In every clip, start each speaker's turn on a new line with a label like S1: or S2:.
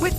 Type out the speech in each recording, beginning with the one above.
S1: With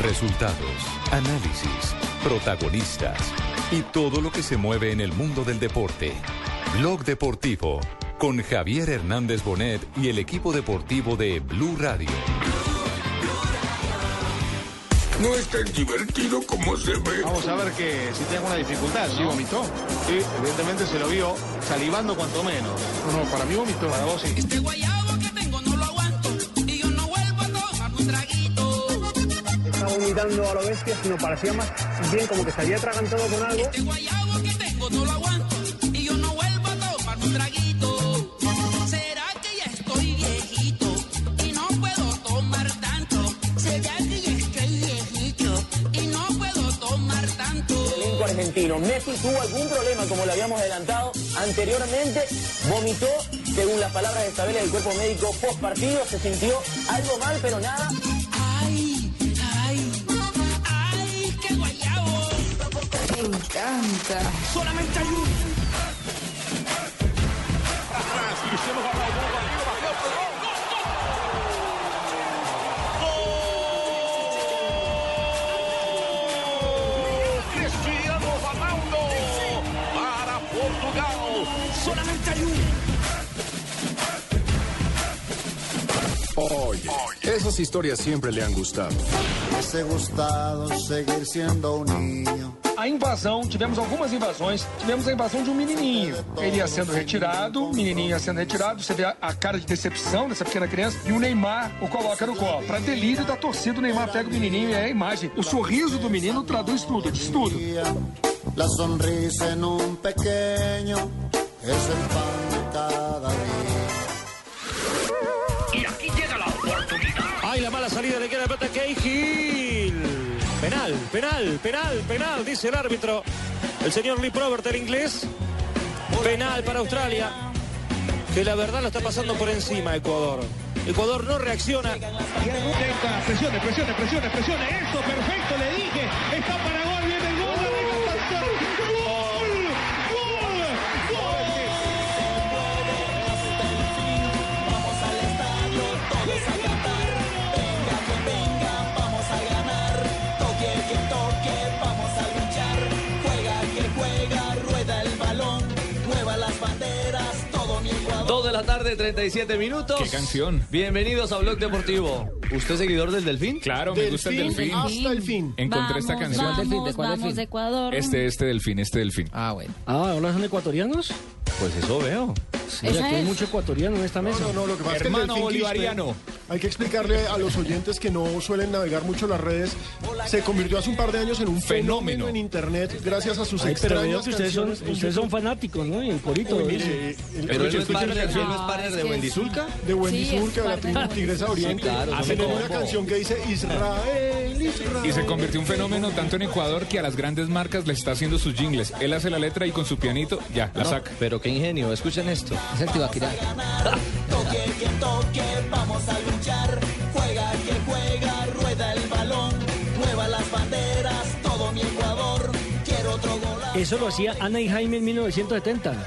S2: Resultados, análisis, protagonistas y todo lo que se mueve en el mundo del deporte. Blog Deportivo con Javier Hernández Bonet y el equipo deportivo de Blue Radio.
S3: No es tan divertido como se ve.
S4: Vamos a ver que si tiene alguna dificultad, si vomitó. Sí, evidentemente se lo vio salivando cuanto menos. No, no, para mí vomitó. Para vos sí.
S5: Este guayabo que tengo no lo aguanto y yo no vuelvo a tomar un traguito.
S6: Estaba vomitando a lo bestia, sino parecía más bien como que se había atragantado con algo.
S5: Este guayabo que tengo no lo aguanto y yo no vuelvo a tomar un traguito. ¿Será que ya estoy viejito y no puedo tomar tanto? ¿Será que ya estoy viejito y no puedo tomar tanto?
S7: elenco argentino. Messi tuvo algún problema, como lo habíamos adelantado anteriormente, vomitó, según las palabras de Isabel del cuerpo médico post partido, se sintió algo mal, pero nada.
S5: Ay, ay, ay, qué guayabo. Me encanta. Solamente hay un.
S3: Cristiano Ronaldo para Portugal. Solamente hay
S8: Oye, esas historias siempre le han gustado.
S9: Hubiese gustado seguir siendo un niño.
S4: A invasão, tivemos algumas invasões. Tivemos a invasão de um menininho. Ele ia sendo retirado, o menininho ia sendo retirado. Você vê a, a cara de decepção dessa pequena criança. E o Neymar o coloca no colo. Pra delírio da torcida, o Neymar pega o menininho e é a imagem. O sorriso do menino traduz tudo, diz tudo.
S9: La sonrisa en un pequeño es el pan de cada día.
S3: Y aquí llega la oportunidad.
S10: Ay, la mala salida le queda la pelota a Cahill. Penal, penal, penal, penal, dice el árbitro. El señor Lee Probert, el inglés. Penal para Australia. Que la verdad lo está pasando por encima Ecuador. Ecuador no reacciona.
S4: Presione, presione, presione, presione. Eso, perfecto, le dije. Está para gol, viene el gol.
S11: Dos de la tarde, 37 minutos.
S12: ¿Qué canción?
S11: Bienvenidos a Blog Deportivo. ¿Usted es seguidor del Delfín?
S12: Claro, me gusta el delfín.
S13: ah,
S11: el fin.
S12: Encontré esta canción.
S11: ¿Cuál delfín? ¿De cuál delfín?
S14: Ecuador.
S12: Este, este delfín, este delfín.
S11: Ah, bueno.
S14: Ah, ¿ahora son ecuatorianos?
S11: Pues eso veo.
S14: Sí, aquí hay mucho ecuatoriano en esta mesa.
S13: No, no, lo que pasa es que el
S11: Hermano
S13: Delfín Quispe,
S11: bolivariano.
S13: hay que explicarle a los oyentes que no suelen navegar mucho las redes. Se convirtió hace un par de años en un fenómeno,
S12: Fenómeno.
S13: en internet gracias a sus
S14: Ay, pero veo
S13: extrañas
S14: que ustedes son,
S13: canciones. en
S14: ustedes son
S13: YouTube.
S14: fanáticos, ¿no? Y el corito.
S13: Uy,
S14: ¿no?
S13: mire, eh, el-
S11: Pero él no es
S13: escuchen la
S11: partner,
S13: canción
S11: él no es partner de Buendizulca.
S13: de Wendy
S14: Sí, es
S13: Zulka, de la
S14: parte
S13: tri-
S14: de-
S13: Tigresa Oriente.
S11: claro, son
S13: Tienen
S11: combo.
S13: una canción que dice Israel, Israel.
S12: Y se convirtió en un fenómeno tanto en Ecuador que a las grandes marcas le está haciendo sus jingles. Él hace la letra y con su pianito ya la
S11: No,
S12: saca.
S11: pero qué ingenio, escuchen esto.
S7: Es el Tibaquirá.
S14: Eso lo hacía Ana y Jaime en
S11: Ah,
S14: 1970.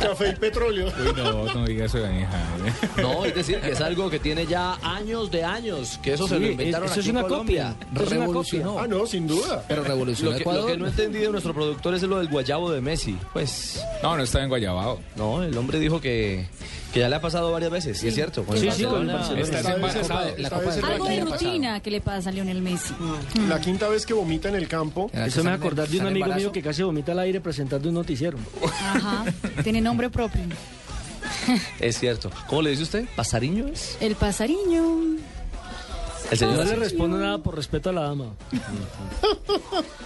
S13: Café y petróleo.
S12: Uy, no, no digas eso, Dani Jaime.
S11: No, es decir, que es algo que tiene ya años de años, que eso se lo
S14: Sí,
S11: inventaron
S14: eso es
S11: aquí en
S14: una
S11: Colombia.
S14: copia. Eso es una copia.
S7: Revolucionó.
S13: Ah, no, sin duda.
S7: Pero revolucionó
S11: Lo que, lo
S7: Ecuador.
S11: que no entendí de nuestro productor es lo del guayabo de Messi. Pues,
S12: No, no está en Guayabao.
S11: no, el hombre dijo que, que ya le ha pasado varias veces, y es cierto. con el
S14: Sí, sí, con el
S11: Barcelona.
S14: Barcelona.
S12: Estás
S13: Esta vez es
S12: embarazado.
S13: la-
S7: La
S13: esta
S7: Copa
S13: vez
S7: del
S13: es la
S14: Algo
S7: Rey
S14: de
S7: ha pasado.
S14: que le pasa a Lionel Messi.
S15: Mm.
S13: La quinta vez que vomita en el campo.
S7: Era que
S14: Eso me
S7: sale-
S14: acordar de un
S7: sale
S14: amigo
S7: embarazo.
S14: mío que casi vomita al aire presentando un noticiero.
S15: Ajá, tiene nombre propio.
S11: Es cierto. ¿Cómo le dice usted? ¿Pasariño es?
S15: El pasariño.
S11: El señor
S14: no le
S11: así.
S14: respondo nada por respeto a la dama.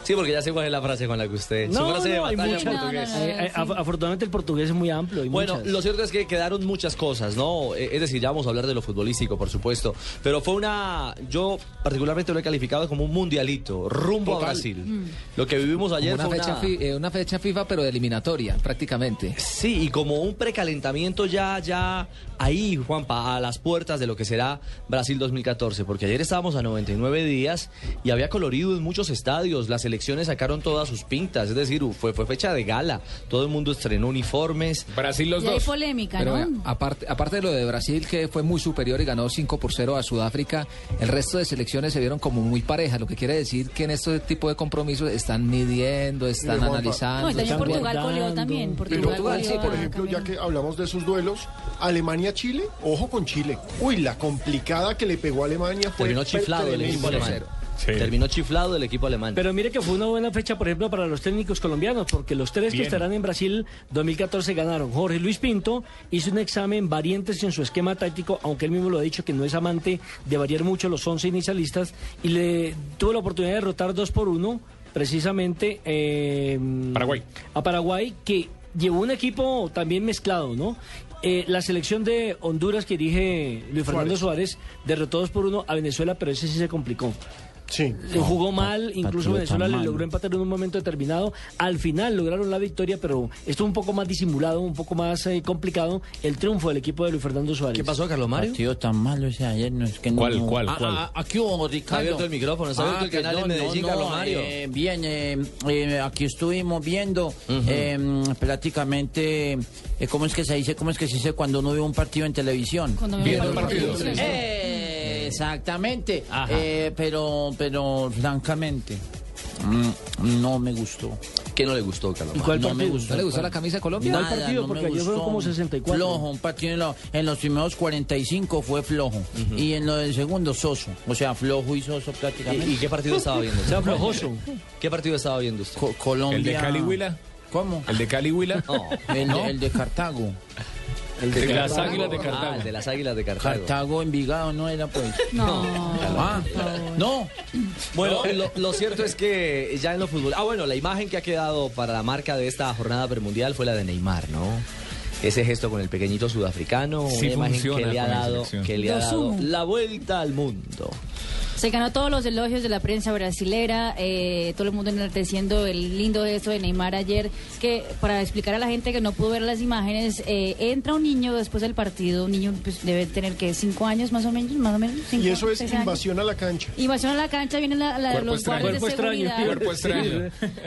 S11: Sí, porque ya sé cuál es la frase con la que usted. su
S14: No,
S11: frase de
S14: no, hay
S11: batalla
S14: muchas.
S11: portugués.
S14: Eh, eh, af- Afortunadamente el portugués es muy amplio. hay
S11: Bueno,
S14: muchas.
S11: lo cierto es que quedaron muchas cosas, ¿no? Eh, Es decir, ya vamos a hablar de lo futbolístico, por supuesto. Pero fue una. Yo particularmente lo he calificado como un mundialito, rumbo a
S16: Total.
S11: Brasil.
S16: Mm.
S11: Lo que vivimos ayer
S16: una,
S11: fue
S16: fecha
S11: una.
S16: fi- eh, una fecha FIFA, pero de eliminatoria, prácticamente.
S11: Sí, y como un precalentamiento ya, ya ahí, Juanpa, a las puertas de lo que será Brasil 2014, porque ayer estábamos a 99 días y había colorido en muchos estadios, las elecciones sacaron todas sus pintas, es decir, fue, fue fecha de gala, todo el mundo estrenó uniformes.
S17: Brasil
S11: los
S15: Y hay polémica,
S16: Pero
S15: ¿no?
S16: vea, aparte, aparte de lo de Brasil, que fue muy superior y ganó 5 por 0 a Sudáfrica, el resto de selecciones se vieron como muy parejas, lo que quiere decir que en este tipo de compromisos están midiendo, están
S13: Juanpa.
S16: analizando.
S15: No, y también
S16: están
S15: Portugal goleó
S16: guardando.
S15: también.
S13: Pero
S15: Portugal,
S13: sí,
S15: goleó
S13: por
S15: a
S13: ejemplo,
S15: Camerún.
S13: ya que hablamos de esos duelos, Alemania-Chile, ojo con Chile. Uy, la complicada que le pegó a Alemania fue
S11: Terminó chiflado el equipo
S13: tremenda.
S11: alemán. Terminó chiflado el equipo alemán.
S14: Pero mire que fue una buena fecha, por ejemplo, para los técnicos colombianos, porque los tres
S11: Bien.
S14: que estarán en Brasil 2014 ganaron. Jorge Luis Pinto hizo un examen variantes en su esquema táctico, aunque él mismo lo ha dicho que no es amante de variar mucho los 11 inicialistas, y le tuvo la oportunidad de derrotar 2 por 1 precisamente eh,
S17: Paraguay.
S14: a Paraguay, que llevó un equipo también mezclado, ¿no? Eh, la selección de Honduras que dirige Luis Fernando Suárez. derrotó 2 por 1 a Venezuela, pero ese sí se complicó.
S13: Sí.
S14: Le jugó mal, incluso
S18: partido
S14: Venezuela
S18: tan
S14: le
S18: mal.
S14: logró empatar en un momento determinado. Al final lograron la victoria, pero estuvo un poco más disimulado, un poco más eh, complicado el triunfo del equipo de Luis Fernando Suárez. ¿Qué pasó,
S11: Carlos Mario?
S18: Partido tan malo ese ayer, no es que no-
S11: ¿Cuál,
S18: no-
S11: cuál,
S18: Ah,
S11: cuál?
S18: ah, aquí hubo, Ricardo. Ah,
S11: abierto el micrófono, está abierto el canal en Medellín, Carlos Mario.
S18: eh, bien, eh, eh, aquí estuvimos viendo eh, prácticamente, eh, ¿cómo es que se dice? ¿Cómo es que se dice cuando uno ve un partido en televisión?
S15: Cuando me
S18: Viendo
S15: paró
S18: el
S15: el
S18: partido.
S15: partido.
S18: Eh, exactamente. Eh, pero, pero, francamente, mm, no me gustó.
S11: ¿Qué no le gustó, Carlos?
S18: ¿Y
S16: cuál
S18: no
S16: partido?
S18: me gustó.
S16: ¿No le gustó la camisa de Colombia?
S18: Nada,
S16: ¿Cuál partido?
S18: no
S16: Porque
S18: me
S16: ayer fueron
S18: gustó.
S16: como 64.
S18: Flojo, un partido en, lo- en los primeros 45 fue flojo. Y en lo del segundo, soso. O sea, flojo y soso prácticamente.
S11: ¿Y, y qué partido estaba viendo? usted?
S18: Sea flojoso.
S11: ¿Qué partido estaba viendo usted?
S18: Colombia.
S17: ¿El de Cali Huila?
S18: ¿Cómo?
S17: ¿El de Cali Huila?
S18: El,
S17: ¿No?
S18: de- el de Cartago.
S17: El de De las Cartago. Águilas de
S18: Ah,
S17: Cartago.
S18: el
S11: De las Águilas de Cartago.
S18: Cartago Envigado no era pues.
S11: No.
S18: Ah, no.
S11: Bueno, lo, lo cierto es que ya en los fútbol. Ah, bueno, la imagen que ha quedado para la marca de esta jornada premundial fue la de Neymar, ¿no? Ese gesto con el pequeñito sudafricano,
S17: Sí
S11: una imagen que
S17: funciona
S11: le ha
S17: con la
S11: dado,
S17: selección.
S11: que le ha
S15: Lo
S11: dado
S15: sumo.
S11: la vuelta al mundo.
S15: Se ganó todos los elogios de la prensa brasilera, eh, todo el mundo enalteciendo el lindo gesto de Neymar ayer, que para explicar a la gente que no pudo ver las imágenes, eh, entra un niño después del partido, un niño pues, debe tener que cinco años más o menos, más o menos. cinco,
S13: Y eso es
S15: seis años.
S13: invasión a la cancha.
S15: Invasión a la cancha, vienen la- la- los guardias de seguridad.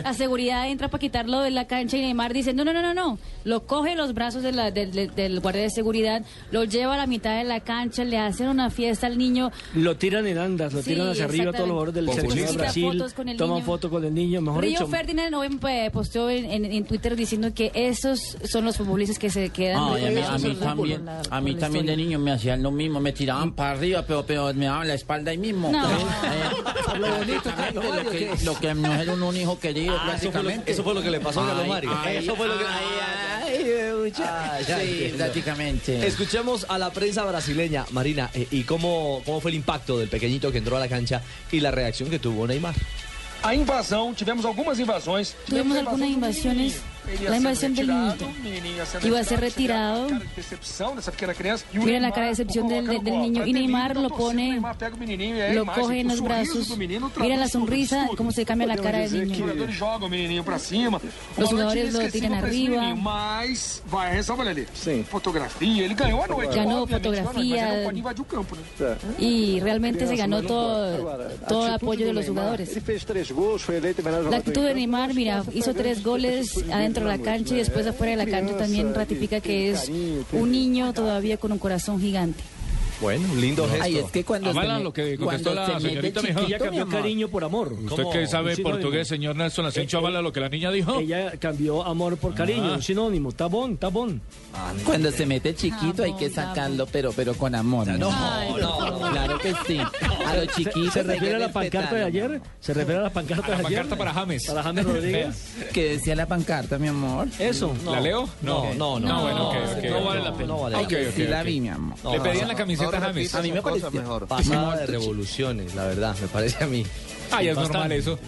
S15: La seguridad entra para quitarlo de la cancha y Neymar dice, no, no, no, no, no. Lo coge en los brazos de la- del- del- del guardia de seguridad, lo lleva a la mitad de la cancha, le hacen una fiesta al niño.
S14: Lo tiran en andas, lo
S15: Sí,
S14: tiran hacia arriba todos los jugadores del
S15: exactamente.
S14: seleccionado de
S15: Populista.
S14: Brasil,
S15: Quita fotos con el
S14: toman
S15: niño.
S14: foto con el niño, mejor
S15: Río
S14: dicho.
S15: Ferdinand hoy eh, posteó en, en- en Twitter diciendo que esos son los futbolistas que se quedan.
S18: Ah, y a mí, a
S15: regañados
S18: mí
S15: por la-
S18: también,
S15: por la-
S18: a mí
S15: por la
S18: también de
S15: historia.
S18: niño me hacían lo mismo, me tiraban para arriba, pero, pero me daban la espalda ahí mismo.
S15: No.
S18: lo bonito, lo que, lo que no era un, un hijo querido,
S11: Ah, eso fue lo-
S18: prácticamente.
S11: eso fue lo que le pasó a Carlos
S18: Ay,
S11: Mario.
S18: ay,
S11: Eso fue lo que- Ah,
S18: ay,
S19: Ah,
S18: ay, ay,
S11: ya
S18: Sí,
S11: entiendo.
S18: prácticamente.
S11: Escuchemos a la prensa brasileña, Marina, eh, y cómo, cómo fue el impacto del pequeñito que entró a la cancha y la reacción que tuvo Neymar.
S4: A invasão, tivemos algunas invasiones.
S15: Tuvimos algunas invasiones. La invasión del niñito. Iba a ser retirado.
S4: Decepción de esa pequeña criança. E o
S15: Mira la
S4: Neymar
S15: cara de decepción del, del- del niño. Y Neymar lo pone,
S4: pega o menininho e aí
S15: lo
S4: a imagem
S15: coge en
S4: do
S15: los
S4: sorriso
S15: brazos.
S4: do menino
S15: Mira la
S4: traduz tudo,
S15: sonrisa,
S4: tudo.
S15: cómo se cambia la cara
S4: Podemos
S15: del
S4: dizer que
S15: niño.
S4: Os jogadores jogam o menininho pra cima.
S15: Os
S4: Uma noite
S15: jogadores lo
S4: inesquecível
S15: tiram
S4: pra esse
S15: arriba.
S4: menininho, Mas vai, essa olha ali. Fotografia, ele ganhou a noite.
S15: Ganhou
S4: obviamente,
S15: fotografia.
S4: Mas ele não pode invadir o campo, né?
S15: Y realmente se
S10: Criança,
S15: ganó
S10: mas não pode.
S15: todo,
S10: Agora, a
S15: todo el
S10: atitude
S15: apoyo
S10: do
S15: de Este los
S10: Neymar,
S15: jugadores.
S10: Ele fez três gols, foi eleito em melhor
S15: La
S10: jogador em
S15: actitud de
S10: campo.
S15: Neymar, mira, hizo tres goles adentro de la cancha y después afuera de la cancha también ratifica que es un niño todavía con un corazón gigante.
S11: Bueno, un lindo gesto.
S18: Ay, es que cuando
S17: Avalan
S18: se me-
S17: lo que
S18: cuando
S17: contestó la
S18: se mete
S17: señorita
S18: chiquito,
S17: Mejía.
S14: Ella cambió
S18: mi amor.
S14: cariño por amor.
S17: ¿Usted qué sabe portugués, señor Nelson Asensio? Avala lo que la niña dijo.
S14: Ella cambió amor por cariño,
S17: Ah.
S14: un sinónimo, tabón, tabón.
S18: Cuando se mete chiquito hay que sacarlo, pero, pero con amor. No,
S14: Ay,
S18: no, claro que sí. A los chiquitos.
S14: ¿Se
S18: hay que
S14: refiere a la pancarta de
S18: respetarlo.
S14: ayer? ¿Se refiere a la pancarta de ayer?
S18: pancarta para
S17: James.
S14: Para James Rodríguez.
S18: ¿Qué decía la pancarta, mi amor?
S14: Eso.
S17: ¿La leo? No,
S18: No,
S17: no,
S18: no.
S17: bueno, ok, ok.
S18: No vale la pena.
S17: No vale
S18: Ay,
S17: la
S18: yo
S17: pena.
S18: sí
S17: Ok,
S18: la
S17: ok,
S18: vi,
S17: ok.
S18: mi amor.
S17: Le pedían la camiseta
S11: ahora James.
S18: A mí me parece
S11: mejor. Pasada de revoluciones, la verdad, me parece a mí.
S12: Ah, ya es
S11: Bastante.
S12: normal eso.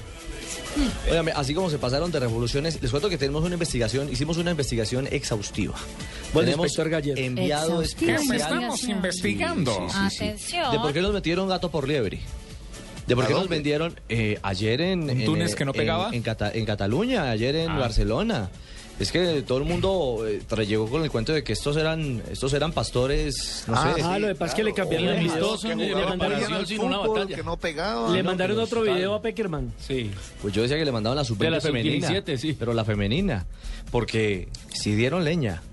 S11: Óigame, así como se pasaron de revoluciones, les cuento que tenemos una investigación, hicimos una investigación exhaustiva.
S14: Bueno,
S11: tenemos
S14: inspector Gallet.
S11: enviado
S12: Exhaustiva
S11: especial.
S12: Estamos investigando.
S15: Atención.
S11: ¿De por qué los metieron gato por liebre? ¿De por qué los vendieron eh, ayer en, en,
S12: Túnez
S11: eh,
S12: que no
S11: en-
S12: pegaba?
S11: En, Cata- en Cataluña, ayer en
S12: Ah.
S11: Barcelona. Es que todo el mundo eh, tra- llegó con el cuento de que estos eran estos eran pastores, no
S14: Ah,
S11: sé.
S14: lo de paz que le cambiaron el video. Le mandaron,
S20: no pegaba.
S14: le mandaron otro video a Peckerman.
S11: Sí. Pues yo decía que le mandaban la sub
S14: De la
S11: femenina,
S14: sub-17,
S11: sí. pero la femenina, porque si dieron leña,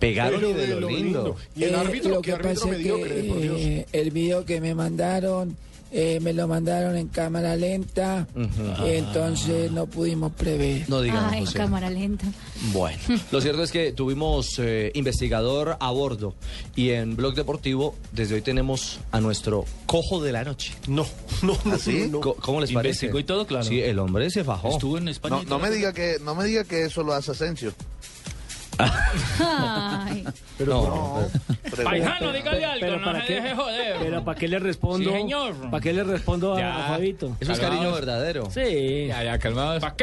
S11: pegaron
S13: Pero
S11: y de
S13: de
S11: lo,
S13: lo
S11: lindo.
S13: lindo. Y el
S21: Eh,
S13: árbitro,
S21: lo
S13: qué
S21: que
S13: árbitro
S21: pasa es
S13: mediocre,
S21: que,
S13: por Dios.
S21: eh, el video que me mandaron, eh, me lo mandaron en cámara lenta,
S18: Ah.
S11: Ujú.
S21: entonces no pudimos prever.
S11: No digamos,
S15: Ay,
S11: José.
S15: cámara lenta.
S11: Bueno, lo cierto es que tuvimos eh, investigador a bordo y en Blog Deportivo desde hoy tenemos a nuestro cojo de la noche. ¿Ah,
S13: No, no, no. no, no.
S11: Co- ¿Cómo les parece?
S20: Investigó y todo, claro.
S11: Sí, el hombre se fajó.
S20: Estuvo en España. No, no me diga que, no me diga que eso lo hace Asensio.
S15: Ay.
S11: Pero
S20: no.
S14: Paisano, dígale algo, no me deje joder. Pero ¿para qué le respondo?
S22: Sí, señor.
S14: ¿Para qué le respondo a,
S11: Ya.
S14: a Fabito?
S11: Eso es cariño verdadero.
S14: Sí.
S12: Ya, ya, calmados.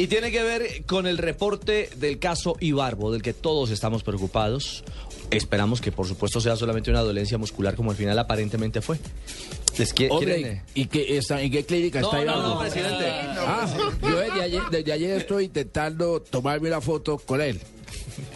S11: Y tiene que ver con el reporte del caso Ibarbo, del que todos estamos preocupados. Esperamos que, por supuesto, sea solamente una dolencia muscular, como al final aparentemente fue. Les qui- quieren, eh,
S18: Hombre, ¿y qué, está, ¿en qué clínica está
S11: no,
S18: Ibarbo?
S11: no, presidente.
S18: Ah,
S21: presidente.
S18: yo desde ayer, desde ayer estoy intentando tomarme una foto con él.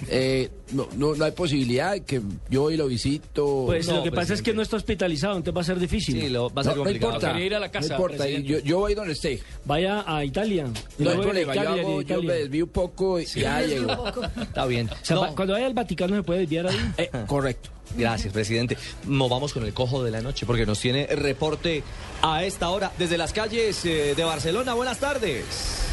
S18: Eh, no, no, no hay posibilidad de que yo hoy lo visito.
S14: Pues
S18: No,
S14: lo que pasa es que no está hospitalizado, entonces va a ser difícil.
S11: Sí, lo- va a ser
S18: no, no
S11: complicado.
S18: importa.
S11: Quería ir a la casa,
S18: no importa. y
S11: presidente.
S18: Yo, yo voy donde esté.
S14: Vaya a Italia.
S18: No hay
S14: Luego de
S18: problema. Yo,
S14: Italia,
S18: hago-
S14: de
S18: yo me
S14: Italia.
S18: desvío un poco y ya llego.
S11: Está bien.
S14: O sea,
S11: No, Eh,
S14: va- cuando vaya al Vaticano se puede desviar ahí.
S18: correcto.
S11: Gracias, presidente. Movamos con el cojo de la noche porque nos tiene reporte a esta hora desde las calles eh, de Barcelona. Buenas tardes.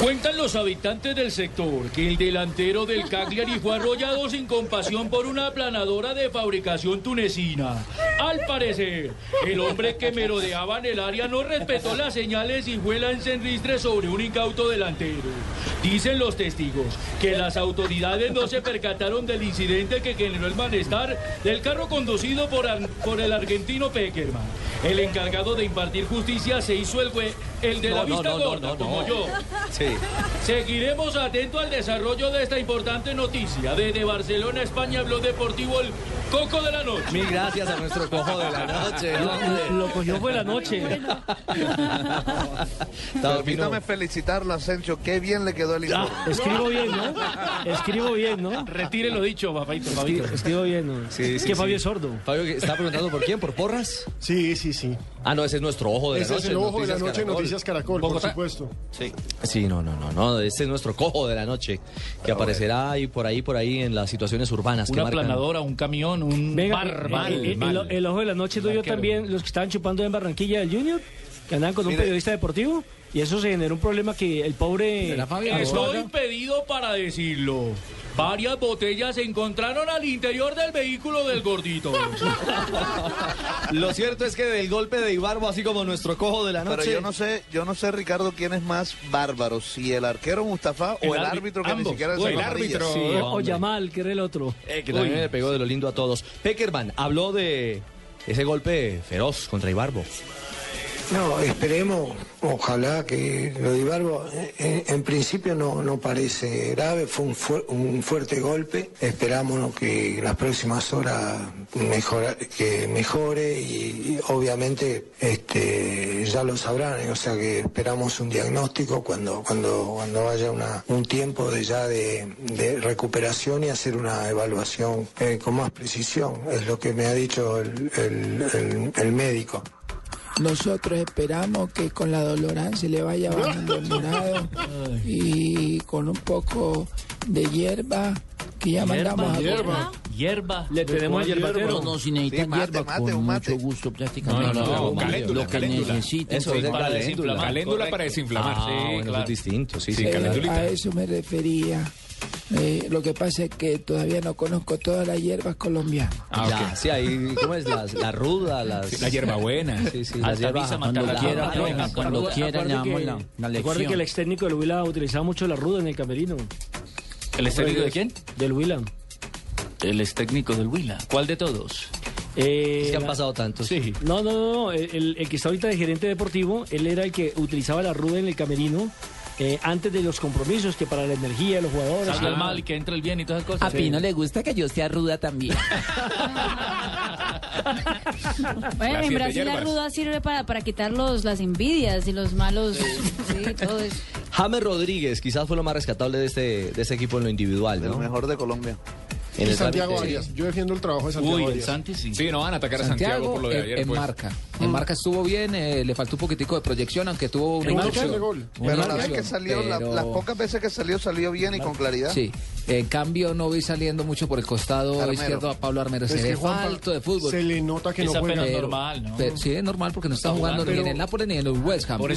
S17: Cuentan los habitantes del sector que el delantero del Cagliari fue arrollado sin compasión por una aplanadora de fabricación tunecina. Al parecer, el hombre que merodeaba en el área no respetó las señales y fue lanza en ristre sobre un incauto delantero. Dicen los testigos que las autoridades no se percataron del incidente que generó el malestar del carro conducido por, ar- por el argentino Peckerman. El encargado de impartir justicia se hizo el, güe- el de la
S11: No, no,
S17: vista
S11: no, no,
S17: gorda,
S11: no, no.
S17: como yo.
S11: Sí.
S17: Seguiremos atentos al desarrollo de esta importante noticia. Desde Barcelona, España, Blog Deportivo, el Coco de la Noche.
S11: Mil gracias a nuestro cojo de la noche.
S14: Lo,
S11: hombre.
S14: lo cogió fue la noche.
S11: Está dormido.
S20: Permítame felicitarlo, Asensio. Qué bien le quedó el informe.
S14: Escribo bien, ¿no? Escribo bien, ¿no?
S17: Retire lo dicho, papaito.
S14: Escribo, escribo bien, ¿no?
S11: Sí,
S14: es
S11: sí,
S14: que
S11: sí.
S14: Fabio es sordo.
S11: Fabio que está preguntando por quién, por porras.
S13: Sí, sí, sí.
S11: Ah, no, ese es nuestro ojo de
S13: Ese
S11: la
S13: es
S11: noche.
S13: el ojo de la noche,
S11: Caracol.
S13: Noticias Caracol, por
S11: Bogotá.
S13: supuesto.
S20: Sí.
S11: Sí, no, no, no, no. Este es nuestro cojo de la noche que aparecerá ahí por ahí, por ahí en las situaciones urbanas. que
S17: Una
S11: marcan.
S17: planadora, un camión, un
S14: Venga,
S17: bar.
S14: eh,
S17: mal,
S14: eh, el,
S17: mal.
S14: el- el ojo de la noche tuyo
S17: Arquero.
S14: también, los que estaban chupando en Barranquilla del Junior, que andaban con un periodista deportivo, y eso se generó un problema que el pobre...
S18: ¿Será Fabio?
S14: Arzuaga-
S17: Estoy pedido para decirlo. Varias botellas se encontraron al interior del vehículo del gordito.
S11: Lo cierto es que del golpe de Ibarbo, así como nuestro cojo de la
S20: Pero
S11: noche.
S20: yo no sé, yo no sé, Ricardo, quién es más bárbaro, si el arquero Mustafa o el árbitro que ni siquiera
S12: Uy,
S20: saca amarillas.
S14: Sí, o- o Yamal, que era el otro.
S11: Eh, que también le pegó de lo lindo a todos. Peckerman habló de ese golpe feroz contra Ibarbo.
S23: No, esperemos, ojalá que lo de Ibarbo, eh, eh, en, principio no, no parece grave, fue un, fuer- un fuerte golpe, esperamos que las próximas horas mejora- que mejore y, y obviamente este, ya lo sabrán, o sea que esperamos un diagnóstico cuando, cuando, cuando haya una- un tiempo de ya de, de recuperación y hacer una evaluación eh, con más precisión, es lo que me ha dicho el- el- el- el médico.
S21: Nosotros esperamos que con la dolorán se le vaya bajando el morado y con un poco de hierba que ya mandamos a comprar.
S17: Hierba.
S14: Le tenemos el hierbatero.
S18: No, no, si necesitan
S20: Sí, mate,
S18: hierba,
S20: mate,
S18: con
S20: un mate.
S18: mucho gusto prácticamente.
S12: No, no, no, caléndula,
S18: lo que
S12: caléndula.
S18: necesiten.
S11: Eso
S18: con
S11: es
S18: calma.
S11: caléndula.
S12: desinflamar. Caléndula para desinflamar.
S11: Ah,
S12: Sí,
S11: bueno, eso
S12: claro.
S11: es distinto, sí,
S12: Sí,
S11: sí.
S21: Eh,
S12: caléndula.
S21: a eso me refería. Eh, lo que pasa es que todavía no conozco todas las hierbas colombianas.
S12: Ah,
S11: Ya,
S12: ok.
S11: sí, ahí, ¿cómo es? Las, la ruda, las...
S12: Sí, la hierbabuena.
S11: Sí, sí, las hierbas.
S18: Cuando
S11: la-
S18: quiera,
S12: Ah,
S11: la-
S18: bueno, cuando
S14: Acuerde-
S18: quiera, le
S14: acuerde
S18: damos
S14: que-
S18: la, la
S14: Recuerde que el
S18: lección.
S14: ex técnico del Huila utilizaba mucho la ruda en el camerino.
S17: ¿El ex técnico de quién?
S14: Del Huila.
S17: El ex técnico del Huila. ¿Cuál de todos?
S14: Eh,
S11: Es que han
S14: la-
S11: pasado tantos. Sí.
S14: No, no, no, no, El, el- el que está ahorita de gerente deportivo, él era el que utilizaba la rueda en el camerino eh, antes de los compromisos, que para la energía de los jugadores.
S17: Salga el mal y que entre el bien y todas esas cosas.
S14: A Pino le
S17: gusta que yo sea ruda también.
S15: Bueno, en
S17: Las siete
S15: Brasil la
S11: hierbas.
S15: ruda sirve para, para quitar los, las envidias y los malos. Sí, todo eso.
S11: James Rodríguez quizás fue lo más rescatable de este, de este equipo en lo individual, ¿no? El mejor de Colombia. En
S13: Y
S11: el
S13: Santiago
S11: trámite,
S13: Arias.
S11: sí.
S13: Yo defiendo el trabajo de Santiago Arias.
S17: sí.
S24: no van a atacar a Santiago, por lo de
S16: en-
S24: ayer.
S16: en
S24: pues.
S16: marca. En marca estuvo bien, eh, le faltó un poquitico de proyección, aunque tuvo una
S20: Una
S16: incursión.
S20: opción de gol.
S16: Una
S20: Pero la vez
S16: incursión,
S20: que salió, la-
S16: pero-
S20: las pocas veces que salió, salió bien y con claridad.
S16: Sí. En cambio, no vi saliendo mucho por el costado
S20: Armero.
S16: izquierdo a Pablo Armero.
S20: Es
S16: se
S20: que
S16: ve
S20: Juanpa,
S16: falto de fútbol.
S13: se le nota que no Esa juega. pena es
S16: Pero-
S13: normal, ¿no?
S16: pero- sí, es normal porque no está,
S13: Está
S16: jugando,
S13: jugando,
S16: ni en el Napoli ni en el West Ham. Pero-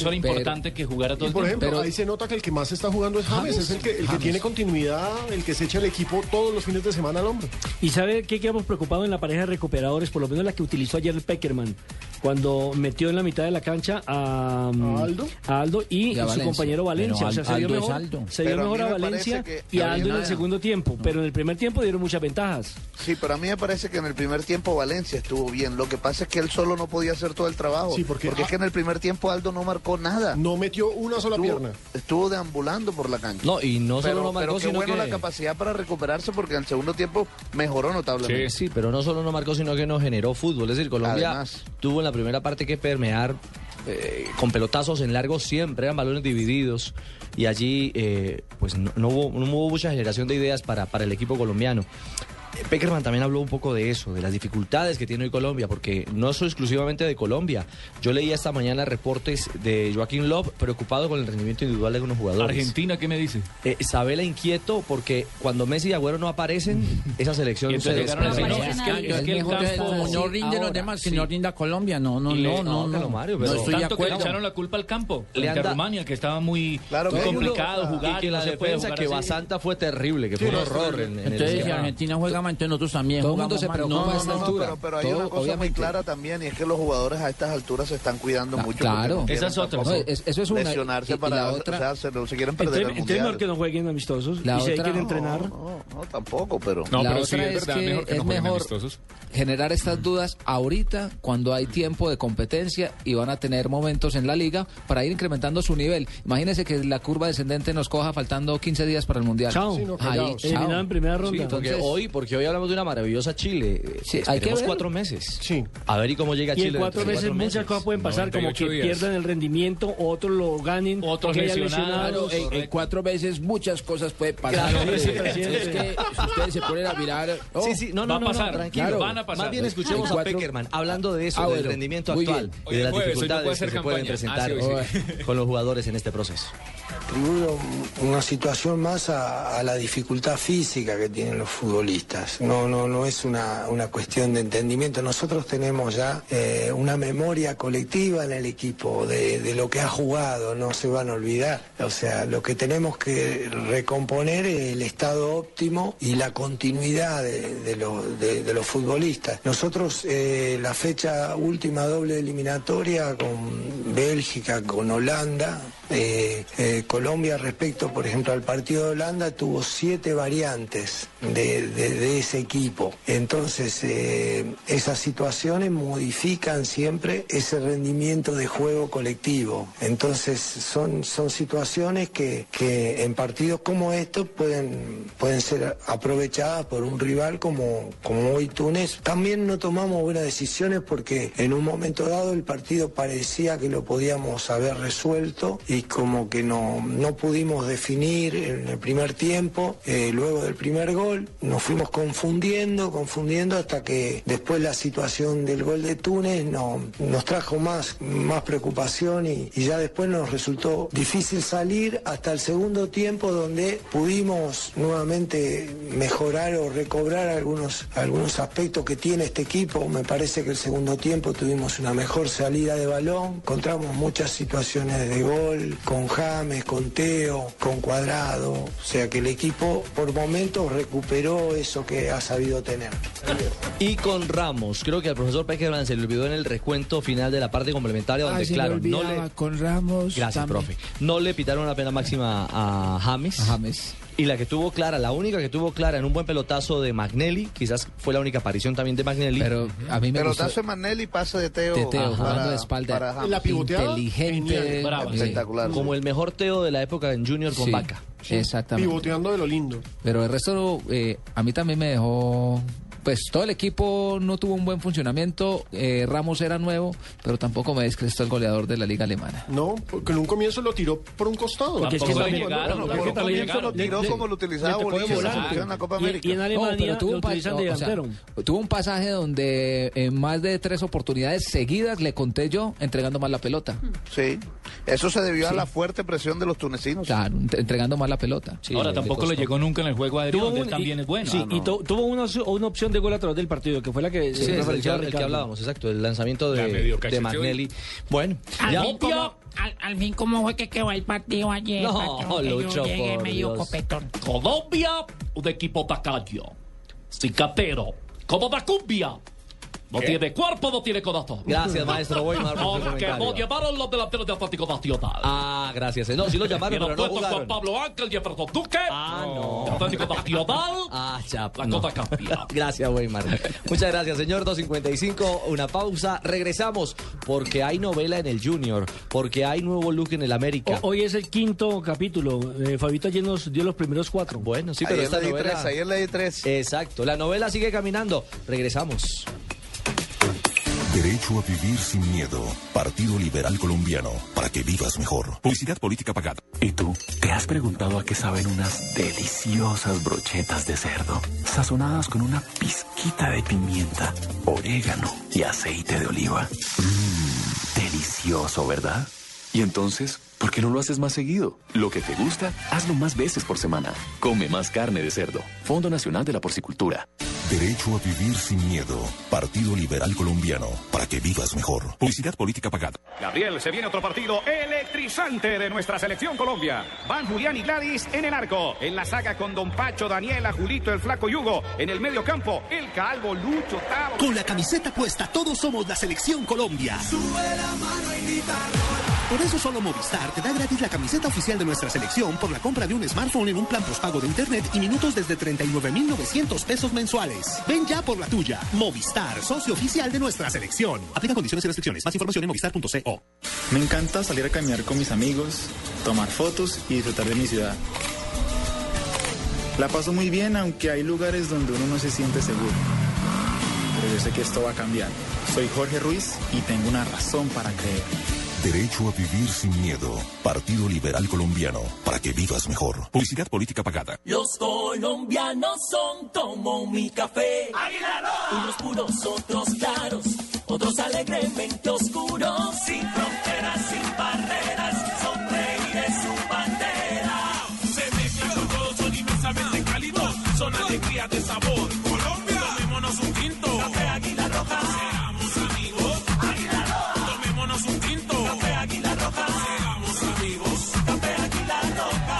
S17: que jugara
S13: Y por ejemplo, ahí se nota que el que más está jugando es James, es
S16: James,
S13: el que, el que
S16: James.
S13: tiene continuidad, el que se echa el equipo todos los fines de semana al hombro.
S14: ¿Y sabe qué quedamos preocupados en la pareja de recuperadores? Por lo menos la que utilizó ayer el Peckerman, cuando metió en la mitad de la cancha a, mm,
S13: ¿A Aldo?
S14: a Aldo y,
S16: Y a
S14: su
S16: Valencia.
S14: compañero Valencia.
S16: Pero
S14: o sea,
S16: Al-
S14: se dio
S16: Aldo es
S14: mejor,
S16: Aldo.
S14: se dio
S20: Pero a mí
S14: mejor a,
S20: me parece
S14: Valencia
S20: que
S14: y a
S20: había
S14: Aldo en el
S20: nada.
S14: segundo tiempo, pero en el primer tiempo dieron muchas ventajas.
S20: Sí, pero a mí me parece que en el primer tiempo Valencia estuvo bien. Lo que pasa es que él solo no podía hacer todo el trabajo.
S13: Sí, porque-
S20: es que en el primer tiempo Aldo no marcó nada.
S13: No metió una sola
S20: Estuvo-
S13: pierna.
S20: Estuvo deambulando por la cancha.
S11: No, y no solo
S20: pero,
S11: no marcó,
S20: pero qué
S11: sino
S20: bueno
S11: que-
S20: la capacidad para recuperarse porque en el segundo tiempo mejoró notablemente.
S11: Sí. pero no solo no marcó, sino que no generó fútbol. Es decir, Colombia
S20: Además.
S11: tuvo en la primera parte que permear eh, con pelotazos en largo siempre, eran balones divididos. Y allí, eh, pues no, no hubo, no hubo mucha generación de ideas para, para el equipo colombiano. Eh, Peckerman también habló un poco de eso, de las dificultades que tiene hoy Colombia, porque no es exclusivamente de Colombia. Yo leía esta mañana reportes de Joaquín Love preocupado con el rendimiento individual de algunos jugadores.
S17: Argentina, ¿qué me dice?
S11: Eh, Isabela inquieto porque cuando Messi y Agüero no aparecen, esa selección se
S17: Entonces llegaron a decir,
S11: desploma.
S17: no, es que, es que el
S18: Mejor que
S17: campo...
S18: no rinde los demás, que no rinda Colombia. No, no,
S17: Y le-
S18: no, no.
S17: Carlos
S18: No,
S17: Mario,
S18: No
S17: pero-
S18: estoy de
S17: tanto que le
S18: acuerdo.
S17: echaron la culpa al campo.
S11: Le
S17: frente a
S11: anda-
S17: Rumania, que estaba muy,
S11: Claro
S17: muy
S11: que-
S17: complicado jugar.
S11: Y que la
S17: no se puede
S11: defensa
S17: jugar
S11: que
S17: así.
S11: Basanta fue terrible, que fue un horror. en- en el
S18: Entonces, si
S11: esquema.
S18: Argentina juega más, entonces nosotros también.
S16: Todo el mundo
S18: jugamos
S16: se
S18: mal.
S16: preocupa
S18: No,
S16: a esta
S18: no, no,
S16: altura.
S18: pero-
S20: Pero hay
S16: Todo,
S20: una cosa muy
S16: obviamente. Ah,
S20: clara también y es que los jugadores a estas alturas se están cuidando mucho. porque
S16: claro.
S20: no quieren
S16: Esa es otra.
S20: tampoco
S16: No, es- eso es una.
S20: Lesionarse
S16: Y- y
S20: para...
S16: la otra-
S20: O sea, se, no se quieren perder
S14: Entonces,
S20: el
S14: entonces
S20: mundial.
S14: mejor que no jueguen amistosos.
S16: La
S14: y si hay
S16: otra-
S14: que entrenar.
S20: No, no, tampoco, pero...
S24: No,
S16: La
S24: pero sí,
S16: otra
S24: es
S16: es
S24: verdad,
S16: que
S24: mejor que
S16: es
S24: no jueguen
S16: mejor-
S24: amistosos.
S16: generar estas dudas ahorita cuando hay tiempo de competencia y van a tener momentos en la liga para ir incrementando su nivel. Imagínense que la curva descendente nos coja faltando 15 días para el mundial.
S14: Chao.
S16: Sí, no, Ahí,
S14: callados.
S16: chao.
S14: Eliminado en primera ronda.
S11: Sí, porque
S16: Entonces-
S11: hoy, porque hoy hablamos de una maravillosa Chile. Eh,
S16: Sí, hay que
S11: esperemos
S16: ver.
S11: cuatro meses. A ver y cómo llega
S14: Y
S11: Chile.
S14: en
S11: dentro
S14: cuatro
S11: de
S14: meses muchas cosas pueden pasar, como que
S11: 98 días.
S14: pierdan el rendimiento, otros lo ganen,
S17: Otros
S14: que haya
S17: lesionados.
S14: lesionados.
S18: En, en cuatro veces muchas cosas pueden pasar.
S11: Claro,
S18: hombre.
S11: vicepresidente.
S18: Es que si ustedes se ponen a mirar. oh,
S11: Sí, sí, no, no,
S18: va a
S11: no, no,
S18: pasar,
S11: tranquilo.
S18: claro.
S11: Más bien escuchemos
S18: En
S11: a
S18: cuatro-
S11: Peckerman hablando de eso,
S18: Ah,
S11: del
S18: bueno,
S11: rendimiento
S18: muy
S11: actual
S18: bien.
S11: y de
S18: Hoy
S11: las
S18: es jueves, hoy no
S11: dificultades
S18: puede
S11: que
S18: hacer
S11: se pueden
S18: campaña.
S11: presentar
S18: Ah, sí,
S11: con los jugadores en este proceso.
S23: atribuyo una situación más a, a la dificultad física que tienen los futbolistas. No, no, no es una, una cuestión de entendimiento. Nosotros tenemos ya eh, una memoria colectiva en el equipo de, de lo que ha jugado, no se van a olvidar. O sea, lo que tenemos que recomponer es el estado óptimo y la continuidad de, de los- de- de los futbolistas. Nosotros eh, la fecha última doble eliminatoria con Bélgica, con Holanda, eh, eh, Colombia respecto, por ejemplo, al partido de Holanda, tuvo siete variantes de, de- de ese equipo. Entonces, eh, esas situaciones modifican siempre ese rendimiento de juego colectivo. Entonces, son, son situaciones que, que en partidos como estos pueden, pueden ser aprovechadas por un rival como, como hoy Túnez. También no tomamos buenas decisiones porque en un momento dado el partido parecía que lo podíamos haber resuelto y como que no, no pudimos definir en el primer tiempo, eh, luego del primer gol, nos fuimos confundiendo, confundiendo hasta que después la situación del gol de Túnez no, nos trajo más, más preocupación y, y ya después nos resultó difícil salir hasta el segundo tiempo donde pudimos nuevamente mejorar o recobrar algunos, algunos aspectos que tiene este equipo. Me parece que el segundo tiempo tuvimos una mejor salida de balón, encontramos muchas situaciones de gol con James, con Teo, con Cuadrado. O sea que el equipo por momentos recuperó eso que ha sabido tener.
S11: Y con Ramos, creo que al profesor Peckerman se le olvidó en el recuento final de la parte complementaria,
S21: Ah,
S11: donde
S21: se me
S11: claro, no
S21: olvidaba,
S11: le,
S21: con Ramos.
S11: Gracias,
S21: también.
S11: profe. No le pitaron la pena máxima a James.
S16: James.
S11: Y la que tuvo clara, la única que tuvo clara en un buen pelotazo de Magnelli, quizás fue la única aparición también de Magnelli. Pero
S16: a mí
S20: Pelotazo de Manelli, pase de eh, Teo.
S11: De Teo, jugando
S20: para-
S11: de espalda.
S20: para James.
S11: La pivoteada,
S16: Inteligente.
S11: genial, brava,
S20: espectacular.
S11: Como el mejor Teo de la época en Junior con
S16: Sí,
S11: Vaca.
S16: sí, exactamente.
S13: Pivoteando de lo lindo.
S16: Pero el resto, eh, a mí también me dejó. Pues todo el equipo no tuvo un buen funcionamiento. eh, Ramos era nuevo, pero tampoco me descrestó el goleador de la Liga Alemana.
S13: No, porque en un comienzo lo tiró por un costado.
S16: Porque es que Tampoco también-
S20: llegaron, Bueno, tampoco por un comienzo llegaron. lo tiró como lo utilizaba Le tocó de Bolillo, se volante. metió en la Copa Y- América. y en Alemania lo
S16: pa-
S20: utilizan de delantero.
S16: tuvo un pasaje donde en más de tres oportunidades seguidas le conté yo entregando más la pelota.
S20: Sí. Eso se debió a
S16: Sí.
S20: la fuerte presión de los tunecinos.
S16: Claro, ent- entregando más la pelota.
S17: Ahora tampoco le llegó nunca en el juego aéreo,
S14: Tuvo
S17: donde
S14: un-
S17: él también
S14: y-
S17: es bueno. Ah,
S14: Sí, y tu- tuvo una, su- una opción de gol atrás del partido, que fue la que...
S11: Sí,
S14: se
S11: el, que,
S14: referenciaba
S11: el que
S14: Ricardo.
S11: hablábamos, exacto, el lanzamiento de,
S14: La medio
S11: de
S14: cacheteó.
S11: Magnelli. Bueno,
S25: Al,
S11: ya.
S25: fin, ¿cómo, al, al fin, ¿cómo fue que quedó el partido ayer?
S11: No,
S25: patrón? Que yo
S17: Lucho,
S25: llegué
S17: por
S25: medio
S17: Dios.
S25: copetón.
S17: Colombia, un equipo tacaño, cicatero, como Bacumbia. No
S11: ¿Qué?
S17: tiene cuerpo, no tiene corazón.
S11: Gracias, maestro. Voy, Marco, por su
S17: Porque
S11: comentario.
S17: no llevaron los delanteros de Atlético Nacional.
S11: Ah, gracias. No, sí lo llamaron,
S17: Hubieran
S11: pero no
S17: puesto a Juan
S11: jugaron.
S17: Pablo Ángel, Jefferson Duque. Ah, no. Atlético Nacional.
S11: Ah, chapa.
S17: La cosa cambia.
S11: Gracias, Weimar. Muchas gracias, señor 255. Una pausa. Regresamos porque hay novela en el Junior, porque hay nuevo look en el América.
S14: O- Hoy es el quinto capítulo. Eh, Fabito ayer nos dio los primeros cuatro.
S11: Bueno, sí, pero esta novela...
S20: le di tres.
S11: Exacto. La novela sigue caminando. Regresamos.
S26: Derecho a vivir sin miedo. Partido Liberal Colombiano. Para que vivas mejor. Publicidad política pagada.
S2: ¿Y tú? ¿Te has preguntado a qué saben unas deliciosas brochetas de cerdo? Sazonadas con una pizquita de pimienta, orégano y aceite de oliva. Mmm, delicioso, ¿verdad? Y entonces, ¿por qué no lo haces más seguido? Lo que te gusta, hazlo más veces por semana. Come más carne de cerdo. Fondo Nacional de la Porcicultura.
S26: Derecho a vivir sin miedo. Partido Liberal Colombiano. Para que vivas mejor. Publicidad política pagada.
S12: Gabriel, se viene otro partido electrizante de nuestra selección Colombia. Van Julián y Gladys en el arco. En la saga con Don Pacho, Daniela, Julito, el Flaco y Hugo. En el medio campo, el Calvo, Lucho, Tavo.
S10: Con la camiseta puesta, todos somos la selección Colombia. Por eso solo Movistar te da gratis la camiseta oficial de nuestra selección por la compra de un smartphone en un plan postpago de internet y minutos desde 39.900 pesos mensuales. Ven ya por la tuya. Movistar, socio oficial de nuestra selección. Aplica condiciones y restricciones. Más información en movistar.co.
S27: Me encanta salir a caminar con mis amigos, tomar fotos y disfrutar de mi ciudad. La paso muy bien, aunque hay lugares donde uno no se siente seguro. Pero yo sé que esto va a cambiar. Soy Jorge Ruiz y tengo una razón para creer.
S26: Derecho a vivir sin miedo. Partido Liberal Colombiano. Para que vivas mejor. Publicidad política pagada.
S5: Los colombianos son como mi café. Unos puros, otros claros, otros alegremente oscuros. Sin fronteras, sin barreras, son reyes su bandera. Se mezclan con todos, son inmensamente cálidos, son alegría de sabor. Colombia, tomémonos un tinto. Café Águila Roja. Seamos amigos. Águila Roja. Tomémonos un tinto. Café Águila Roja. Seamos amigos. Café Águila Roja.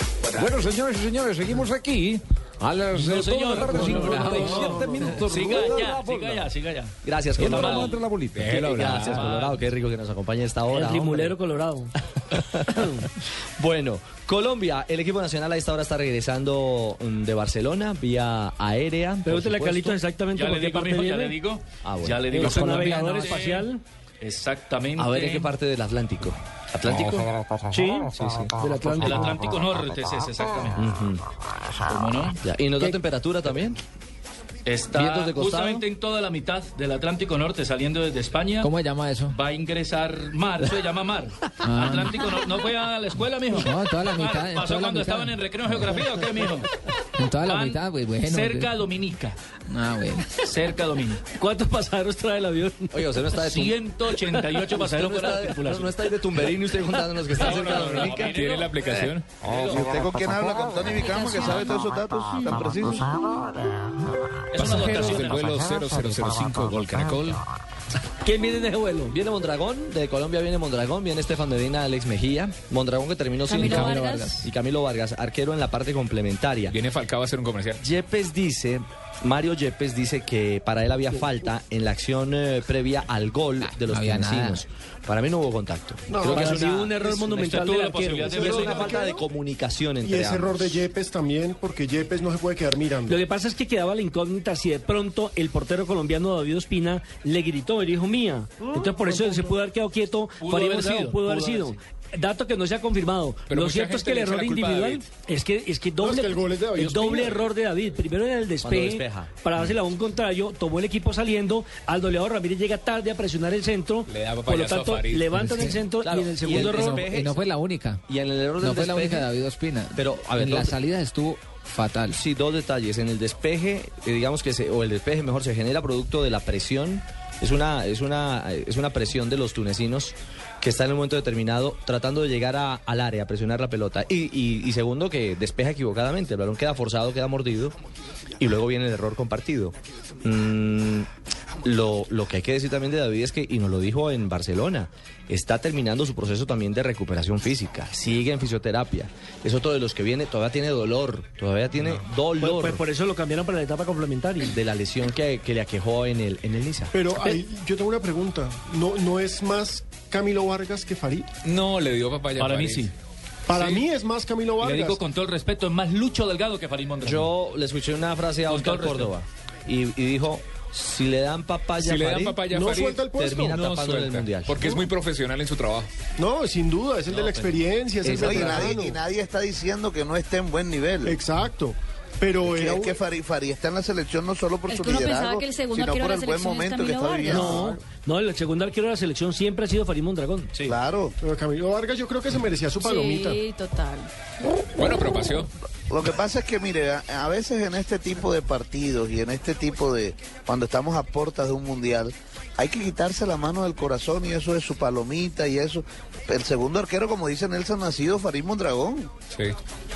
S4: Bueno, señores y señores, seguimos aquí a las
S17: No,
S4: eh, dos de
S17: señor.
S4: la tarde,
S17: No, no, no,
S4: 57
S17: no.
S4: minutos.
S17: Siga
S4: Rueda
S17: ya,
S4: la bola.
S17: siga ya, siga ya.
S11: Gracias,
S4: Y ahora
S11: Colorado.
S4: manda la bolita.
S11: Qué- Gracias, Colorado. Qué rico que nos acompañe a esta hora.
S4: El rimulero
S11: Colorado. bueno, Colombia, el equipo nacional a esta hora está regresando mm, de Barcelona vía aérea. por
S14: Pregúntele a
S11: supuesto.
S14: Carlitos exactamente
S17: Ya
S14: por
S17: le
S14: qué
S17: digo,
S14: parte
S17: mijo, ya
S14: viene.
S17: le digo.
S11: Ah, bueno.
S17: Ya le digo.
S11: Los
S17: Son
S11: navegadores
S17: navegadores.
S11: espacial.
S17: Exactamente.
S11: A ver, ¿en qué parte del Atlántico? ¿Atlántico?
S17: Sí.
S11: sí, sí.
S17: Del Atlántico. Del Atlántico Norte, es ese, exactamente. ¿Cómo no?
S11: Ya, ¿Y nos da temperatura también? ¿Vientos
S17: Está
S11: de costado?
S17: justamente en toda la mitad del Atlántico Norte, saliendo desde España.
S16: ¿Cómo se llama eso?
S17: Va a ingresar mar, eso se llama mar.
S16: Ah.
S17: Atlántico, no, ¿no fue a la escuela, mijo?
S16: No, toda la mitad,
S17: Ah,
S16: en
S17: ¿Pasó
S16: toda la
S17: cuando
S16: mitad.
S17: estaban en recreo en geografía o qué, mijo?
S16: En toda la
S17: Van
S16: mitad, pues bueno.
S17: Cerca Dominica.
S16: Ah, bueno.
S17: Cerca Dominica.
S14: ¿Cuántos pasajeros trae el avión?
S11: Oye, usted no está de tum-
S17: 188 pasajeros
S11: Usted no
S17: fuera
S11: está
S17: de
S11: de-
S17: tripulación.
S11: No, no está ahí de tumberín y usted juntándonos que está cerca de Dominica.
S28: ¿Tiene la aplicación?
S20: ¿Y usted con quién habla? ¿Con Tony Vicamo, que sabe todos esos datos tan precisos?
S28: Pasajeros del vuelo 0005 Gol Caracol.
S11: ¿Quién viene en ese vuelo? Viene Mondragón, de Colombia viene Mondragón, viene Estefan Medina, Alex Mejía. Mondragón que terminó sin
S28: Camilo
S11: Y
S28: Vargas.
S11: Y Camilo Vargas, arquero en la parte complementaria.
S28: Viene Falcao a hacer un comercial.
S11: Yepes dice Mario Yepes dice que para él había falta en la acción eh, previa al gol de los
S16: no había
S11: tunecinos. Para mí no hubo contacto.
S14: No,
S11: Creo que
S14: para
S11: es
S14: mí
S11: una-
S14: un error
S11: es-
S14: monumental
S11: esto
S14: del
S11: la
S14: arquero.
S11: posibilidad de
S14: Y
S11: ver-
S14: ese
S11: es una
S14: error
S11: falta de
S14: arquero-
S11: comunicación entre
S13: Y ese error
S11: ambos.
S13: de Yepes también, porque Yepes no se puede quedar mirando.
S14: Lo que pasa es que quedaba la incógnita si de pronto el portero colombiano David Ospina le gritó, le dijo mía. Entonces por eso se pudo haber quedado quieto,
S7: Ah, Pudo
S14: Farid
S7: haber
S14: Morcillo,
S7: sido,
S14: pudo haber
S7: pudo
S14: sido.
S7: haber
S14: Dato que no se ha confirmado.
S7: Pero
S14: lo
S7: mucha
S14: cierto es que el
S7: gente le echa
S14: error
S7: la culpa a
S14: individual es que es que doble,
S13: es que el gol es de David
S14: el doble
S13: Ospina.
S14: error de David. Primero en el despeje,
S11: despeja.
S14: para dársela a un contrario, tomó el equipo saliendo, al doleado Ramírez llega tarde a presionar el centro,
S7: Le da
S14: por lo
S7: papayazo a
S14: tanto
S7: Farid.
S14: levantan
S16: Es que-
S14: el centro
S11: claro,
S14: y en el
S11: y
S14: segundo
S11: el
S14: error
S11: despeje-
S16: Y no fue la única.
S11: Y en el error del
S16: No fue la
S11: despeje-
S16: única de David Ospina.
S11: Pero, a ver,
S16: en las
S11: ¿dónde-
S16: salidas estuvo fatal.
S11: Sí, dos detalles. En el despeje, eh, digamos que se, o el despeje mejor se genera producto de la presión. Es una, es una, eh, es una presión de los tunecinos que está en un momento determinado tratando de llegar a- al área, a presionar la pelota. Y, y- y segundo, que despeja equivocadamente. El balón queda forzado, queda mordido. Y luego viene el error compartido. Mm, lo, lo que hay que decir también de David es que, y nos lo dijo en Barcelona, está terminando su proceso también de recuperación física, sigue en fisioterapia. Es otro de los que viene, todavía tiene dolor, todavía tiene
S14: Pues,
S11: dolor
S14: pues, por eso lo cambiaron para la etapa complementaria.
S11: de la lesión que, que le aquejó en el, en el Niza.
S13: Pero ahí, yo tengo una pregunta. ¿No, ¿No es más Camilo Vargas que Farid?
S7: No, le dio papaya.
S17: Para mí
S7: Farid.
S17: sí.
S13: Para
S17: Sí.
S13: mí es más Camilo
S17: Le
S13: Vargas.
S17: digo con todo el respeto, es más Lucho Delgado que Farid Mondragón.
S11: Yo le escuché una frase a
S17: Con todo
S11: Oscar
S17: el respeto.
S11: Córdoba y, y dijo, si le dan papaya
S7: Si
S11: a
S7: le dan
S11: Farid,
S7: papaya a
S13: no
S7: Farid,
S13: suelta el puesto.
S11: termina
S7: no
S11: tapando en el
S7: suelta,
S11: Mundial.
S7: Porque es muy profesional en su trabajo.
S13: No, sin duda, es el de la experiencia, es el
S20: No, y,
S13: veterano.
S20: nadie, y nadie está diciendo que no esté en buen nivel.
S13: Exacto. Pero
S20: que,
S13: era
S20: es
S13: un-
S20: que Farid, Farid está en la selección no solo por
S29: Es
S20: su
S29: que uno pensaba
S20: liderazgo,
S29: que el segundo
S20: sino
S29: arquero
S20: por
S29: de
S20: el
S29: la
S20: buen
S29: selección es
S20: momento que
S29: Camilo
S20: está
S29: Vargas.
S20: viviendo.
S14: No, no, el segundo arquero de la selección siempre ha sido Farid Mondragón.
S20: Claro.
S13: pero Camilo Vargas yo creo que se merecía su palomita.
S29: Sí, total.
S7: Bueno, pero paseó.
S20: Lo que pasa es que, mire, a, a veces en este tipo de partidos y en este tipo de. cuando estamos a puertas de un mundial, hay que quitarse la mano del corazón y eso es su palomita y eso. El segundo arquero, como dice Nelson Nacido, Farid Mondragón.
S7: Sí.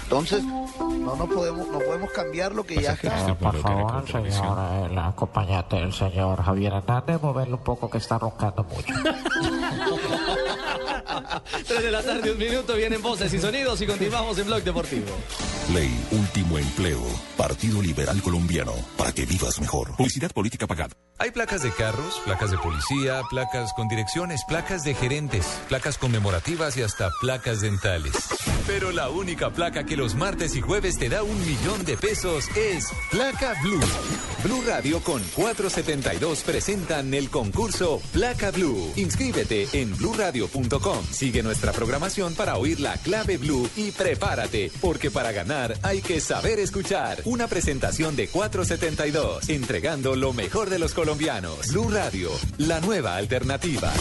S20: Entonces, no nos podemos, no podemos cambiar lo que ya está.
S18: Eh, por favor, señor, eh, la acompañante del señor Javier Hernández, moverle un poco que está roncando mucho.
S11: 3 de la tarde, un minuto, vienen voces y sonidos y continuamos en Blog Deportivo.
S26: Ley Último Empleo. Partido Liberal Colombiano. Para que vivas mejor. Publicidad política pagada.
S2: Hay placas de carros, placas de policía, placas con direcciones, placas de gerentes, placas conmemorativas y hasta placas dentales. Pero la única placa que los martes y jueves te da un millón de pesos es Placa Blue. Blue Radio con 472 presentan el concurso Placa Blue. Inscríbete en bluradio.com. Sigue nuestra programación para oír la clave Blue y prepárate, porque para ganar hay que saber escuchar. Una presentación de 472, entregando lo mejor de los colombianos. Blue Radio, la nueva alternativa.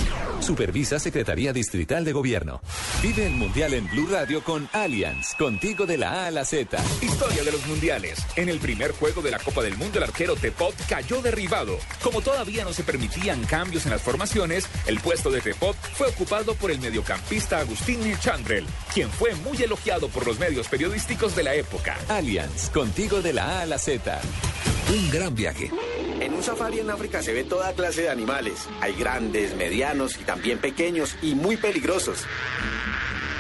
S2: Supervisa Secretaría Distrital de Gobierno. Vive el Mundial en Blue Radio con Allianz, contigo de la A a la Z.
S12: Historia de los mundiales. En el primer juego de la Copa del Mundo, el arquero Tepot cayó derribado. Como todavía no se permitían cambios en las formaciones, el puesto de Tepot fue ocupado por el mediocampista Agustín Chandrel, quien fue muy elogiado por los medios periodísticos de la época.
S26: Allianz, contigo de la A a la Z. Un gran viaje.
S30: En un safari en África se ve toda clase de animales. Hay grandes, medianos y también pequeños y muy peligrosos.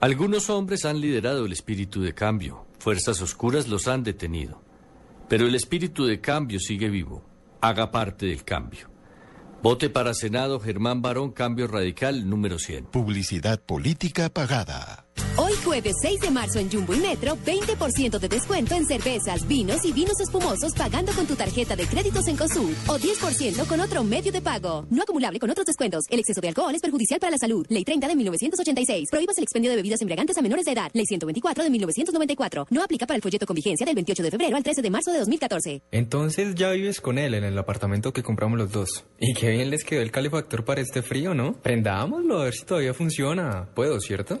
S30: Algunos hombres han liderado el espíritu de cambio, fuerzas oscuras los han detenido, pero el espíritu de cambio sigue vivo, haga parte del cambio. Vote para Senado Germán Barón, Cambio Radical número 100.
S26: Publicidad política pagada.
S31: Hoy jueves 6 de marzo en Jumbo y Metro, 20% de descuento en cervezas, vinos y vinos espumosos pagando con tu tarjeta de créditos en COSUB o 10% con otro medio de pago. No acumulable con otros descuentos. El exceso de alcohol es perjudicial para la salud. Ley 30 de 1986. Prohíbas el expendio de bebidas embriagantes a menores de edad. Ley 124 de 1994. No aplica para el folleto con vigencia del 28 de febrero al 13 de marzo de 2014.
S10: Entonces ya vives con él en el apartamento que compramos los dos. Y qué bien les quedó el calefactor para este frío, ¿no? Prendámoslo a ver si todavía funciona. Puedo, ¿cierto?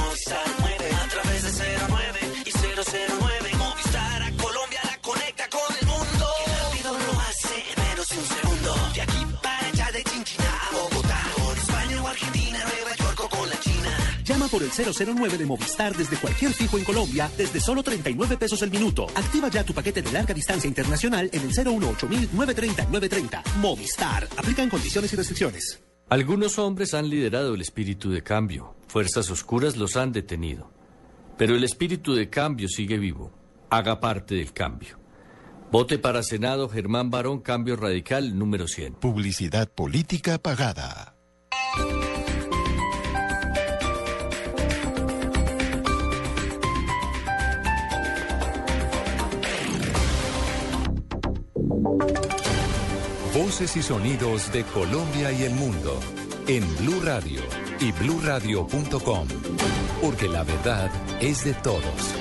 S5: Movistar 9. A través de 09 y 009, Movistar a Colombia la conecta con el mundo. Qué rápido lo hace en menos de un segundo. De aquí para allá, de Chinchina a Bogotá. Con España o Argentina, Nueva York o con la China.
S26: Llama por el 009 de Movistar desde cualquier fijo en Colombia desde solo 39 pesos el minuto. Activa ya tu paquete de larga distancia internacional en el 018-930-930. Movistar. Aplican condiciones y restricciones.
S30: Algunos hombres han liderado el espíritu de cambio, fuerzas oscuras los han detenido, pero el espíritu de cambio sigue vivo, haga parte del cambio. Vote para Senado Germán Barón, Cambio Radical número 100.
S32: Publicidad política pagada.
S2: Voces y sonidos de Colombia y el mundo en Blue Radio y bluradio.com. Porque la verdad es de todos.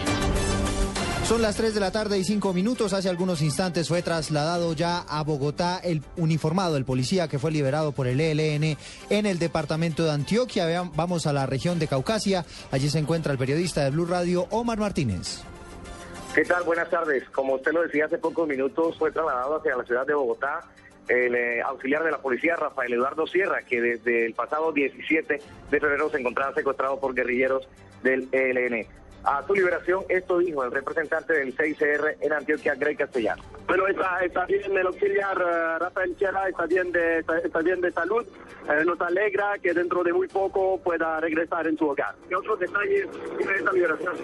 S33: Son las 3 de la tarde y 5 minutos. Hace algunos instantes fue trasladado ya a Bogotá el uniformado, el policía que fue liberado por el ELN en el departamento de Antioquia. Vean, Vamos a la región de Caucasia. Allí se encuentra el periodista de Blue Radio, Omar Martínez.
S9: ¿Qué tal? Buenas tardes. Como usted lo decía hace pocos minutos, fue trasladado hacia la ciudad de Bogotá el eh, auxiliar de la policía, Rafael Eduardo Sierra, que desde el pasado 17 de febrero se encontraba secuestrado por guerrilleros del ELN. A su liberación, esto dijo el representante del CICR en Antioquia, Greg Castellano.
S34: Bueno, está, está bien el auxiliar eh, Rafael Sierra, está bien de, está, está bien de salud. Eh, nos alegra que dentro de muy poco pueda regresar en su hogar.
S9: ¿Qué otros detalles tiene esta liberación?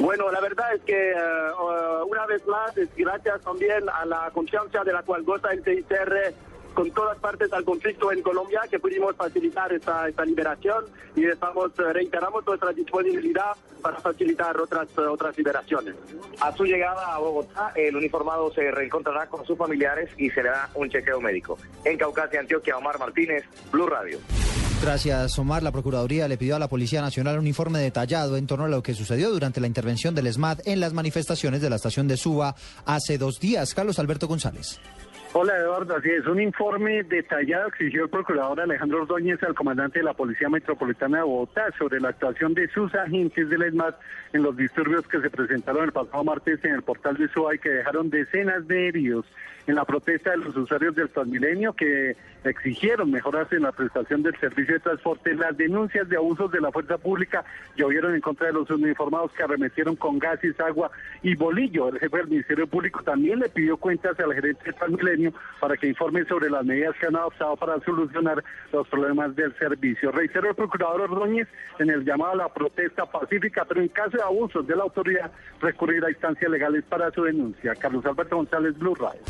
S34: Bueno, la verdad es que uh, una vez más es gracias también a la confianza de la cual goza el CICR con todas partes al conflicto en Colombia que pudimos facilitar esta, esta liberación y estamos eh, reiteramos nuestra disponibilidad para facilitar otras otras liberaciones.
S9: A su llegada a Bogotá, el uniformado se reencontrará con sus familiares y se le da un chequeo médico. En Caucasia, Antioquia, Omar Martínez, Blue Radio.
S33: Gracias, Omar. La Procuraduría le pidió a la Policía Nacional un informe detallado en torno a lo que sucedió durante la intervención del SMAT en las manifestaciones de la estación de Suba hace dos días. Carlos Alberto González.
S9: Hola Eduardo, así es, un informe detallado exigió el procurador Alejandro Ordóñez al comandante de la Policía Metropolitana de Bogotá sobre la actuación de sus agentes del ESMAD en los disturbios que se presentaron el pasado martes en el portal de Suba y que dejaron decenas de heridos en la protesta de los usuarios del Transmilenio que exigieron mejoras en la prestación del servicio de transporte. Las denuncias de abusos de la fuerza pública llovieron en contra de los uniformados que arremetieron con gases, agua y bolillo. El jefe del Ministerio Público también le pidió cuentas al gerente del Transmilenio para que informe sobre las medidas que han adoptado para solucionar los problemas del servicio. Reiteró el procurador Ordóñez en el llamado a la protesta pacífica, pero en caso de abusos de la autoridad, recurrir a instancias legales para su denuncia. Carlos Alberto González, Blue Radio.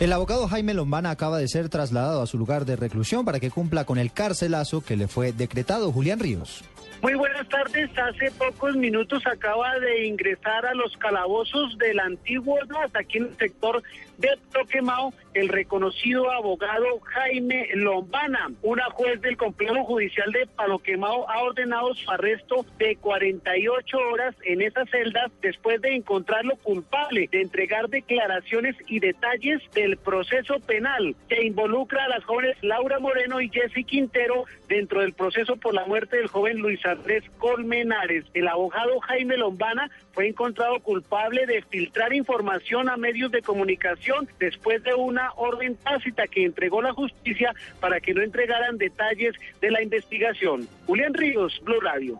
S33: El abogado Jaime Lombana acaba de ser trasladado a su lugar de reclusión para que cumpla con el carcelazo que le fue decretado Julián Ríos.
S10: Muy buenas tardes. Hace pocos minutos acaba de ingresar a los calabozos del antiguo DAS, aquí en el sector de Toquemao, el reconocido abogado Jaime Lombana. Una juez del complejo judicial de Paloquemao ha ordenado su arresto de 48 horas en esas celdas después de encontrarlo culpable de entregar declaraciones y detalles del proceso penal que involucra a las jóvenes Laura Moreno y Jesse Quintero dentro del proceso por la muerte del joven Luis Andrés Colmenares. El abogado Jaime Lombana fue encontrado culpable de filtrar información a medios de comunicación después de una orden tácita que entregó la justicia para que no entregaran detalles de la investigación. Julián Ríos, Blue Radio.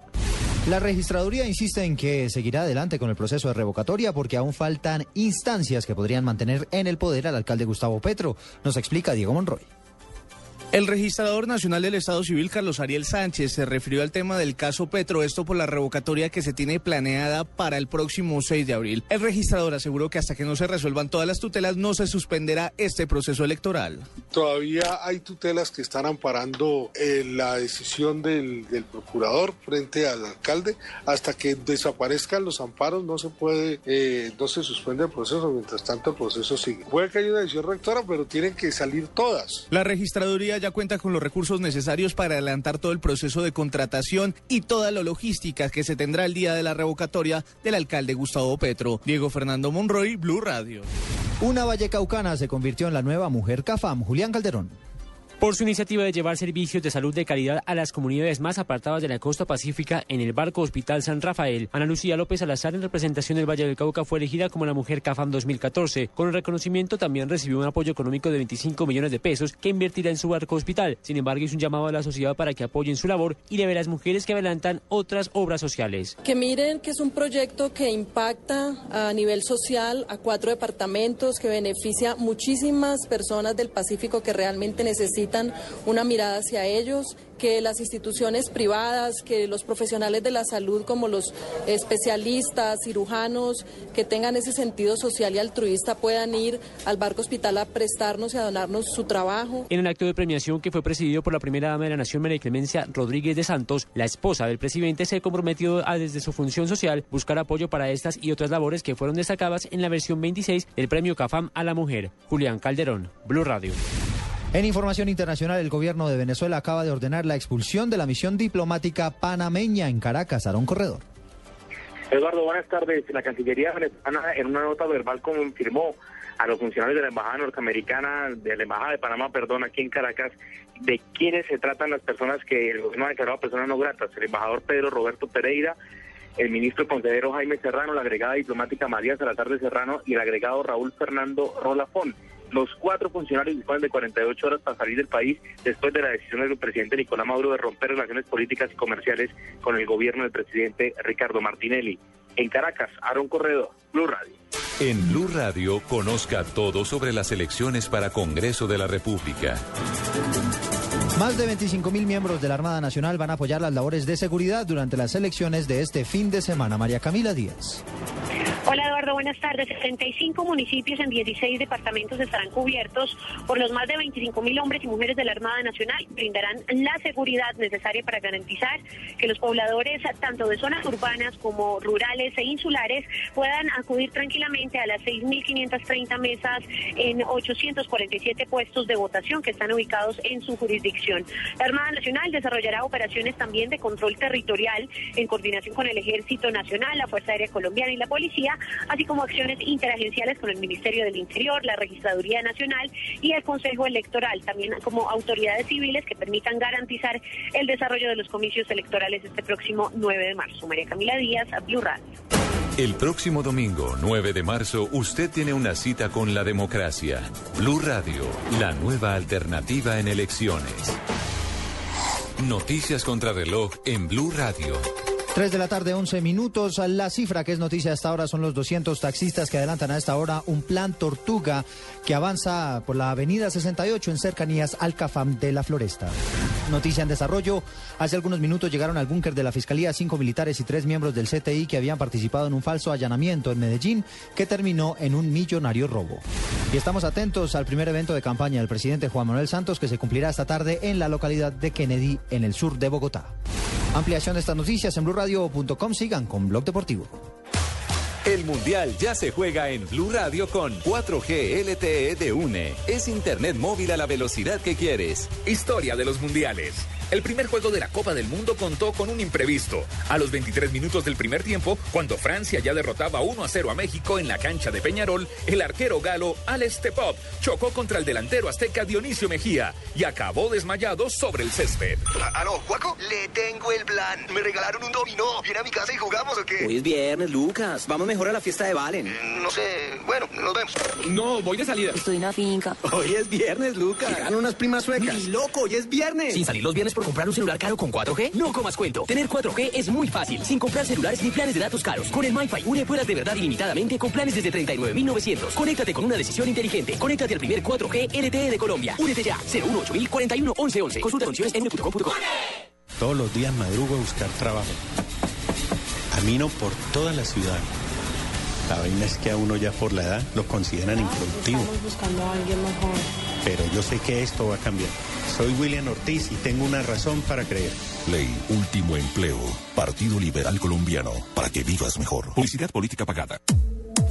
S33: La registraduría insiste en que seguirá adelante con el proceso de revocatoria porque aún faltan instancias que podrían mantener en el poder al alcalde Gustavo Petro, nos explica Diego Monroy.
S11: El registrador nacional del Estado Civil, Carlos Ariel Sánchez, se refirió al tema del caso Petro, esto por la revocatoria que se tiene planeada para el próximo 6 de abril. El registrador aseguró que hasta que no se resuelvan todas las tutelas no se suspenderá este proceso electoral.
S35: Todavía hay tutelas que están amparando eh, la decisión del, del, procurador frente al alcalde. Hasta que desaparezcan los amparos no se puede, eh, no se suspende el proceso, mientras tanto el proceso sigue. Puede que haya una decisión rectora, pero tienen que salir todas.
S11: La registraduría
S20: Policía ya cuenta con los recursos necesarios para adelantar todo el proceso de contratación y toda la logística que se tendrá el día de la revocatoria del alcalde Gustavo Petro. Diego Fernando Monroy, Blue Radio.
S33: Una vallecaucana se convirtió en la nueva mujer CAFAM, Julián Calderón.
S7: Por su iniciativa de llevar servicios de salud de calidad a las comunidades más apartadas de la costa pacífica en el barco Hospital San Rafael, Ana Lucía López Salazar, en representación del Valle del Cauca, fue elegida como la mujer CAFAM 2014. Con el reconocimiento también recibió un apoyo económico de 25 millones de pesos que invertirá en su barco hospital. Sin embargo, hizo un llamado a la sociedad para que apoyen su labor y de las mujeres que adelantan otras obras sociales.
S29: Que miren que es un proyecto que impacta a nivel social a cuatro departamentos, que beneficia muchísimas personas del Pacífico que realmente necesitan una mirada hacia ellos, que las instituciones privadas, que los profesionales de la salud como los especialistas, cirujanos, que tengan ese sentido social y altruista puedan ir al barco hospital a prestarnos y a donarnos su trabajo.
S7: En el acto de premiación que fue presidido por la primera dama de la Nación, María Clemencia Rodríguez de Santos, la esposa del presidente se comprometió a desde su función social buscar apoyo para estas y otras labores que fueron destacadas en la versión 26 del premio CAFAM a la mujer. Julián Calderón, Blue Radio.
S33: En información internacional, el gobierno de Venezuela acaba de ordenar la expulsión de la misión diplomática panameña en Caracas, Aarón Corredor.
S10: Eduardo, buenas tardes. La Cancillería venezolana en una nota verbal confirmó a los funcionarios de la Embajada Norteamericana, de la Embajada de Panamá, perdón, aquí en Caracas, de quiénes se tratan las personas que el gobierno ha declarado personas no gratas. El embajador Pedro Roberto Pereira, el ministro consejero Jaime Serrano, la agregada diplomática María Salazar de Serrano y el agregado Raúl Fernando Rolafón los cuatro funcionarios disponen de 48 horas para salir del país después de la decisión del presidente Nicolás Maduro de romper relaciones políticas y comerciales con el gobierno del presidente Ricardo Martinelli. En Caracas, Aaron Corredor, Blue Radio.
S2: En Blue Radio, conozca todo sobre las elecciones para Congreso de la República.
S33: Más de 25 mil miembros de la Armada Nacional van a apoyar las labores de seguridad durante las elecciones de este fin de semana. María Camila Díaz.
S31: Hola Eduardo, buenas tardes. 75 municipios en 16 departamentos estarán cubiertos por los más de 25 mil hombres y mujeres de la Armada Nacional. Brindarán la seguridad necesaria para garantizar que los pobladores, tanto de zonas urbanas como rurales e insulares, puedan acudir tranquilamente a las 6.530 mesas en 847 puestos de votación que están ubicados en su jurisdicción. La Armada Nacional desarrollará operaciones también de control territorial en coordinación con el Ejército Nacional, la Fuerza Aérea Colombiana y la Policía así como acciones interagenciales con el Ministerio del Interior, la Registraduría Nacional y el Consejo Electoral, también como autoridades civiles que permitan garantizar el desarrollo de los comicios electorales este próximo 9 de marzo. María Camila Díaz, Blue Radio.
S2: El próximo domingo, 9 de marzo, usted tiene una cita con la democracia. Blue Radio, la nueva alternativa en elecciones. Noticias contra reloj en Blue Radio.
S33: 3 de la tarde, 11 minutos. La cifra que es noticia hasta ahora son los 200 taxistas que adelantan a esta hora un plan Tortuga que avanza por la avenida 68 en cercanías al Cafam de la Floresta. Noticia en desarrollo. Hace algunos minutos llegaron al búnker de la Fiscalía cinco militares y tres miembros del CTI que habían participado en un falso allanamiento en Medellín que terminó en un millonario robo. Y estamos atentos al primer evento de campaña del presidente Juan Manuel Santos que se cumplirá esta tarde en la localidad de Kennedy, en el sur de Bogotá. Ampliación de estas noticias en blurradio.com. Sigan con Blog Deportivo.
S2: El Mundial ya se juega en Blue Radio con 4G LTE E de UNE. Es internet móvil a la velocidad que quieres.
S12: Historia de los Mundiales. El primer juego de la Copa del Mundo contó con un imprevisto. A los 23 minutos del primer tiempo, cuando Francia ya derrotaba 1 a 0 a México en la cancha de Peñarol, el arquero galo Alex Tepop chocó contra el delantero azteca Dionisio Mejía y acabó desmayado sobre el césped.
S5: Aló, Juaco, le tengo el plan. Me regalaron un dominó. ¿Viene a mi casa y jugamos o qué?
S36: Hoy es viernes, Lucas. Vamos mejor a la fiesta de Valen.
S5: No sé, bueno, nos vemos.
S36: No, voy de salida.
S37: Estoy en la finca.
S36: Hoy es viernes, Lucas.
S5: Llegaron unas primas suecas.
S36: Mi loco, hoy es viernes.
S37: Sin salir los viernes por comprar un celular caro con 4G? No comas cuento. Tener 4G es muy fácil, sin comprar celulares ni planes de datos caros. Con el MyFi une fueras de verdad ilimitadamente con planes desde 39.900. Conéctate con una decisión inteligente. Conéctate al primer 4G LTE de Colombia. Únete ya. 018041 1111. Consulta condiciones en .com.
S38: Todos los días madrugo a buscar trabajo. Camino por toda la ciudad. La vaina es que a uno ya por la edad lo consideran improductivo.
S39: Estamos buscando a alguien mejor.
S38: Pero yo sé que esto va a cambiar. Soy William Ortiz y tengo una razón para creer.
S26: Ley Último Empleo.
S2: Partido Liberal Colombiano. Para que vivas mejor. Publicidad política pagada.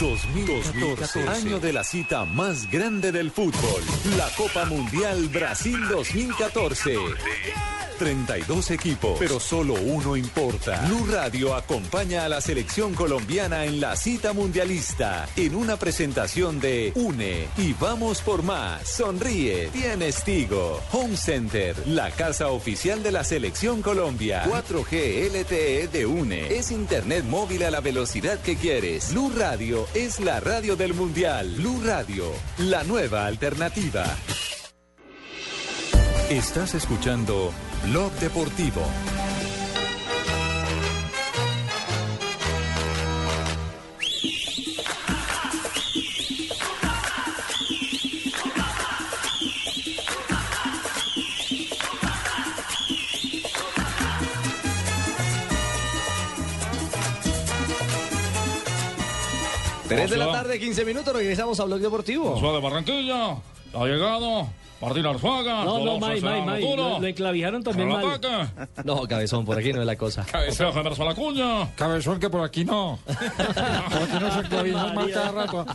S2: 2014, año de la cita más grande del fútbol, la Copa Mundial Brasil 2014. 32 equipos, pero solo uno importa. Blue Radio acompaña a la selección colombiana en la cita mundialista en una presentación de Une y vamos por más. Sonríe, tienes Tigo. Home Center, la casa oficial de la selección Colombia. 4G LTE E de Une. Es internet móvil a la velocidad que quieres. Blue Radio es la radio del mundial. Blue Radio, la nueva alternativa.
S40: Estás escuchando Blog Deportivo.
S14: Tres de la
S17: Bonsoir.
S14: tarde, 15 minutos, regresamos a Blog Deportivo.
S17: Suárez de Barranquilla, ha llegado Martín Arzuaga.
S14: No, no, May, May, May, lo- lo
S17: enclavijaron
S14: también mal.
S17: No, cabezón, por aquí no es la cosa. Cabezón, Javier Salacuña. Cabezón, que por aquí no.
S20: María.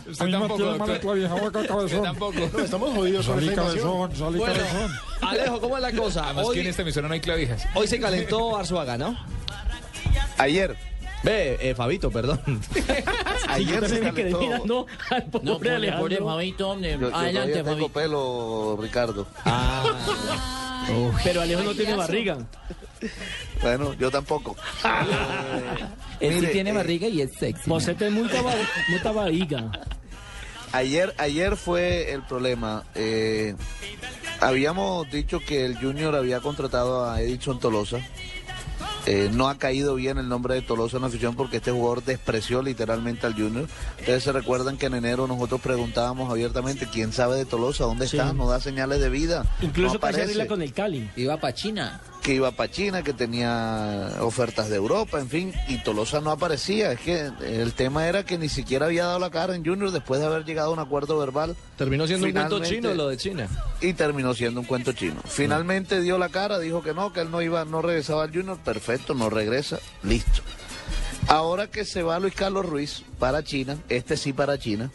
S17: Usted tampoco, doctor. Usted tampoco.
S20: estamos jodidos
S17: Salí
S20: cabezón,
S17: salí
S20: bueno,
S17: cabezón.
S20: Alejo, ¿cómo es la cosa?
S17: Además
S20: Hoy-
S17: que en esta emisora no hay clavijas.
S20: Hoy se calentó Arzuaga, ¿no? Ayer. Ve, eh, Fabito, perdón.
S13: Ayer se calentó.
S14: No, al
S13: No, pobre, pobre Fabito,
S14: Eh,
S13: hombre. Adelante, Fabito.
S20: pelo, Ricardo.
S14: Ah. Pero Alejo no tiene barriga.
S20: Bueno, yo tampoco.
S13: Él sí
S20: Mire,
S13: tiene
S20: eh,
S13: barriga y es sexy. Posete
S14: muy tabarriga.
S20: Ayer, ayer fue el problema. Eh, habíamos dicho que el Junior había contratado a Edison Tolosa. Eh, no ha caído bien el nombre de Tolosa en la afición porque este jugador despreció literalmente al Junior. Ustedes se recuerdan que en enero nosotros preguntábamos abiertamente quién sabe de Tolosa, dónde está, no da señales de vida.
S13: Incluso
S20: no
S13: para
S20: aparece.
S13: hacerla con el Cali. Iba para China.
S20: que iba para China, que tenía ofertas de Europa, en fin, y Tolosa no aparecía. Es que el tema era que ni siquiera había dado la cara en Junior después de haber llegado a un acuerdo verbal.
S11: Terminó siendo un cuento
S20: Finalmente-
S11: chino lo de China.
S20: Y terminó siendo un cuento chino. Finalmente dio la cara, dijo que no, que él no iba, no regresaba al Junior, perfecto, no regresa, listo. Ahora que se va Luis Carlos Ruiz para China, este sí para China,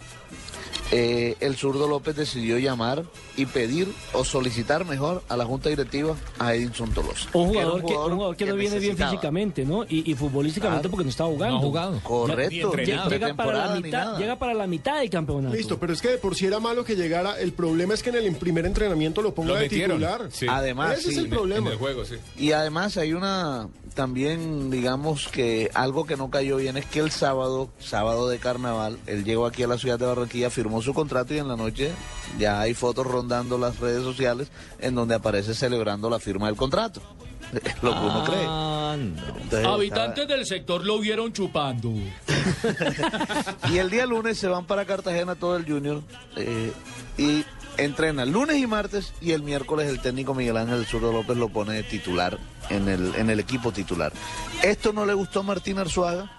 S20: eh, el zurdo López decidió llamar y pedir o solicitar mejor a la junta directiva a Edinson Tolosa.
S14: Un
S20: que era
S14: jugador, que, un jugador que no viene bien
S20: necesitaba.
S14: físicamente, ¿no? Y, y futbolísticamente
S20: Claro.
S14: porque no está jugando.
S20: No ha jugado. Correcto.
S14: Ya- Llega, llega para la
S20: Pretemporada ni
S14: mitad,
S20: nada.
S14: llega para la mitad del campeonato.
S13: Listo,
S20: pero
S13: es que de por sí era malo que llegara. El problema es que en el primer entrenamiento lo
S20: ponga Lo de metieron, titular. sí. Además,
S13: Ese es
S20: sí.
S13: el problema.
S20: En el
S17: juego, sí.
S20: Y además hay una, también digamos que algo que no cayó bien es que el sábado, sábado de carnaval, él llegó aquí a la ciudad de Barranquilla, firmó su contrato y en la noche ya hay fotos rondando las redes sociales en donde aparece celebrando la firma del contrato. Es lo que uno cree.
S17: Ah.
S14: Ah,
S20: Entonces,
S13: Habitantes del sector lo vieron chupando.
S20: Y el día lunes se van para Cartagena todo el Junior eh, y entrenan lunes y martes y el miércoles el técnico Miguel Ángel Zurdo López lo pone de titular en el, en el equipo titular. Esto no le gustó a Martín Arzuaga,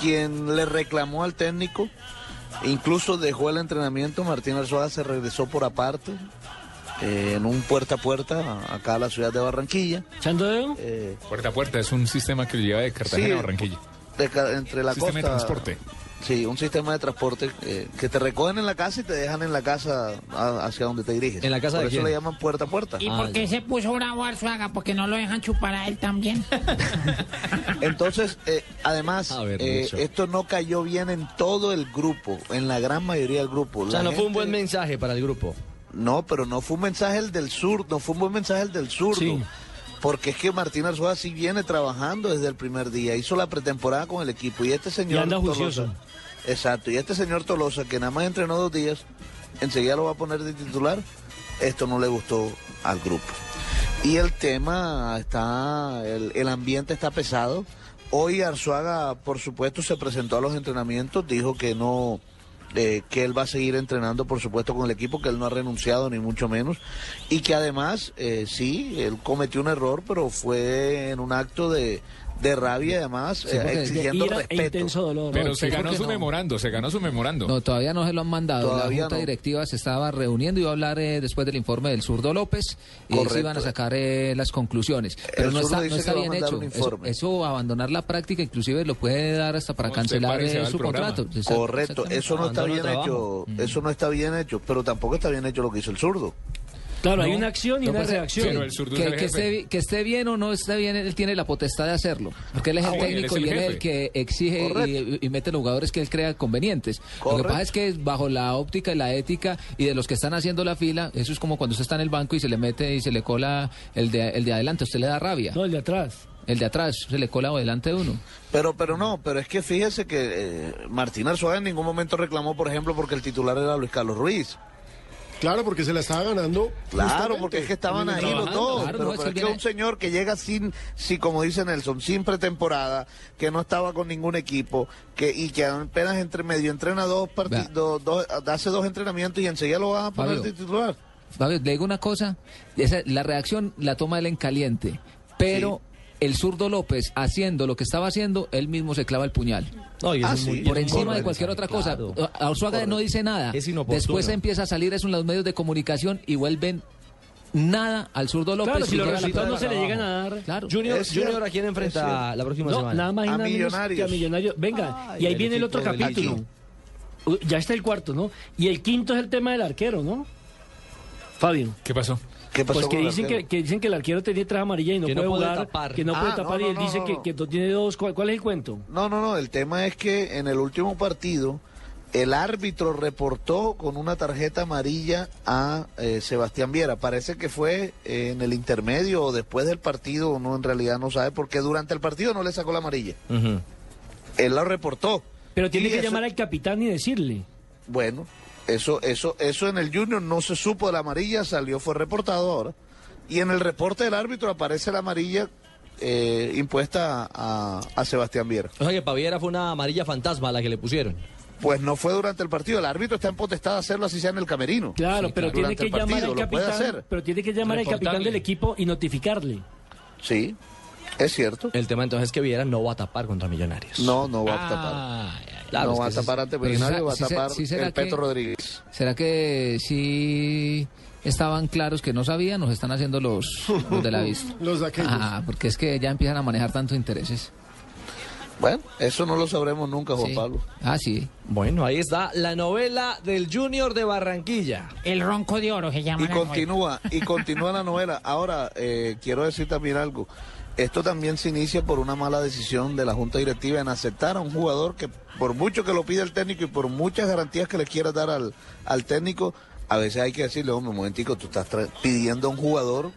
S20: quien le reclamó al técnico, incluso dejó el entrenamiento, Martín Arzuaga se regresó por aparte. eh, en un puerta a puerta a- acá a la ciudad de Barranquilla. Eh,
S17: Puerta a puerta, es un sistema que lleva de Cartagena
S20: Sí.
S17: a Barranquilla.
S20: de ca- entre la
S17: Sistema de
S20: costa-
S17: transporte.
S20: Sí, un sistema de transporte eh, que te recogen en la casa y te dejan en la casa a- hacia donde te diriges.
S11: ¿En la casa
S20: Por
S11: de
S20: eso
S11: quién? Ah,
S20: le llaman puerta a puerta.
S13: ¿Y por qué se puso bravo Arzuaga? Porque no lo dejan chupar a él también.
S20: Entonces, eh, además,
S11: ver,
S20: eh,
S11: Lucho.
S20: esto no cayó bien en todo el grupo, en la gran mayoría del grupo.
S11: O sea, no fue un buen mensaje para el grupo.
S20: No, pero no fue un mensaje el del sur, no fue un buen mensaje el del sur. Porque es que Martín Arzuaga sí viene trabajando desde el primer día, hizo la pretemporada con el equipo y este señor...
S14: Y anda
S20: Tolosa-
S14: juicioso.
S20: exacto, y este señor Tolosa, que nada más entrenó dos días, enseguida lo va a poner de titular, esto no le gustó al grupo. Y el tema está, el, el ambiente está pesado. Hoy Arzuaga, por supuesto, se presentó a los entrenamientos, dijo que no, eh, que él va a seguir entrenando, por supuesto, con el equipo, que él no ha renunciado, ni mucho menos, y que además, eh, sí, él cometió un error, pero fue en un acto de, de rabia, además,
S16: Sí,
S20: eh,
S16: porque- de
S20: exigiendo
S16: ira e
S20: respeto.
S16: intenso dolor.
S12: Pero
S16: No,
S12: se
S16: sí,
S12: ganó
S16: porque
S12: su
S16: no.
S12: memorando, se ganó su memorando.
S16: No, todavía no se lo han mandado.
S20: Todavía
S16: la Junta
S20: no.
S16: Directiva se estaba reuniendo y va a hablar eh, después del informe del zurdo López y ahí se
S20: Correcto.
S16: iban a sacar eh, las conclusiones. Pero
S20: El
S16: no
S20: zurdo
S16: está, no
S20: dice
S16: está
S20: que va a
S16: bien
S20: mandar
S16: hecho.
S20: un
S16: Eso,
S20: informe.
S16: eso, abandonar la práctica inclusive lo puede dar hasta para cancelar eh, su contrato. Exacto,
S20: Correcto,
S16: exactamente.
S20: eso no está
S16: Abandono de
S20: bien
S16: trabajo. Mm.
S20: hecho, eso no está bien hecho, pero tampoco está bien hecho lo que hizo el zurdo.
S14: Claro,
S16: No,
S14: hay una acción y
S16: no
S14: una
S16: pasa-
S14: reacción.
S16: sí, que, que esté, que esté bien o no esté bien, él tiene la potestad de hacerlo. Porque él es
S14: Ah,
S16: el
S14: bueno,
S16: técnico
S14: él es el
S16: y él es el que
S14: jefe.
S16: exige
S14: Correcto.
S16: y, y mete los jugadores que él crea convenientes. Lo que
S14: Correcto.
S16: pasa es que bajo la óptica y la ética y de los que están haciendo la fila, eso es como cuando usted está en el banco y se le mete y se le cola el de, el de adelante, usted le da rabia. No, el de atrás. El de atrás, se le cola delante de uno.
S20: Pero, pero no, pero es que fíjese que eh, Martín Arzuaga en ningún momento reclamó, por ejemplo, porque el titular era Luis Carlos Ruiz. Claro, porque se la estaba ganando. Claro, justamente. porque es que estaban ahí los Trabajando, dos. claro, pero no, es pero que es que viene- un señor que llega sin, si como dice Nelson, sin pretemporada, que no estaba con ningún equipo, que y que apenas entre medio entrena dos partidos, dos, dos- hace dos entrenamientos y enseguida lo van a poner
S16: Fabio.
S20: titular.
S16: Fabio, le digo una cosa, esa- la reacción la toma él en caliente, pero el zurdo López haciendo lo que estaba haciendo, él mismo se clava el puñal.
S20: No, y eso Ah, es muy- sí.
S16: por
S20: es
S16: encima de
S20: correcto,
S16: cualquier otra cosa.
S20: claro.
S16: A- Arzuaga no dice nada.
S20: Es inoportuno.
S16: Después empieza a salir eso en los medios de comunicación y vuelven nada al zurdo López.
S14: Claro, si
S16: y
S14: los
S16: llega la
S14: resultados no
S16: pelota
S14: se le
S16: abajo.
S14: llegan a dar.
S16: Claro.
S14: Es cierto, es cierto. no, Nada más y nada menos que a Millonarios. Venga,
S16: Ay,
S14: y ahí
S16: el
S14: viene el
S16: equipo
S14: otro
S16: del
S14: capítulo.
S16: Lichi.
S14: Uh, Ya está el cuarto, ¿no? Y el quinto es el tema del arquero, ¿no? Fabio.
S12: ¿Qué pasó?
S14: Pues que dicen que, que dicen que el arquero tenía traje amarilla y no
S20: Que no
S14: puede
S20: puede
S14: jugar,
S20: tapar.
S14: que no puede
S20: Ah, no,
S14: tapar y
S20: no,
S14: él
S20: no,
S14: dice
S20: no,
S14: que,
S20: no.
S14: que no tiene dos. ¿Cuál, cuál es el cuento?
S20: No, no, no. El tema es que en el último partido el árbitro reportó con una tarjeta amarilla a eh, Sebastián Viera. Parece que fue eh, en el intermedio o después del partido. Uno en realidad no sabe por qué durante el partido no le sacó la amarilla. Él la reportó.
S14: Pero tiene
S20: Y
S14: que
S20: eso-
S14: llamar al capitán y decirle.
S20: Bueno, eso, eso, eso en el Junior no se supo de la amarilla, salió, fue reportado ahora. Y en el reporte del árbitro aparece la amarilla eh, impuesta a, a Sebastián Viera.
S11: O sea que Paviera fue una amarilla fantasma la que le pusieron.
S20: Pues no fue durante el partido. El árbitro está en potestad de hacerlo así sea en el camerino.
S14: Claro,
S20: Sí,
S14: pero tiene
S20: Durante
S14: que
S20: el
S14: llamar
S20: partido,
S14: al
S20: lo puede
S14: capitán.
S20: hacer.
S14: Pero tiene que llamar al capitán
S20: Reportarle.
S14: del equipo y notificarle.
S20: Sí, es cierto.
S11: El tema entonces es que Viera no va a tapar contra Millonarios.
S20: No, no va a
S11: Ah,
S20: tapar.
S11: claro,
S20: no
S11: es
S20: va a
S11: que ese-
S20: tapar ante
S16: pero
S20: Millonarios,
S16: sí
S20: va a
S16: se- sí se-
S20: tapar
S16: sí será
S20: el Petro
S16: que-
S20: Rodríguez.
S16: ¿Será que si estaban claros que no sabían, nos están haciendo los, los de la vista?
S20: Los de aquellos.
S16: Ah, porque es que ya empiezan a manejar tantos intereses.
S20: Bueno, eso no lo sabremos nunca, Juan
S16: Sí.
S20: Pablo.
S16: Ah, sí.
S11: Bueno, ahí está la novela del Junior de Barranquilla.
S25: El ronco de oro se llama.
S20: Y
S25: la novela.
S20: continúa, y continúa la novela. Ahora, eh, quiero decir también algo. Esto también se inicia por una mala decisión de la Junta Directiva en aceptar a un jugador que, por mucho que lo pida el técnico y por muchas garantías que le quiera dar al, al técnico, a veces hay que decirle, hombre, un momentico, tú estás tra- pidiendo a un jugador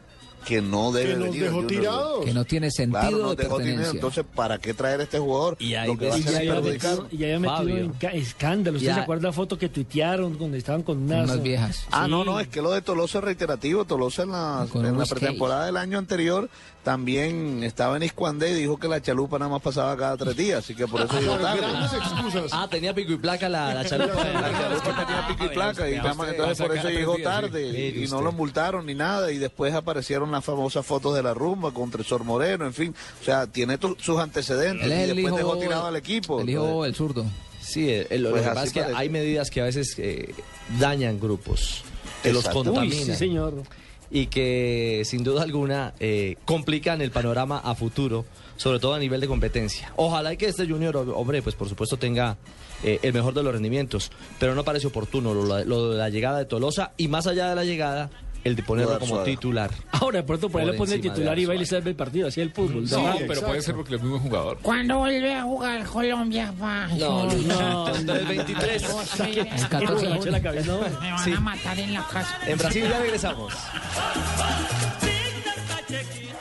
S20: que no debe
S16: nos
S20: venir al
S16: dejó
S20: Junior".
S16: tirados. Que no tiene sentido
S20: Claro, no
S16: de
S20: dejó dinero,
S16: pertenencia.
S20: entonces, ¿para qué traer a este jugador?
S11: Y
S20: lo que va a hacer
S14: Y ya
S20: es
S14: había
S20: perjudicar.
S14: metido, ya había metido
S20: Fabio.
S14: en ca- escándalo. ¿Usted
S20: Ya.
S14: se acuerda la foto que tuitearon donde estaban con unas,
S20: Ah,
S14: Sí.
S20: no, no, es que lo de Tolosa es reiterativo. Tolosa en la,
S14: Con
S20: en la
S14: unos
S20: pretemporada del año anterior también estaba en Iscuandé y dijo que la chalupa nada más pasaba cada tres días, así que por eso llegó tarde.
S11: Ah, tenía pico y placa la, la chalupa.
S20: Pico y placa, y nada más, entonces por eso llegó tarde y no lo multaron ni nada y después aparecieron las famosas fotos de la rumba con Tresor Moreno, en fin, o sea, tiene tu- sus antecedentes
S11: Él es
S20: y
S11: el
S20: después
S11: hijo-
S20: dejó tirado al equipo.
S11: hijo,
S16: el zurdo.
S11: Sí, el-
S20: Pues
S11: el- lo que
S20: así
S11: pasa es que
S20: parece.
S11: hay medidas que a veces eh, dañan grupos, que
S20: Exacto.
S11: los
S20: Uy,
S11: contaminan.
S20: sí,
S14: señor.
S11: Y que sin duda alguna eh, complican el panorama a futuro, sobre todo a nivel de competencia. Ojalá y que este Junior, ob- hombre, pues por supuesto tenga eh, el mejor de los rendimientos, pero no parece oportuno lo, lo de la llegada de Tolosa y más allá de la llegada, el de ponerlo
S14: Lo de
S11: como
S14: Arzuaga.
S11: titular.
S14: Ahora, de pronto, por ahí
S11: Por
S14: le pone el
S11: encima de
S14: titular y va y le
S11: Arzuaga.
S14: salva el partido. Así es el fútbol. Ah,
S12: No, pero puede ser porque es el mismo jugador.
S25: ¿Cuándo vuelve a jugar Colombia? pa?
S12: No, Lucho.
S25: No,
S12: Hasta el 23.
S25: No sé.
S12: En 14 de la cabeza, ¿no?
S25: Me van
S12: Sí.
S25: a matar en la casa.
S11: En Brasil ya regresamos.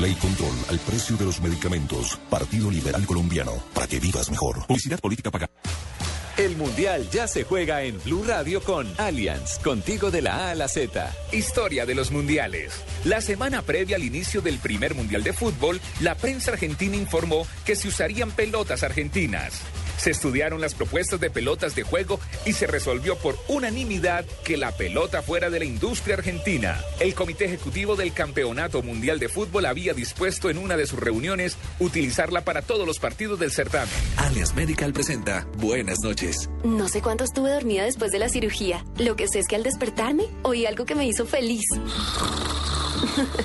S26: Ley Control al precio de los medicamentos. Partido Liberal Colombiano. Para que vivas mejor. Publicidad política pagada.
S41: El Mundial ya se juega en Blue Radio con Allianz, contigo de la A a la Z.
S12: Historia de los mundiales. La semana previa al inicio del primer mundial de fútbol, la prensa argentina informó que se usarían pelotas argentinas. Se estudiaron las propuestas de pelotas de juego y se resolvió por unanimidad que la pelota fuera de la industria argentina. El comité ejecutivo del Campeonato Mundial de Fútbol había dispuesto en una de sus reuniones utilizarla para todos los partidos del certamen.
S26: Alias Medical presenta Buenas noches.
S31: No sé cuánto estuve dormida después de la cirugía. Lo que sé es que al despertarme oí algo que me hizo feliz.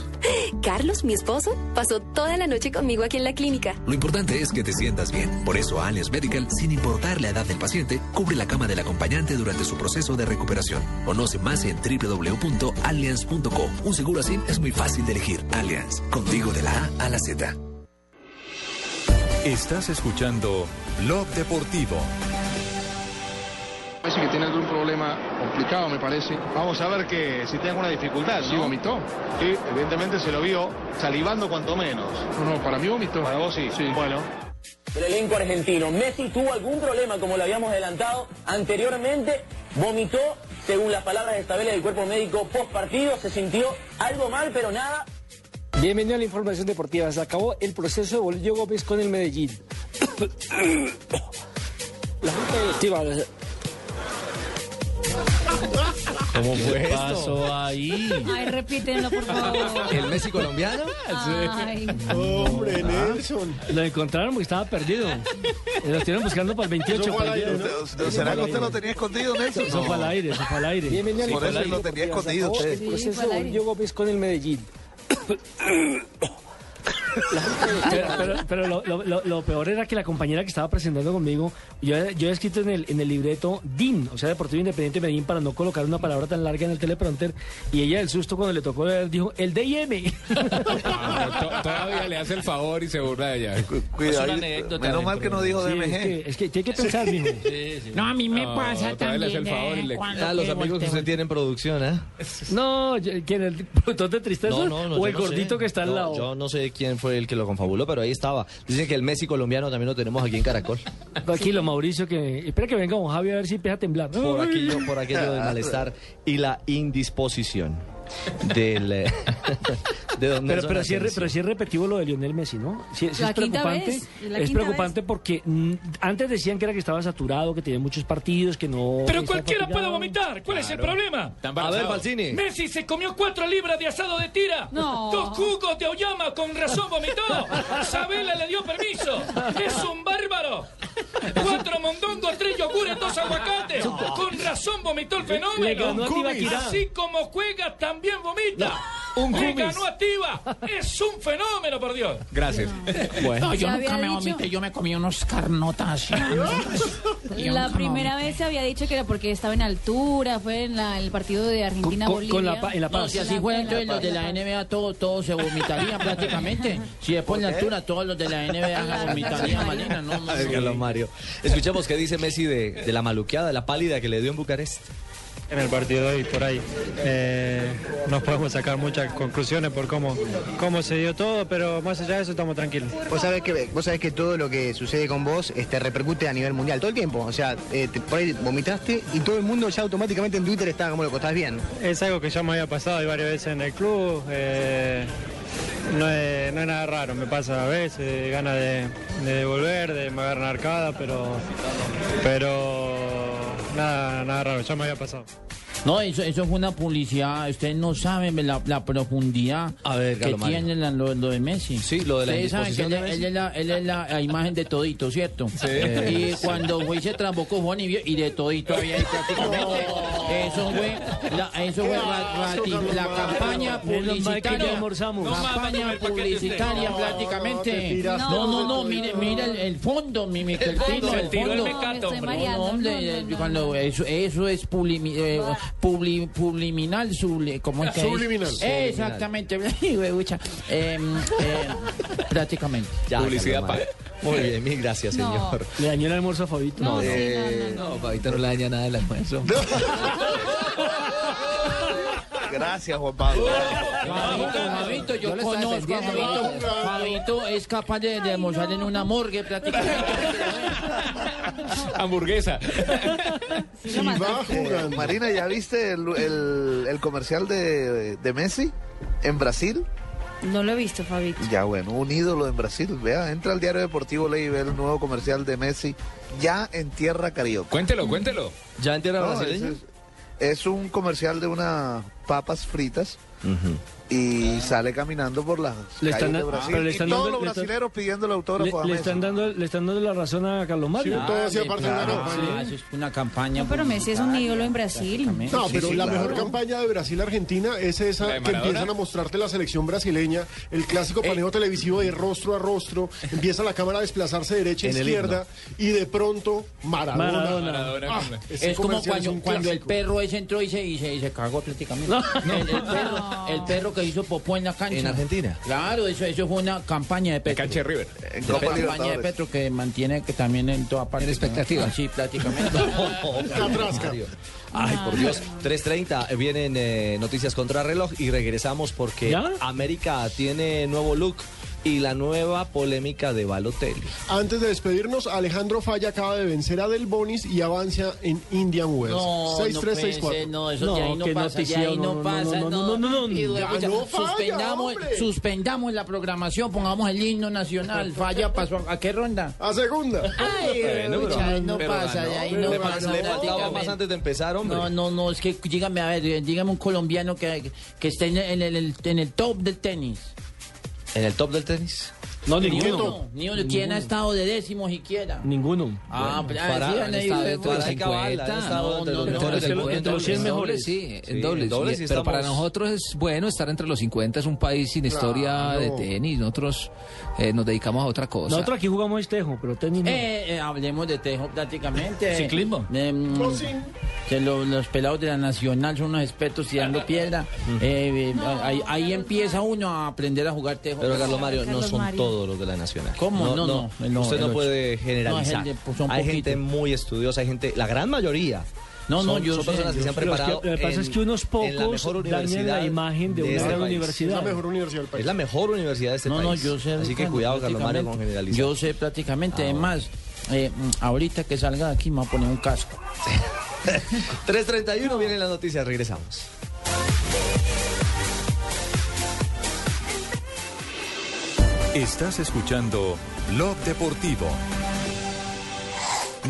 S31: Carlos, mi esposo, pasó toda la noche conmigo aquí en la clínica.
S26: Lo importante es que te sientas bien. Por eso Alias Medical, sin importar la edad del paciente, cubre la cama del acompañante durante su proceso de recuperación. Conoce más en www.allianz.co. Un seguro así es muy fácil de elegir. Allianz, contigo de la A a la Z.
S2: Estás escuchando Blog Deportivo.
S42: Parece que tiene algún problema complicado, me parece. Vamos a ver que si tiene alguna dificultad. ¿Sí vomitó? Sí, evidentemente se lo vio salivando cuanto menos. No, no, para mí vomitó. Para vos sí. Bueno.
S43: El elenco argentino. Messi tuvo algún problema, como lo habíamos adelantado anteriormente. Vomitó, según las palabras de Estabela del cuerpo médico post partido. Se sintió algo mal, pero nada.
S17: Bienvenido a la información deportiva. Se acabó el proceso de Bolillo Gómez con el Medellín. La Junta Directiva.
S5: ¿Cómo
S44: ¿Qué
S5: fue
S44: pasó
S5: esto? ahí?
S15: Ay, repítenlo, por favor.
S5: ¿El Messi colombiano?
S15: Ay,
S18: Ah.
S14: Hombre, Nelson. Lo encontraron porque estaba perdido. Y Lo estuvieron buscando para el 28.
S20: Eso fue al aire.
S14: perdido, ¿no?
S20: Usted- usted- ¿Será que usted lo tenía escondido, Nelson?
S14: Eso fue al aire, eso fue al aire.
S20: Bienvenido al Por eso lo tenía
S14: Se acabó
S20: escondido usted.
S14: El
S17: Sí, fue
S14: proceso
S17: al
S14: de
S17: aire.
S14: Bolillo Gómez con el Medellín. pero pero- pero lo, lo- lo- lo peor era que la compañera que estaba presentando conmigo, yo, yo he escrito en el, en el libreto DIN, o sea, Deportivo Independiente de Medellín, para no colocar una palabra tan larga en el teleprompter, y ella del susto cuando le tocó leer, dijo, el DIM.
S44: Todavía le hace el favor y se burla de ella.
S11: Pues
S20: cuidado, Es una anécdota Pues menos mal que no dijo
S44: de
S20: dentro de- DMG.
S44: MG.
S14: Es que tiene que pensar, mijo.
S18: No, a mí me
S14: No,
S18: pasa
S14: todavía le hace
S18: también.
S14: el favor y
S18: eh,
S14: le-
S18: cuando
S11: Ah, los
S18: que
S11: amigos que
S18: volteo.
S11: usted tiene en producción, ¿eh?
S14: No, yo- ¿quién? ¿El productor de tristeza?
S11: No, no, no,
S14: ¿O
S11: yo
S14: el
S11: no
S14: gordito
S11: sé.
S14: que está al
S11: No,
S14: lado?
S11: Yo no sé quién fue el que lo confabuló, pero ahí estaba. Dicen que el Messi colombiano también lo tenemos aquí en Caracol.
S14: Tranquilo, Mauricio, que... Espera que venga don Javi a ver si empieza a temblar.
S11: Por aquello, por aquello del malestar y la indisposición del, eh, de
S14: Pero,
S11: don Nelson
S14: pero, sí, es re-
S11: Asensio.
S14: pero sí es repetitivo lo de Lionel Messi, ¿no? Sí, sí
S17: La
S14: es
S17: quinta
S14: preocupante.
S17: vez, la
S14: es
S17: quinta
S14: preocupante porque mm, antes decían que era que estaba saturado, que tenía muchos partidos, que no.
S17: Pero
S14: estaba
S17: cualquiera
S14: fatigado.
S17: puede vomitar. ¿Cuál es el problema?
S14: Está embarazado. A ver, Falcini.
S17: Messi se comió cuatro libras de asado de tira. No. Dos jugos de Oyama con razón vomitó. Isabela le dio permiso. Es un bárbaro. Cuatro mondongos, tres yogures, dos aguacates. Con razón vomitó el fenómeno.
S14: Le ganó a Tibaquirá.
S17: Así como juega, también vomita.
S14: No, un
S17: Le
S14: cumis.
S17: ganó a Tiba. Es un fenómeno, por Dios.
S45: Gracias.
S17: Bueno.
S18: No, yo
S17: Ya
S18: nunca
S17: había
S18: me
S17: dicho.
S18: vomité, yo me comí unos carnotas.
S15: La primera vez se había dicho que era porque estaba en altura, fue en la- el partido de Argentina-Bolivia.
S18: No, si así fuera, entonces los de la NBA todos todos se vomitarían prácticamente. Si después en la altura todos los de la NBA se vomitarían, Malena, no, no.
S11: Ay, Carlos Mario. Escuchemos qué dice Messi de, de la maluqueada, de la pálida que le dio en Bucarest.
S46: En el partido de hoy, por ahí, eh, nos podemos sacar muchas conclusiones por cómo, cómo se dio todo, pero más allá de eso estamos tranquilos.
S33: Vos sabés que vos sabés que todo lo que sucede con vos este, repercute a nivel mundial todo el tiempo. O sea, eh, te- por ahí vomitaste y todo el mundo ya automáticamente en Twitter está como loco, estás bien.
S46: Es algo que ya me había pasado y varias veces en el club, eh, no, es, no es nada raro, me pasa a veces, ganas de, de devolver, de me agarrar una arcada, pero, pero nada, nada raro, ya me había pasado.
S18: No, eso, eso fue una publicidad. Ustedes no saben la, la profundidad que
S11: Galo Mario.
S18: tiene la- lo, lo de Messi. Sí,
S11: lo de la
S18: Ustedes saben que él,
S11: indisposición de
S18: él es, la, él es la, la imagen de todito, ¿cierto? Eh,
S11: Sí.
S18: Y cuando güey se trambocó Juan y vio, y de todito había ahí prácticamente. Eso fue, la, eso fue ra- rati- la campaña
S14: Menos mal que ya
S18: publicitaria.
S14: almorzamos. No, más,
S18: campaña
S14: Manuel, ¿para qué te
S18: publicitaria
S14: No, no, te
S18: prácticamente.
S14: tiras
S18: No,
S14: todo
S18: no,
S14: de
S18: no,
S14: todo.
S18: mire, mire el, el fondo, mi Mr. Tino,
S25: fondo, se tiró el
S18: fondo.
S25: mecato, hombre.
S18: No, no, hombre, eh, cuando eso, eso es publimi, eh, publi- publiminal, suble- ¿cómo es que es?
S25: Subliminal.
S18: Exactamente. Huevucha. Em, em, prácticamente.
S11: Publicidad paga. Muy bien, mil gracias,
S18: No.
S11: señor.
S14: ¿Le dañó el almuerzo a Fabito?
S11: No,
S16: No, Fabito no le daña nada el almuerzo.
S20: Gracias, Juan Pablo.
S18: Fabito, Fabito, yo conozco a Fabito. Fabito es capaz de, de almorzar en una morgue prácticamente.
S47: Hamburguesa.
S20: Eh, Marina, ¿ya viste el, el- el comercial de, de Messi en Brasil?
S15: No lo he visto, Fabito.
S20: Ya bueno, un ídolo en Brasil. Vea, entra al diario deportivo, lee y ve el nuevo comercial de Messi ya en tierra carioca.
S19: Cuéntelo, cuéntelo.
S11: ¿Ya en tierra
S20: No,
S11: brasileña?
S20: es, es- es un comercial de unas papas fritas y sale caminando por las
S14: Le están
S20: calles de
S14: da-
S20: Brasil.
S14: pero le
S20: Y
S14: están
S20: todos
S14: dando-
S20: los
S14: le están-
S20: brasileños pidiéndole
S14: Le,
S20: autógrafo a
S14: le
S20: Messi.
S14: están dando, le están dando la razón a Carlos Mario.
S20: Sí, todo hacía parte de una
S14: claro,
S18: campaña.
S14: sí.
S18: Una campaña.
S15: Pero Messi es un ídolo en Brasil.
S18: No,
S13: No,
S18: sí,
S13: pero
S18: sí,
S13: la
S18: claro.
S13: mejor campaña de Brasil-Argentina es
S47: ¿La de
S13: esa que
S47: Maradona?
S13: empiezan a mostrarte la selección brasileña, el
S18: Eh.
S13: clásico paneo televisivo de rostro a rostro, empieza la cámara a desplazarse derecha a
S11: En el
S13: izquierda y de pronto Maradona.
S18: Maradona.
S13: Ah, ese
S18: es como
S13: comercial
S18: cuando,
S13: un
S18: cuando el
S13: clásico.
S18: perro ese entró y se, y se, y se cagó prácticamente. El, el perro, el perro que hizo popó en la cancha.
S11: En Argentina.
S18: Claro, eso, eso fue una campaña de Petro.
S19: cancha de River.
S18: En
S19: Copa
S18: campaña de
S19: Libertadores.
S18: Petro que mantiene que también en toda parte. En
S11: expectativa.
S18: Sí, prácticamente.
S11: Ay, por Dios. 3.30 vienen eh, noticias contra reloj y regresamos porque América tiene nuevo look y la nueva polémica de Balotelli.
S13: Antes de despedirnos, Alejandro Falla acaba de vencer a Del Bonis y avanza en Indian Wells.
S18: No, no puede
S13: 6-3-6-4.
S18: ser, no, eso de ahí no pasa, de ahí no pasa, no. Y luego ya,
S13: Ganó Falla,
S18: suspendamos,
S13: hombre.
S18: suspendamos la programación, pongamos el himno nacional, falla, pasó, ¿a qué ronda?
S13: A segunda.
S18: Ay,
S11: Bueno, pero-
S18: de ahí no
S11: pero
S18: pasa,
S11: ganó,
S18: de ahí
S11: pero
S18: no
S11: le
S18: pasa.
S11: faltaba más
S18: prácticamente.
S11: antes de empezar, hombre.
S18: No, no, no, es que dígame, a ver, eh, dígame un colombiano que, que esté en el, en el- en el top del tenis.
S11: ¿En el top del tenis?
S14: No,
S18: ni
S11: ninguno.
S18: uno. Ni uno. ¿Quién ha estado de décimo siquiera?
S14: Ninguno.
S18: Ah, pero- ah,
S11: Farah,
S18: sí,
S11: han
S18: han
S11: estado
S18: ido de
S11: dentro de los
S18: puta.
S11: 50, han estado
S18: No,
S11: dentro
S18: no, no,
S11: de los mejores
S18: es
S11: del
S18: que
S11: mundo.
S18: entre los cien
S11: En dobles,
S18: mejores.
S16: Sí, en
S11: Sí,
S16: dobles.
S11: en dobles
S16: y-
S11: sí
S16: pero para
S11: estamos-
S16: nosotros es bueno estar entre los 50, es un país sin historia
S18: Claro.
S16: de tenis. Nosotros eh, nos dedicamos a otra cosa.
S14: Nosotros aquí jugamos estejo, pero tenis no.
S18: Eh, eh, hablemos de tejo prácticamente.
S14: Ciclismo.
S18: Eh, mm, que lo- los pelados de la Nacional son unos expertos tirando piedra. Eh, eh, ahí, ahí empieza uno a aprender a jugar tejo.
S11: Pero Carlos Mario, no
S18: Carlos
S11: son
S18: Mario.
S11: todos los de la Nacional.
S18: ¿Cómo? No, no, el no,
S11: usted
S18: el
S11: no
S18: ocho.
S11: puede
S18: No,
S11: generalizar.
S18: gente, pues, son
S11: hay gente
S18: poquitos.
S11: muy estudiosa, hay gente, la gran mayoría.
S18: No, no,
S11: son,
S18: yo
S11: son
S18: sé,
S11: personas que
S18: yo
S11: se han
S18: sé.
S11: preparado.
S18: Lo que- lo que pasa
S11: en-
S18: es que unos
S11: en la
S18: pocos
S11: mejor
S18: dañan la
S11: universidad
S18: imagen de una
S11: este
S18: gran
S11: país.
S18: universidad.
S13: La mejor universidad del país.
S11: Es la mejor universidad de este
S18: no,
S11: país.
S18: no, yo sé.
S11: Así que
S18: Ricardo,
S11: cuidado, Carlos Mario, con
S18: prácticamente.
S11: generalizar. Ah,
S18: Yo sé prácticamente. Además, eh, mm, ahorita que salga de aquí me voy a poner un casco.
S11: 3.31 vienen las noticias, regresamos.
S2: Estás escuchando Blog Deportivo.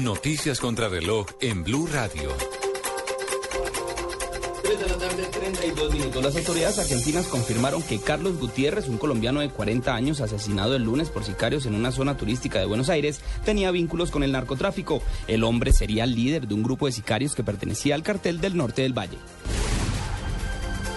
S2: Noticias contra reloj en Blue Radio.
S48: 3 de la tarde, 32 minutos. Las autoridades argentinas confirmaron que Carlos Gutiérrez, un colombiano de 40 años asesinado el lunes por sicarios en una zona turística de Buenos Aires, tenía vínculos con el narcotráfico. El hombre sería el líder de un grupo de sicarios que pertenecía al cartel del norte del Valle.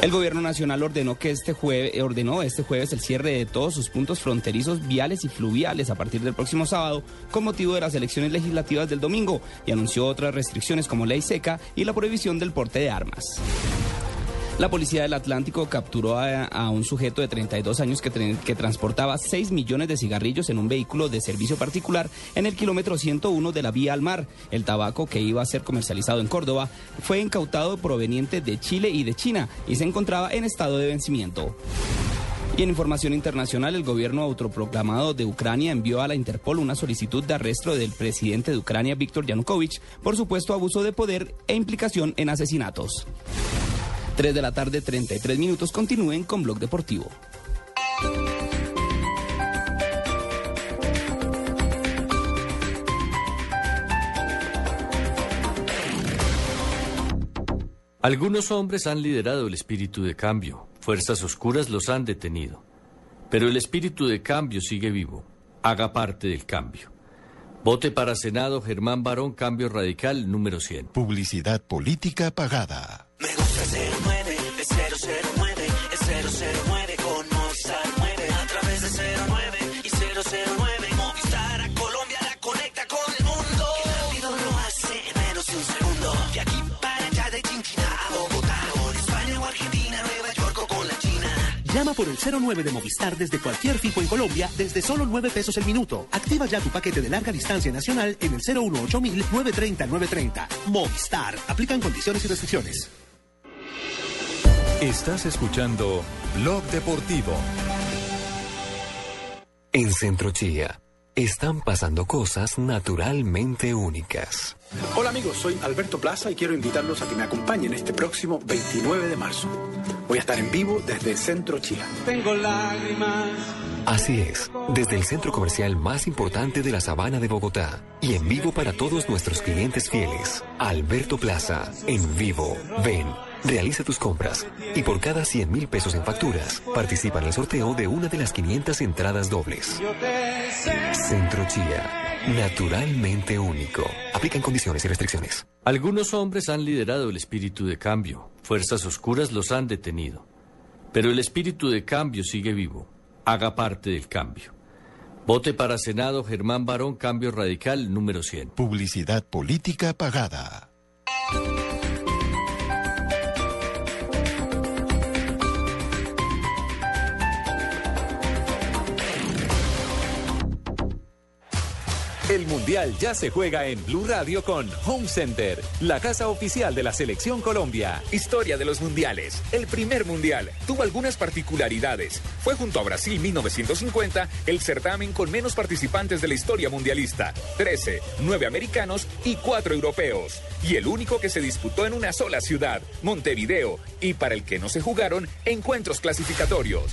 S48: El gobierno nacional ordenó que este jueves ordenó este jueves el cierre de todos sus puntos fronterizos viales y fluviales a partir del próximo sábado con motivo de las elecciones legislativas del domingo y anunció otras restricciones como ley seca y la prohibición del porte de armas. La policía del Atlántico capturó a, a un sujeto de 32 años que, tren- que transportaba 6 millones de cigarrillos en un vehículo de servicio particular en el kilómetro 101 de la vía al mar. El tabaco que iba a ser comercializado en Córdoba fue incautado proveniente de Chile y de China y se encontraba en estado de vencimiento. Y en información internacional, el gobierno autoproclamado de Ucrania envió a la Interpol una solicitud de arresto del presidente de Ucrania, Víctor Yanukovych, por supuesto abuso de poder e implicación en asesinatos. 3 de la tarde, 33 minutos. Continúen con Blog Deportivo.
S30: Algunos hombres han liderado el espíritu de cambio, fuerzas oscuras los han detenido. Pero el espíritu de cambio sigue vivo. Haga parte del cambio. Vote para Senado Germán Barón, Cambio Radical número 100.
S26: Publicidad política pagada.
S5: Me gusta 09, es 009, es 009 con Movistar mueve a través de 09 y 009 Movistar a Colombia la conecta con el mundo. Qué rápido lo hace en menos de un segundo. De aquí para allá de Chinchina a Bogotá, con España o Argentina, Nueva York o con la China.
S49: Llama por el 09 de Movistar desde cualquier fijo en Colombia desde solo 9 pesos el minuto. Activa ya tu paquete de larga distancia nacional en el 018000 930 930. Movistar. Aplican condiciones y restricciones.
S2: Estás escuchando Blog Deportivo.
S10: En Centro Chía están pasando cosas naturalmente únicas.
S50: Hola amigos, soy Alberto Plaza y quiero invitarlos a que me acompañen este próximo 29 de marzo. Voy a estar en vivo desde Centro Chía.
S51: Tengo lágrimas.
S10: Así es, desde el centro comercial más importante de la Sabana de Bogotá y en vivo para todos nuestros clientes fieles. Alberto Plaza, en vivo. Ven, realiza tus compras y por cada 100 mil pesos en facturas, participa en el sorteo de una de las 500 entradas dobles.
S51: Yo te sé.
S10: Centro Chía, naturalmente único.
S30: Aplican condiciones y restricciones. Algunos hombres han liderado el espíritu de cambio, fuerzas oscuras los han detenido. Pero el espíritu de cambio sigue vivo. Haga parte del cambio. Vote para Senado Germán Barón, Cambio Radical número 100.
S26: Publicidad política pagada.
S2: El Mundial ya se juega en Blue Radio con Home Center, la casa oficial de la Selección Colombia.
S12: Historia de los mundiales. El primer mundial tuvo algunas particularidades. Fue junto a Brasil 1950 el certamen con menos participantes de la historia mundialista. 13, 9 americanos y 4 europeos. Y el único que se disputó en una sola ciudad, Montevideo, y para el que no se jugaron encuentros clasificatorios.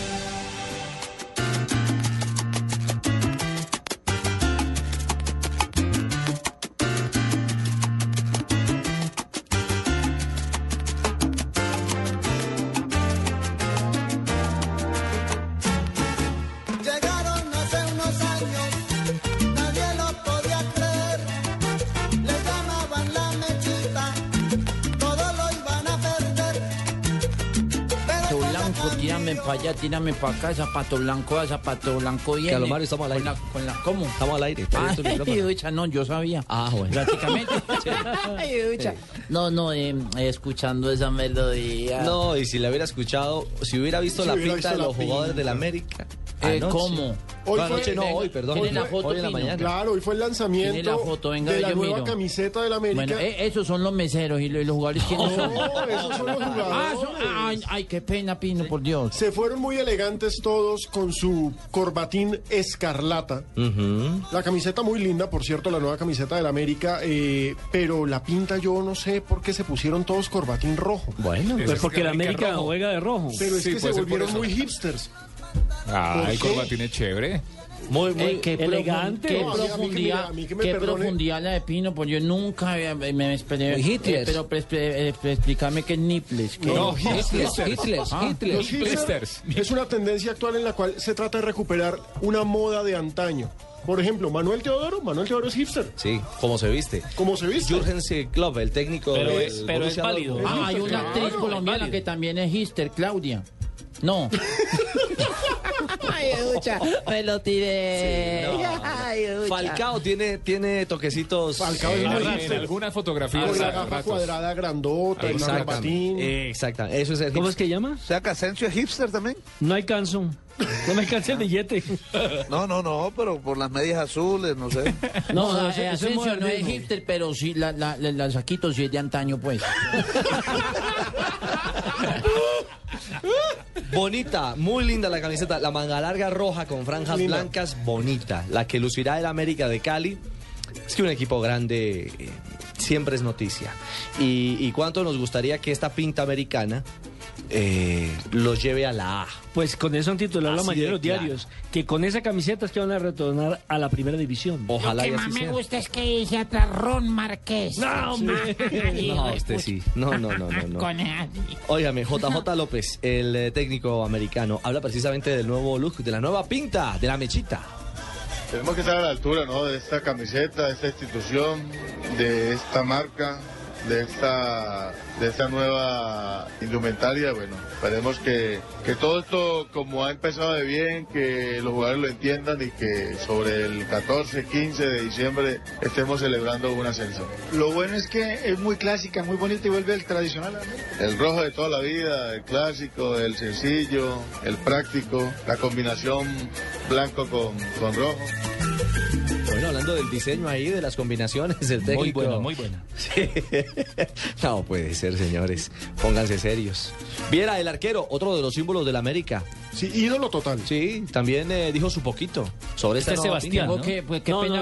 S51: Llegaron hace unos años, nadie lo podía creer. Le llamaban la mechita, todo lo iban a perder.
S18: Zapato blanco, tírame para allá, tírame para acá, zapato blanco, a zapato blanco viene.
S11: Calomar, estamos al aire.
S18: Con la, con la- ¿Cómo?
S11: Estamos al aire.
S18: Ah,
S11: Esto es micrófono.
S18: ducha, no, yo sabía.
S11: Ah, bueno.
S18: Prácticamente. Ay, ducha. No, no, eh, escuchando esa melodía.
S11: No, y si la hubiera escuchado, si hubiera visto
S18: Si
S11: la
S18: hubiera
S11: pinta de
S18: visto la
S11: los jugadores
S18: pinta.
S11: del América.
S18: Eh,
S11: anoche.
S18: ¿cómo?
S11: Hoy
S18: Hoy
S11: fue,
S18: fue-
S11: anoche, no, hoy, perdón.
S18: ¿Tiene la foto,
S11: hoy en la
S18: Pino?
S11: mañana.
S13: Claro, hoy fue el
S18: Tiene
S13: lanzamiento
S18: la foto, venga,
S13: de la
S18: yo
S13: nueva
S18: miro.
S13: camiseta del América.
S18: Bueno, eh, esos son los meseros y los, y los jugadores que no, son.
S13: esos son los
S18: Ah, son- ay, ay, qué pena, Pino, por Dios.
S13: Se fueron muy elegantes todos con su corbatín escarlata. La camiseta muy linda, por cierto, la nueva camiseta del América, eh, pero la pinta yo no sé por qué se pusieron todos corbatín rojo. Bueno,
S14: Pues porque la América juega de rojo.
S13: Pero es
S14: Sí,
S13: que se
S14: puede ser por
S13: volvieron
S14: eso.
S13: muy hipsters.
S52: Ah,
S13: ¿Por
S52: el
S13: qué?
S52: corbatín es chévere.
S18: Muy, muy
S14: elegante.
S18: Eh, Qué
S14: No, a mí- a mí que me-
S18: profundidad,
S14: a mí que me
S18: qué
S14: perdone.
S18: profundidad la de Pino, porque yo nunca había- me, me esperé.
S53: Muy Hitler.
S18: Eh, pero pre- pre- eh, pre- explícame qué es nipples. qué-
S53: No, Hitler, Hitler,
S13: Ah,
S53: Hitler.
S13: los hipsters Es una tendencia actual en la cual se trata de recuperar una moda de antaño. Por ejemplo, Manuel Teodoro, Manuel Teodoro es hipster.
S11: Sí, como se viste.
S13: Como se viste.
S11: Jürgen Klopp, el técnico
S13: Pero
S11: del
S13: es- pero es
S11: Borussia
S13: válido.
S11: Dortmund.
S18: Ah, hay una
S11: Claro.
S18: actriz colombiana que también es Hister, Claudia. No. Ay, ducha, me lo tiré.
S11: Sí, no.
S18: Ay,
S13: Ah,
S18: ducha.
S11: Falcao tiene, tiene toquecitos.
S13: Falcao
S11: eh,
S13: es muy
S11: raros.
S13: hipster.
S11: fotografías,
S13: Con la
S11: ratos.
S13: gafa cuadrada grandota, el corbatín.
S11: Exactamente. Exactamente. Eso es el
S14: ¿Cómo es
S11: hipster.
S14: que llama?
S20: O sea, Casencio es hipster también.
S14: No alcanzo. No me alcanza el billete.
S20: No, no, no, pero por las medias azules, no sé.
S18: No,
S11: eh,
S18: no,
S20: ese- ese
S18: no es
S20: modernismo.
S18: hipster, pero sí, la, la, la, la saquito sí es de antaño, pues.
S11: Bonita, muy linda la camiseta. La manga larga roja con franjas
S20: Linda.
S11: blancas, bonita. La que lucirá el América de Cali. Es que un equipo grande eh, siempre es noticia. Y, y cuánto nos gustaría que esta pinta americana eh, los lleve a la A.
S14: Pues con eso han titulado la
S11: Así
S14: mayoría de
S11: de
S14: los diarios, que con esa camiseta es que van a retornar a la primera división.
S25: Lo que más me gusta es que dice atrás Ron Márquez.
S14: No, hombre.
S11: No, este sí. No, no, no, no. no.
S25: pues, Con
S11: Óigame, JJ López, el eh, técnico americano, habla precisamente del nuevo look, de la nueva pinta, de la mechita.
S47: Tenemos que estar a la altura ¿no? de esta camiseta, de esta institución, de esta marca, de esta, de esta nueva indumentaria. Bueno, esperemos que, que todo esto, como ha empezado de bien, que los jugadores lo entiendan y que sobre el 14, 15 de diciembre estemos celebrando un ascenso.
S13: Lo bueno es que es muy clásica, muy bonita y vuelve el tradicional.
S47: El rojo de toda la vida, el clásico, el sencillo, el práctico, la combinación blanco con, con rojo.
S11: Bueno, hablando del diseño ahí, de las combinaciones, el técnico.
S47: Muy buena, muy buena.
S11: Sí. No puede ser, señores. Pónganse serios. Viera, el arquero, otro de los símbolos del América.
S54: Sí, ídolo total.
S11: Sí, también eh, dijo su poquito sobre
S18: Este
S11: esta nueva pinta.
S18: Dijo que, pues, qué pena,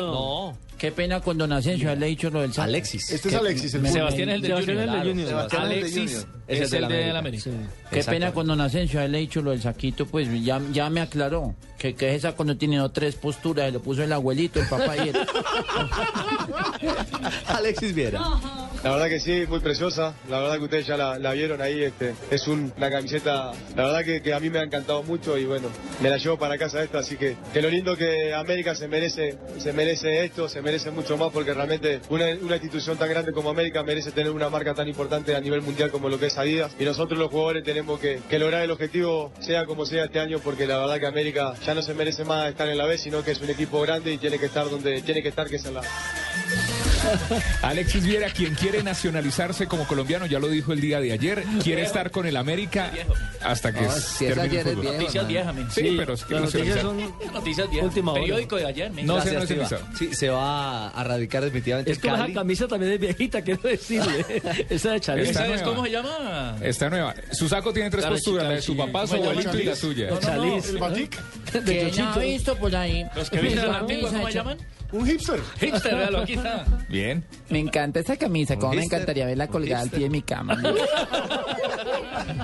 S18: Qué pena con Don Asensio haberle dicho lo del Santos.
S11: Este Alexis.
S14: Este
S18: Qué- me-
S11: Sebastián
S18: me-
S11: es el del
S18: Sebastián es
S11: Junior.
S18: el del
S11: Claro,
S18: Junior.
S11: Sebastián es el del
S18: Alexis
S11: Junior.
S18: es el del América. Qué
S11: Exacto.
S18: pena con Don Asensio haberle dicho lo del saquito, pues ya, ya me aclaró. Que, que es esa cuando tiene no, tres posturas, se lo puso el abuelito, el papá y el...
S11: Alexis Viera.
S55: La verdad que sí, muy preciosa. La verdad que ustedes ya la, la vieron ahí. Este, es un- una camiseta, la verdad que, que a mí me ha encantado mucho y bueno, me la llevo para casa esta. Así que, que lo lindo que América se merece, se merece esto, se merece mucho más porque realmente una, una institución tan grande como América merece tener una marca tan importante a nivel mundial como lo que es Adidas. Y nosotros los jugadores tenemos que, que lograr el objetivo, sea como sea este año, porque la verdad que América ya no se merece más estar en la B, sino que es un equipo grande y tiene que estar donde tiene que estar, que es en la
S12: Alexis Viera, quien quiere nacionalizarse como colombiano, ya lo dijo el día de ayer, quiere estar con el América hasta que
S17: No, si es
S12: termine el
S17: ayer es
S12: fútbol.
S17: viejo, Noticias man. viejas, men.
S12: Sí,
S17: Sí,
S12: pero es que
S17: las noticias
S12: nacionalizar.
S17: Noticias viejas.
S12: Última hora.
S17: Periódico de ayer. men.
S12: No se
S11: Gracias,
S12: nacionalizó.
S11: Tiva. Sí, se va a radicar definitivamente
S14: Es
S11: en
S14: como
S11: Cali.
S14: esa camisa también es viejita, quiero decirle. esa de Chalena.
S12: Esa es como
S17: ¿Cómo se llama?
S12: Está nueva. Su saco tiene tres
S17: Claro,
S12: posturas,
S17: chica,
S12: la de su
S17: sí.
S12: papá, su
S17: Bueno,
S12: abuelito y la
S17: Chaliz.
S12: suya.
S17: No, no, no, Chaliz. el
S54: batik.
S18: que ya ha visto por ahí.
S17: Los que visten a la antigua, ¿cómo se llaman?
S54: Un hipster.
S17: Hipster, véalo, aquí está.
S12: Bien.
S18: Me encanta esa camisa, como me
S12: hipster,
S18: encantaría verla colgada al pie de mi cama.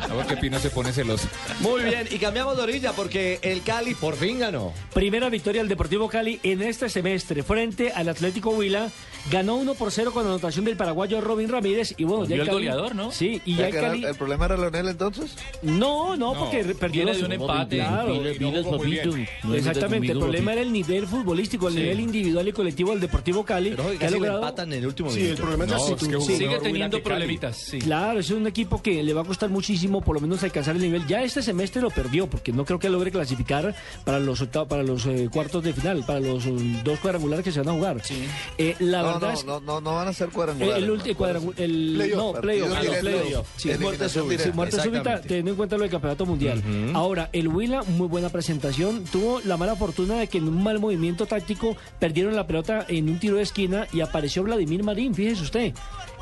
S12: A ver qué Pino se pone celoso.
S11: Muy bien, y cambiamos de orilla porque el Cali por fin ganó.
S14: Primera victoria del Deportivo Cali en este semestre frente al Atlético Huila. Ganó 1 por 0 con anotación del paraguayo Robin Ramírez. Y bueno,
S20: Volvió
S14: ya el
S20: el
S14: Cali-
S20: goleador, ¿no?
S14: Sí, y
S20: O
S14: ya
S20: sea
S14: el
S20: que era-
S14: Cali.
S20: ¿El problema era Leonel entonces?
S14: No, no,
S20: No,
S14: porque re- perdió.
S20: viene
S14: los-
S20: de un empate.
S14: Claro.
S20: Viles, Viles, Viles,
S14: Muy bien.
S20: Bobito. No es
S14: Exactamente, el
S20: Bobito.
S14: problema era el nivel futbolístico, el
S20: Sí.
S14: nivel individual y colectivo del Deportivo Cali.
S11: Casi
S14: que ha
S11: le
S14: logrado-
S11: empatan en el último
S14: Sí,
S11: minuto.
S14: el problema es la actitud. Sí. Sigue teniendo
S17: problemitas, sí.
S14: Claro, es un equipo que le va a costar muchísimo, por lo menos alcanzar el nivel. Ya este semestre lo perdió, porque no creo que logre clasificar para los octavos, para los eh, cuartos de final, para los um, dos cuadrangulares que se van a jugar. Eh, la
S20: no,
S14: verdad
S20: no,
S14: es que
S20: no, no, no van a ser cuadrangulares.
S14: el último cuadrangular, el no, playoff,
S20: Partido
S14: ah, no,
S20: directo,
S14: playoff. Sí, muerte
S20: eliminación
S14: súbita, sí,
S20: directa.
S14: muerte súbita,
S20: Exactamente.
S14: teniendo en cuenta lo del campeonato mundial. Ahora, el Huila, muy buena presentación, tuvo la mala fortuna de que en un mal movimiento táctico perdieron la pelota en un tiro de esquina y apareció Vladimir Marín, fíjese usted.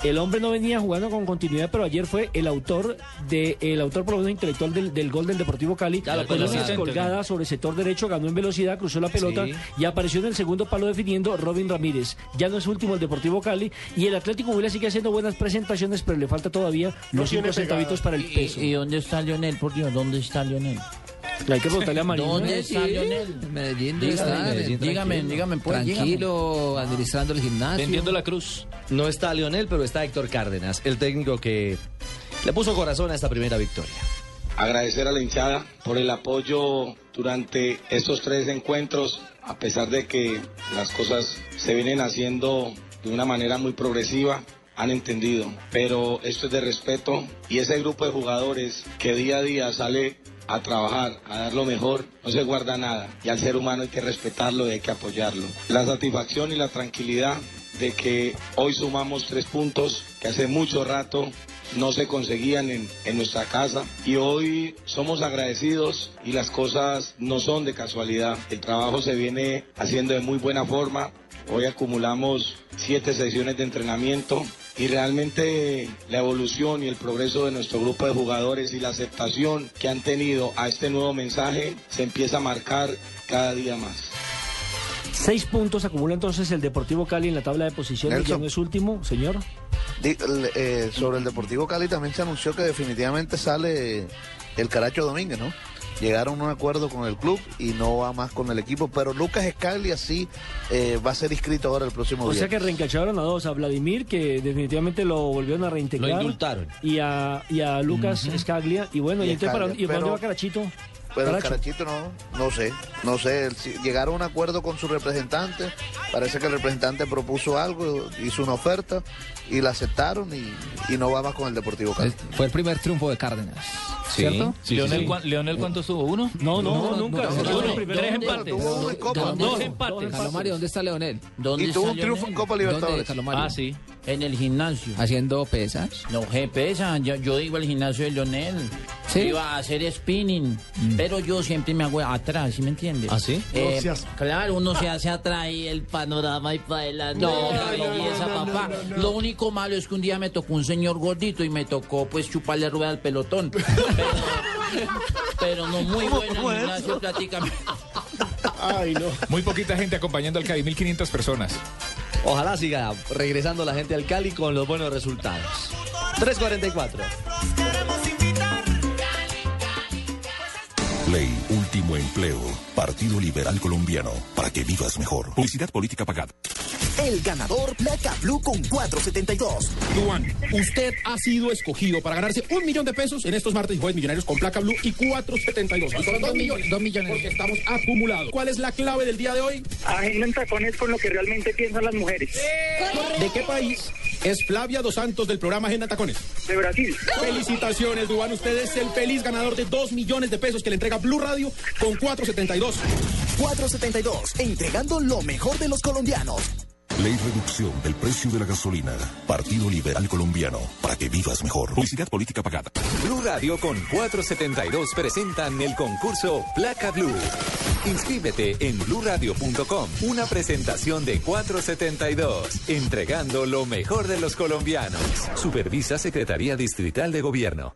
S14: El hombre no venía jugando con continuidad, pero ayer fue el autor de el autor por lo menos intelectual del, del gol del Deportivo Cali.
S17: lo
S14: Con una
S17: conociste,
S14: colgada sobre el sector derecho, ganó en velocidad, cruzó la pelota
S17: Sí.
S14: y apareció en el segundo palo definiendo Robin Ramírez. Ya no es último el Deportivo Cali y el Atlético Huila sigue haciendo buenas presentaciones, pero le falta todavía los cinco centavitos para el peso.
S18: ¿Y, y dónde está Lionel? Por Dios, ¿dónde está Lionel?
S14: Hay que preguntarle a Marino.
S18: ¿Dónde está
S14: Sí.
S18: Lionel?
S16: Medellín
S18: Dígame,
S16: debe estar.
S18: Medellín,
S16: tranquilo.
S18: dígame, pues,
S16: Tranquilo, administrando el gimnasio.
S17: la cruz.
S11: No está Lionel, pero está Héctor Cárdenas, el técnico que le puso corazón a esta primera victoria.
S56: Agradecer a la hinchada por el apoyo durante estos tres encuentros, a pesar de que las cosas se vienen haciendo de una manera muy progresiva, han entendido. Pero esto es de respeto y ese grupo de jugadores que día a día sale a trabajar, a dar lo mejor, no se guarda nada. Y al ser humano hay que respetarlo y hay que apoyarlo. La satisfacción y la tranquilidad de que hoy sumamos tres puntos que hace mucho rato no se conseguían en, en nuestra casa y hoy somos agradecidos y las cosas no son de casualidad. El trabajo se viene haciendo de muy buena forma. Hoy acumulamos siete sesiones de entrenamiento, y realmente la evolución y el progreso de nuestro grupo de jugadores y la aceptación que han tenido a este nuevo mensaje se empieza a marcar cada día más.
S14: Seis puntos acumula entonces el Deportivo Cali en la tabla de posiciones.
S20: Nelson.
S14: Ya no es último, señor.
S20: Di- el, eh, sobre el Deportivo Cali también se anunció que definitivamente sale el Caracho Domínguez, ¿no? Llegaron a un acuerdo con el club y no va más con el equipo, pero Lucas Escaglia sí eh, va a ser inscrito ahora el próximo
S14: O
S20: día.
S14: sea que reencacharon a dos, a Vladimir, que definitivamente lo volvieron a reintegrar.
S20: Lo indultaron.
S14: Y a, y a Lucas Scaglia. Y bueno,
S20: Y
S14: ¿y, entonces para,
S20: Scaglia,
S14: y para
S20: pero-
S14: dónde va Carachito?
S20: Pero el
S14: Caracho.
S20: Carachito no, no sé, no sé. él sí- Llegaron a un acuerdo con su representante, parece que el representante propuso algo, hizo una oferta y la aceptaron y, y no va más con el Deportivo Cali.
S16: Fue el primer triunfo de Cárdenas, ¿cierto?
S17: Leonel, cuan- Leonel, ¿cuánto estuvo? ¿Uno?
S14: No,
S16: no, nunca.
S17: Uno,
S16: ¿Dónde?
S17: tres empates.
S16: Tuvo una copa.
S17: Dos empates.
S16: Calomari, ¿dónde está Leonel?
S18: ¿Dónde Y tuvo está un triunfo Leonel? en Copa Libertadores.
S16: Ah,
S18: Ah,
S16: sí.
S18: sí. En el gimnasio.
S16: ¿Haciendo pesas?
S18: No, je, pesa. Yo, yo iba al gimnasio de Leonel.
S16: ¿Sí? Mm.
S18: Iba a hacer spinning. Pero yo siempre me hago atrás, ¿sí me entiendes?
S16: ¿Ah, sí?
S18: Eh,
S16: No seas-
S18: Claro, uno se hace atrás y el panorama y para adelante.
S16: No,
S18: la
S16: no,
S18: belleza,
S16: no, no,
S18: papá. Lo único malo es que un día me tocó un señor gordito y me tocó pues chuparle rueda al pelotón. Pero, pero no muy
S57: ¿Cómo
S18: bueno
S57: fue
S18: el gimnasio, prácticamente.
S58: Ay, no.
S12: Muy poquita gente acompañando al Cali, 1500 personas.
S11: Ojalá siga regresando la gente al Cali con los buenos resultados. 344.
S26: Ley Último Empleo, Partido Liberal Colombiano, para que vivas mejor. Publicidad política pagada.
S5: El ganador Placa Blue con 472.
S10: Luan, usted ha sido escogido para ganarse un millón de pesos en estos martes y jueves millonarios con placa blue y 472. Son dos millones. Dos millones. Porque estamos acumulados. ¿Cuál es la clave del día de hoy?
S59: Agenden tacones con lo que realmente piensan las mujeres.
S10: ¡Eh! ¿De qué país es Flavia Dos Santos del programa Agenda Tacones?
S59: De Brasil.
S10: Felicitaciones, Duan. Usted es el feliz ganador de 2 millones de pesos que le entrega Blue Radio con 472.
S5: 472, entregando lo mejor de los colombianos.
S26: Ley Reducción del Precio de la Gasolina, Partido Liberal Colombiano, para que vivas mejor. Publicidad política pagada.
S2: Blue Radio con 472 presentan el concurso Placa Blue. Inscríbete en bluradio.com. Una presentación de 472, entregando lo mejor de los colombianos. Supervisa Secretaría Distrital de Gobierno.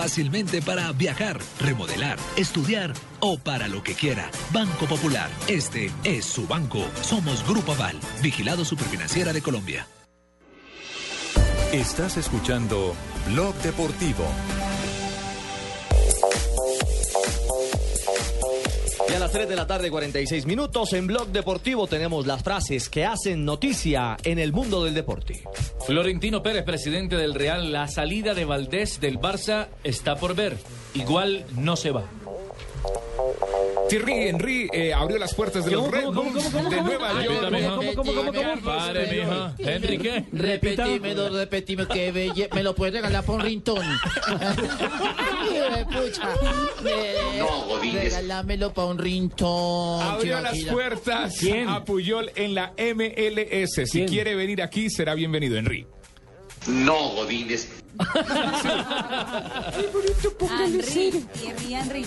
S60: fácilmente para viajar, remodelar, estudiar o para lo que quiera. Banco Popular, este es su banco. Somos Grupo Aval, vigilado superfinanciera de Colombia.
S2: Estás escuchando Blog Deportivo.
S11: Y a las 3 de la tarde, 46 minutos, en Blog Deportivo tenemos las frases que hacen noticia en el mundo del deporte.
S17: Florentino Pérez, presidente del Real, la salida de Valdés del Barça está por ver. Igual no se va.
S12: Thierry Henry eh, abrió las puertas de los Red Bulls de Nueva York.
S18: Repetime, no, repetime, que belle- me lo puedes regalar por un rintón. Pucha.
S10: No, Godínez.
S18: Regálamelo para un rintón.
S12: Abrió las
S18: Chimaquira.
S12: puertas a Puyol en la MLS. Si quiere venir aquí, será bienvenido, Henry.
S61: No, Godínez.
S15: Henry, Thierry Henry.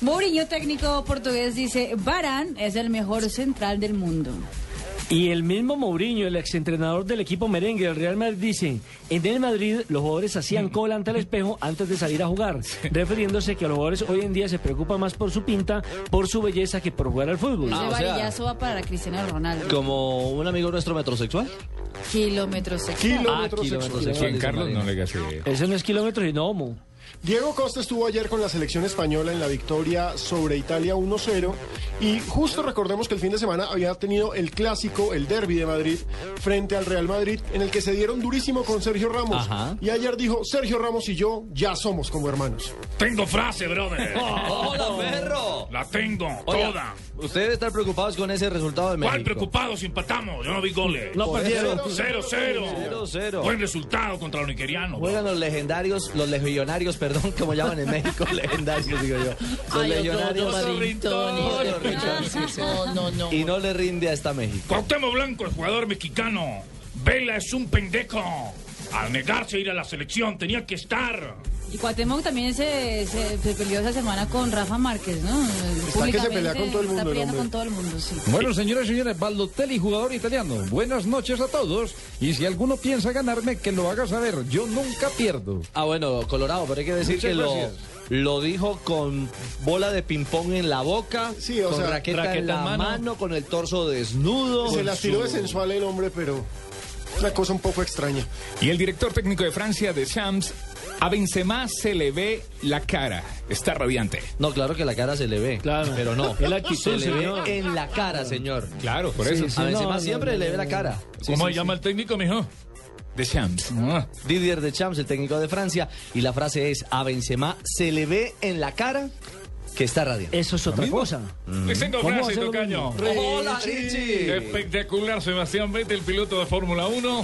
S15: Mourinho, técnico portugués, dice, Barán es el mejor central del mundo.
S13: Ah,
S14: Y el mismo Mourinho, el exentrenador del equipo merengue del Real Madrid, dice, en el Madrid los jugadores hacían cola ante el espejo antes de salir a jugar, refiriéndose que los jugadores hoy en día se preocupan más por su pinta, por su belleza que por jugar al fútbol.
S15: Ese varillazo va para Cristiano Ronaldo.
S11: Como un amigo nuestro metrosexual.
S15: Kilómetros
S13: Ah,
S11: Kilómetros Ah, kilómetros sexuales. sexuales.
S12: Juan Carlos, no le digas
S14: Ese no es kilómetro, sino homo.
S13: Diego Costa estuvo ayer con la selección española en la victoria sobre Italia 1-0 y justo recordemos que el fin de semana había tenido el clásico, el derby de Madrid frente al Real Madrid en el que se dieron durísimo con Sergio Ramos
S17: Ajá.
S13: y ayer dijo Sergio Ramos y yo ya somos como hermanos.
S17: Tengo frase, brother.
S11: ¡Hola, perro!
S17: La tengo
S11: Oiga,
S17: toda.
S11: Ustedes están preocupados con ese resultado de México.
S17: ¿Cuál preocupado si empatamos? Yo no vi goles.
S11: No perdieron.
S17: 0-0.
S11: 0-0.
S17: Buen resultado contra los nigerianos.
S11: Juegan los legendarios, los legionarios, perdón, como llaman en México, legendarios, digo yo. Los
S25: Ay,
S11: legionarios.
S25: Osvaldo Rintones. No, no, no.
S11: Y no le rinde a esta México.
S17: Cuauhtémoc Blanco, el jugador mexicano. Vela es un pendejo. Al negarse a ir a la selección, tenía que estar.
S15: Y Cuauhtémoc también se, se, se peleó esa semana con Rafa Márquez, ¿no?
S13: que se
S15: Públicamente
S13: pelea con todo el mundo,
S15: Está
S13: el
S15: peleando
S13: hombre.
S15: con todo el mundo, sí.
S20: Bueno, señoras y señores, Baldotelli, jugador italiano. Buenas noches a todos. Y si alguno piensa ganarme, que lo haga saber. Yo nunca pierdo.
S11: Ah, bueno, Colorado, pero hay que decir
S20: Muchas
S11: que lo,
S20: gracias.
S11: lo dijo con bola de ping-pong en la boca,
S13: o
S11: con
S13: sea,
S11: raqueta,
S13: raqueta
S11: en la
S13: en mano.
S11: mano. con el torso desnudo.
S13: Se
S11: con
S13: las tiró de
S11: su-
S13: sensual el hombre, pero una cosa un poco extraña.
S12: Y el director técnico de Francia, de Champs, a Benzema se le ve la cara. Está radiante.
S11: No, claro que la cara se le ve. Pero no.
S12: Es la actitud,
S11: se le ve
S12: señor.
S11: en la cara, señor.
S12: Claro, por
S11: Sí,
S12: eso.
S11: sí, A Benzema no, no, siempre no, le ve la no. cara. Sí,
S12: ¿Cómo
S11: sí,
S12: se llama el técnico, mijo? De Champs.
S11: Ah. Didier Deschamps, el técnico de Francia, y la frase es, a Benzema se le ve en la cara que está Mm. radiante.
S14: Eso es otra cosa.
S12: Les tengo
S14: ¿Cómo
S12: frase,
S14: hacer lo
S12: Tocaño.
S14: mismo?
S11: Hola, Richie.
S12: Espectacular, Sebastián Vettel, piloto de Fórmula 1.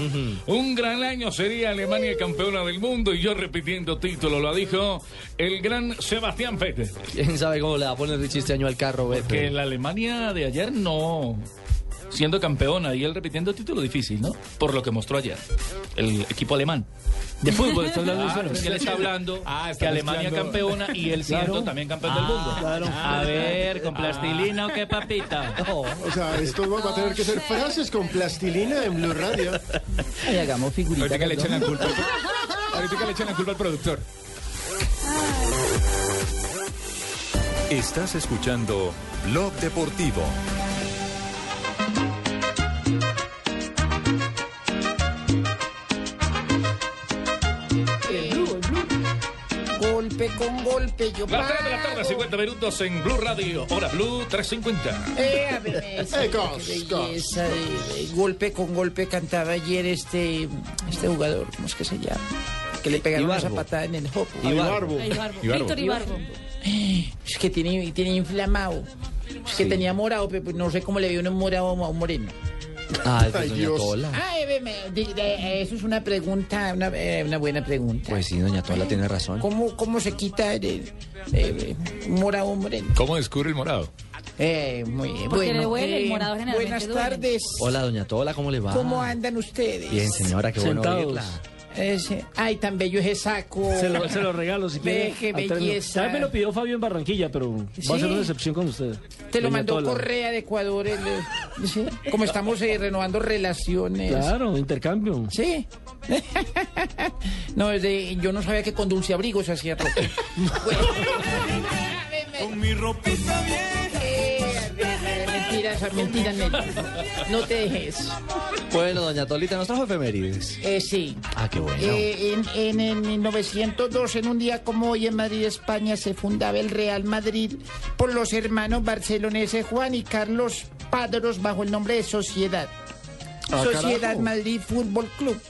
S12: Un gran año sería Alemania campeona del mundo. Y yo repitiendo título, lo dijo el gran Sebastián Vettel.
S11: ¿Quién sabe cómo le va a poner Richie este año al carro, Beto?
S17: Que la Alemania de ayer no. Siendo campeona y él repitiendo título difícil, ¿no? Por lo que mostró ayer. El equipo alemán. De fútbol, está hablando Ah, solo. él está hablando Ah, está que Alemania mezclando. campeona y él siendo Claro. también campeón del Ah, mundo. claro. Ah. A ver, ¿con plastilina o qué papita?
S13: Ah. O sea, esto va a tener que ser frases con plastilina en Blue Radio.
S25: Ay, hagamos figuritas.
S12: Ahorita que le echan la culpa. Ahorita que le echan la culpa al productor.
S2: Estás escuchando Blog Deportivo.
S25: Golpe con golpe, yo
S12: La
S25: pago.
S12: 3 de la tarde, 50 minutos en Blue Radio. Hora Blue 350.
S25: Eh, a ver, esa,
S12: Eh,
S25: qué
S12: cos,
S25: belleza de- de golpe con golpe cantaba ayer este, este jugador, ¿cómo es que se llama? Que le pegaron una
S11: Ibarbo.
S25: zapatada en el hopo.
S11: Ibarbo.
S15: Ibarbo. Víctor Ibarbo.
S25: Es que tiene, tiene inflamado. Es que tenía morado, pero pues no sé cómo le vio un morado a un moreno.
S11: Ay, pues,
S25: Ay,
S11: doña
S25: Dios.
S11: Tola.
S25: Ah, eh, ve, me- di- de- eh, eso es una pregunta, una, eh, una buena pregunta.
S11: Pues sí, doña Tola tiene razón.
S25: ¿Cómo, cómo se quita el, el- eh, un morado a un moreno?
S12: ¿Cómo descubre el morado?
S25: Eh, muy bien.
S15: Porque
S25: bueno,
S15: le duele, el
S25: eh,
S15: morado generalmente
S25: Buenas
S15: duele.
S25: tardes.
S11: Hola, doña Tola, ¿cómo le va?
S25: ¿Cómo andan ustedes?
S11: Bien, señora, qué bueno oírla.
S25: Ese- ay, tan bello ese saco.
S14: Se lo, se lo regalo si
S25: Ve
S14: quieres.
S25: qué belleza.
S14: me lo pidió Fabio en Barranquilla, pero va a ser
S25: Sí.
S14: una excepción con ustedes.
S25: Te lo
S14: Doña
S25: mandó
S14: Tola.
S25: Correa de Ecuador. el, eh, ¿sí? Como estamos eh, renovando relaciones.
S14: Claro, intercambio.
S25: Sí. No, es de- yo no sabía que con dulce abrigo se hacía ropa. Con mi ropita Eh, bien. Mentiras, mentiras, neta. No te dejes.
S11: Bueno, doña Tolita, nos trajo efemérides.
S25: Eh, sí.
S11: Ah, qué bueno.
S25: Eh, en, en, en 1902, en un día como hoy en Madrid, España, se fundaba el Real Madrid por los hermanos barceloneses Juan y Carlos Padros bajo el nombre de Sociedad.
S5: Ah,
S25: Sociedad
S5: carajo.
S25: Madrid Fútbol Club.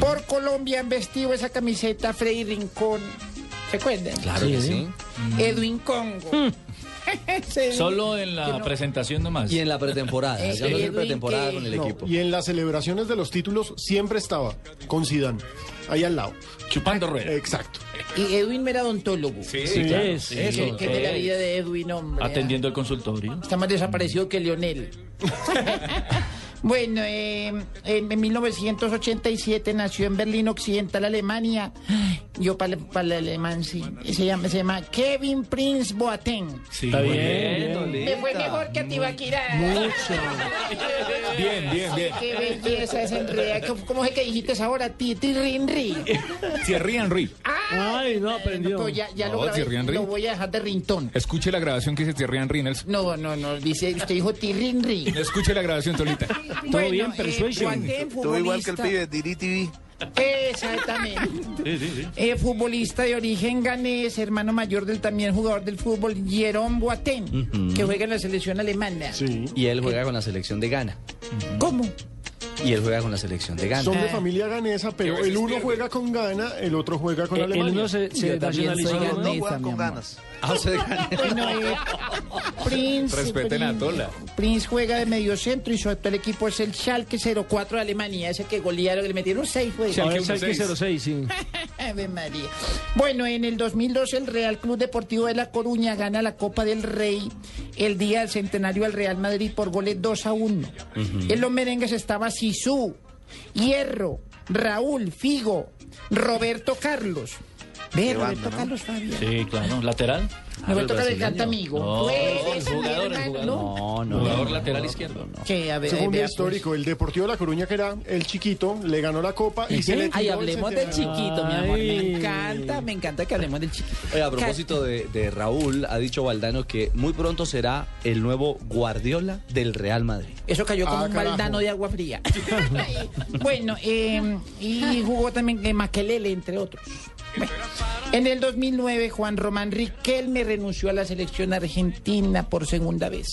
S25: Por Colombia han vestido esa camiseta Freddy Rincón. ¿Recuerdan?
S17: Claro que Sí. sí.
S25: Edwin Congo. Ese-
S17: Solo en
S25: que
S17: la
S25: no-
S17: presentación nomás. Y
S11: en la pretemporada.
S25: Eh,
S11: ya no es
S25: Edwin,
S11: pretemporada
S25: que-
S11: con el
S13: No,
S11: equipo.
S13: y en las celebraciones de los títulos siempre estaba con Zidane, ahí al lado.
S17: Chupando ruedas.
S13: Exacto.
S25: Y Edwin era odontólogo.
S17: Sí, Sí, claro, es, sí.
S25: ¿Qué-
S17: eso,
S25: qué de la
S17: es.
S25: vida de Edwin, hombre? ¿ah?
S17: Atendiendo el consultorio.
S25: Está más desaparecido que Lionel. bueno, eh, en 1987 nació en Berlín Occidental, Alemania. Yo para el alemán, sí. Se llama, se llama Kevin Prince Boateng.
S14: Está bien.
S25: Me fue mejor que a Tibaquirá.
S12: Bien, bien, bien.
S25: Qué belleza esa enredada. ¿Cómo- ¿Cómo es que dijiste ahora? Titi Rinri.
S12: Thierry Henry.
S14: Ay, no aprendió.
S25: Ah, Pues ya, ya
S12: No,
S25: lo grabé.
S12: Thierry Henry.
S25: Lo voy a dejar de rintón.
S12: Escuche la grabación que dice Thierry Henry, Nelson.
S25: No, no, no. Dice, usted dijo Tirrinri.
S12: Escuche la grabación, Tolita.
S25: Bueno, eh, Boateng, futbolista.
S62: Diri TV.
S25: Exactamente.
S17: Sí, sí, sí.
S25: Eh, futbolista de origen ganés, hermano mayor del también jugador del fútbol, Jerome Boateng,
S11: Ujú.
S25: que juega en la selección alemana.
S11: Mm. Y él juega con la selección de Ghana.
S25: ¿Cómo?
S11: Y él juega con la selección de Ghana.
S13: Son de
S14: Eh.
S13: familia ganesa, pero el uno juega con Ghana, el otro juega con
S11: El- el
S13: Alemania.
S11: uno se- se Yo también nacionalizó. soy
S13: No, no
S11: ganesa,
S13: juega
S11: mi
S13: con ganas.
S11: Ah, o sea, de Ghana.
S25: Bueno, eh, Prince, Prince- Prince juega de mediocentro y su actual equipo es el Schalke 04 de Alemania, ese que golearon, que le metieron 6 fue.
S14: Ahora el Schalke 06, sí.
S25: Ave María. Bueno, en el 2002 el Real Club Deportivo de La Coruña gana la Copa del Rey el día del centenario al Real Madrid por goles 2 a 1. En los merengues estaba Sisú, Hierro, Raúl, Figo, Roberto Carlos. Ve,
S17: Qué
S25: Roberto
S17: banda, ¿no?
S25: Carlos Fabián.
S17: Sí, claro. ¿Lateral?
S25: Roberto Carlos canta amigo.
S17: No,
S25: Puede ser,
S17: jugador,
S25: hermano.
S17: jugador. No, no. Jugador lateral izquierdo.
S25: Que, a ver,
S13: Según
S25: vea,
S13: el
S25: pues.
S13: histórico, el Deportivo de La Coruña, que era el chiquito, le ganó la copa y se le tiró
S25: pues. Ay,
S13: el
S25: hablemos del
S13: centenario.
S25: chiquito, mi amor. Me encanta, me encanta que hablemos del chiquito.
S11: Oye, a propósito de, de Raúl, ha dicho Valdano que muy pronto será el nuevo Guardiola del Real Madrid.
S25: Eso cayó como
S11: Ah,
S25: un
S11: carajo.
S25: baldano de agua fría. bueno, eh, y jugó también en Maquelele, entre otros. Bueno, en el 2009, Juan Román Riquelme renunció a la selección argentina por segunda vez.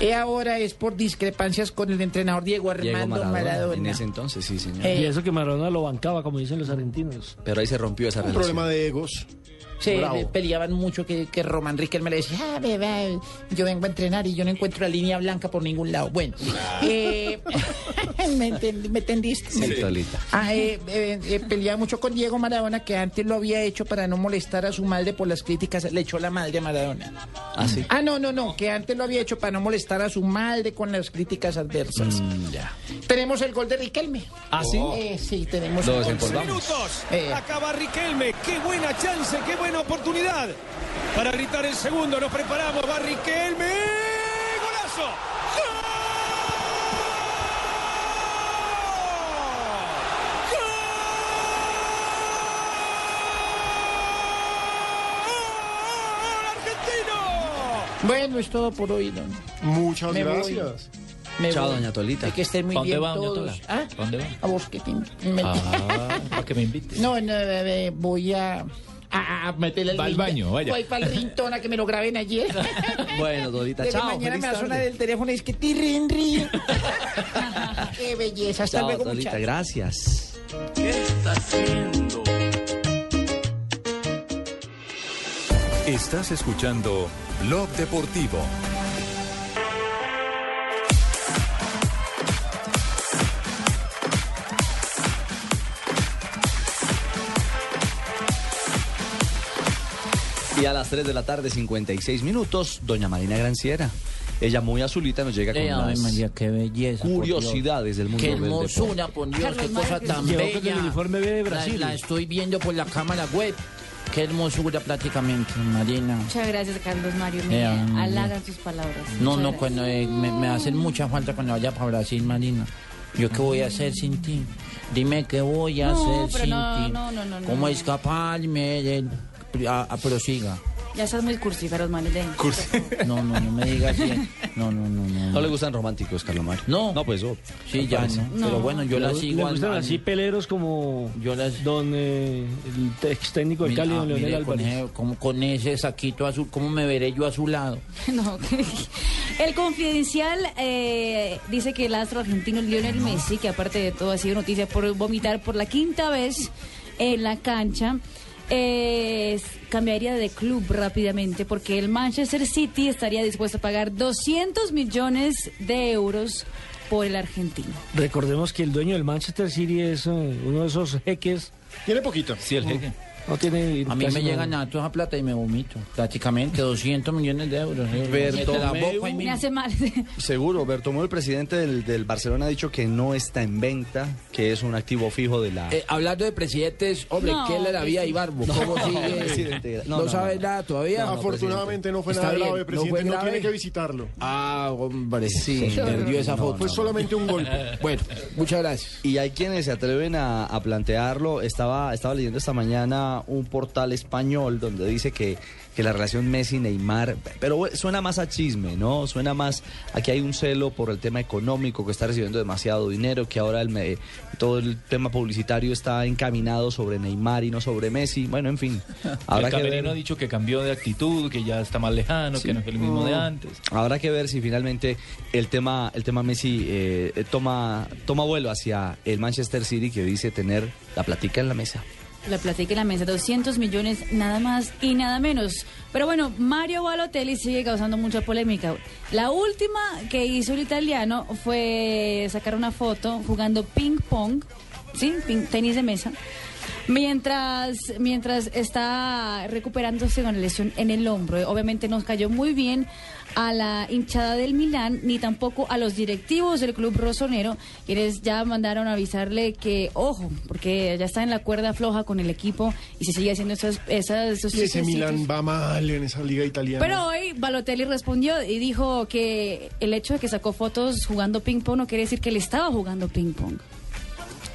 S25: Y ahora es por discrepancias con el entrenador Diego
S11: Diego
S25: Armando
S11: Maradona, En
S25: Maradona. Eh,
S11: ese entonces, sí, señor.
S14: Y eso que Maradona lo bancaba, como dicen los argentinos.
S11: Pero ahí se rompió esa relación.
S13: de egos.
S25: Se
S11: Bravo.
S25: peleaban mucho que, que Román Riquelme le decía, "Ah, bebé, yo vengo a entrenar y yo no encuentro la línea blanca por ningún lado. Bueno,
S11: Ah.
S25: eh, ¿me, entend- me entendiste? Ah, eh, eh, eh, peleaba mucho con Diego Maradona, que antes lo había hecho para no molestar a su madre por las críticas. Le echó la madre a Maradona.
S11: ¿Ah, sí?
S25: Ah, no, no, no, que antes lo había hecho para no molestar a su madre con las críticas adversas. Tenemos el gol de Riquelme.
S11: Mm, ¿Ah, sí?
S25: Eh, sí, tenemos
S11: Lo
S25: el gol. Eh,
S11: desempolvamos.
S5: minutos. Acaba Riquelme. Qué buena chance, qué buena oportunidad. Para gritar el segundo, nos preparamos. Va Riquelme. ¡Golazo!
S25: Bueno, es todo por hoy, don.
S13: Muchas
S25: Me voy.
S13: gracias.
S25: Me
S11: Chao,
S25: voy.
S11: doña Tolita.
S25: Que estén muy
S11: ¿Dónde
S25: bien
S11: va, doña
S25: todos.
S11: Tola?
S25: ¿Ah?
S11: ¿Dónde va?
S25: A vos que te me-
S11: Ah. para que me invite.
S25: No, no, eh, voy a, a, a meterle el
S11: Va al
S25: link.
S11: baño, vaya.
S25: Voy para el ringtone a que me lo graben ayer.
S11: Bueno, Dorita,
S25: Desde
S11: chao.
S25: mañana
S11: feliz
S25: me va a
S11: tarde.
S25: sonar el teléfono y es que tirrin, rin. Qué belleza. Hasta
S11: Chao,
S25: luego,
S11: Dorita,
S25: muchachos.
S11: gracias.
S2: Estás escuchando Blog Deportivo.
S11: Y a las 3 de la tarde, 56 minutos, doña Marina Granciera. Ella muy azulita nos llega con
S18: Eh, ay,
S11: las
S18: María, qué belleza. por
S11: curiosidades del mundo
S18: Qué
S11: del deporte.
S18: hermosura, por Dios, qué cosa tan Llegó bella. con el uniforme de Brasil. La, estoy viendo por la cámara web. Qué hermosura prácticamente, Marina.
S15: Muchas gracias, Carlos Mario. Me
S18: Eh, ah,
S15: halagan sus palabras.
S18: No,
S15: Muchas
S18: no,
S15: gracias.
S18: cuando eh, me, me hacen mucha falta cuando vaya para Brasil, Marina. ¿Yo qué voy a hacer sin ti? Dime qué voy a
S15: No,
S18: hacer
S15: pero
S18: sin
S15: no,
S18: ti.
S15: no, no, no, no,
S18: ¿Cómo
S15: no.
S18: escaparme? del- a- a- prosiga.
S15: Ya estás muy cursi, Carlos Mario. de-
S18: No, no, no me digas bien. No, no, no, no.
S11: No le gustan románticos, Calomar.
S18: No.
S11: No, pues, oh,
S18: Sí, ya,
S11: parece.
S18: ¿no? Pero bueno, yo la
S14: Le-
S18: sigo.
S14: Le
S18: al-
S14: gustan
S18: al-
S14: así peleros como don eh, el ex técnico del
S18: Mira,
S14: Cali,
S18: ah,
S14: don Leonel
S18: mire, con,
S14: Álvarez.
S18: ese, como con ese saquito azul, ¿cómo me veré yo azulado?
S15: No, que- El confidencial eh, dice que el astro argentino Lionel Messi, que aparte de todo ha sido noticia por vomitar por la quinta vez en la cancha, eh, s- cambiaría de club rápidamente porque el Manchester City estaría dispuesto a pagar 200 millones de euros por el argentino.
S14: Recordemos que el dueño del Manchester City es eh, uno de esos jeques.
S13: Tiene poquito.
S14: Sí,
S18: el jeque.
S14: No tiene.
S18: A mí
S14: casi
S18: me
S14: nada.
S18: llegan a toda esa plata y me vomito. Prácticamente 200 millones de euros. ¿eh?
S11: Bertomeu.
S18: Mete la boca ahí
S15: Me
S18: mismo.
S15: hace mal.
S11: Seguro, Bertomeu, el presidente del, del Barcelona, ha dicho que no está en venta, que es un activo fijo de la...
S18: Eh, hablando de presidentes, hombre, No, pues ¿qué le había presidente. Ibarbo?
S11: No,
S18: ¿Cómo sigue?
S11: presidente, no,
S18: No,
S11: no,
S18: sabes
S11: no.
S18: nada todavía.
S13: Afortunadamente no fue
S18: Está
S13: nada
S18: bien,
S13: grave,
S18: no
S13: presidente.
S18: fue
S13: No,
S18: grave.
S13: tiene que visitarlo.
S18: Ah, hombre, sí,
S13: Sí.
S18: perdió esa
S13: No,
S18: foto.
S13: Fue solamente un golpe.
S18: Bueno, muchas gracias.
S11: Y hay quienes se atreven a, a plantearlo. Estaba, estaba leyendo esta mañana un portal español donde dice que, que la relación Messi-Neymar, pero bueno, suena más a chisme, ¿no? Suena más a que hay un celo por el tema económico, que está recibiendo demasiado dinero, que ahora el, Me- todo el tema publicitario está encaminado sobre Neymar y no sobre Messi. Bueno, en fin.
S17: el
S11: Habrá que ver.
S17: camerino ha dicho que cambió de actitud, que ya está más lejano, que no es el mismo de
S25: Mm.
S17: antes.
S11: Habrá que ver si finalmente el tema, el tema Messi eh, eh, toma, toma vuelo hacia el Manchester City que dice tener la platica en la mesa.
S15: La platica en la mesa, 200 millones nada más y nada menos. Pero bueno, Mario Balotelli sigue causando mucha polémica. La última que hizo el italiano fue sacar una foto jugando ping pong, ¿sí? Ping- tenis de mesa. Mientras, mientras está recuperándose con la lesión en el hombro, obviamente nos cayó muy bien a la hinchada del Milán, ni tampoco a los directivos del club rosonero, quienes ya mandaron a avisarle que, ojo, porque ya está en la cuerda floja con el equipo y se sigue haciendo esas, esas esos
S13: Y ese
S15: chistecitos.
S13: Milan va mal en esa liga italiana.
S15: Pero hoy Balotelli respondió y dijo que el hecho de que sacó fotos jugando ping pong no quiere decir que él estaba jugando ping pong.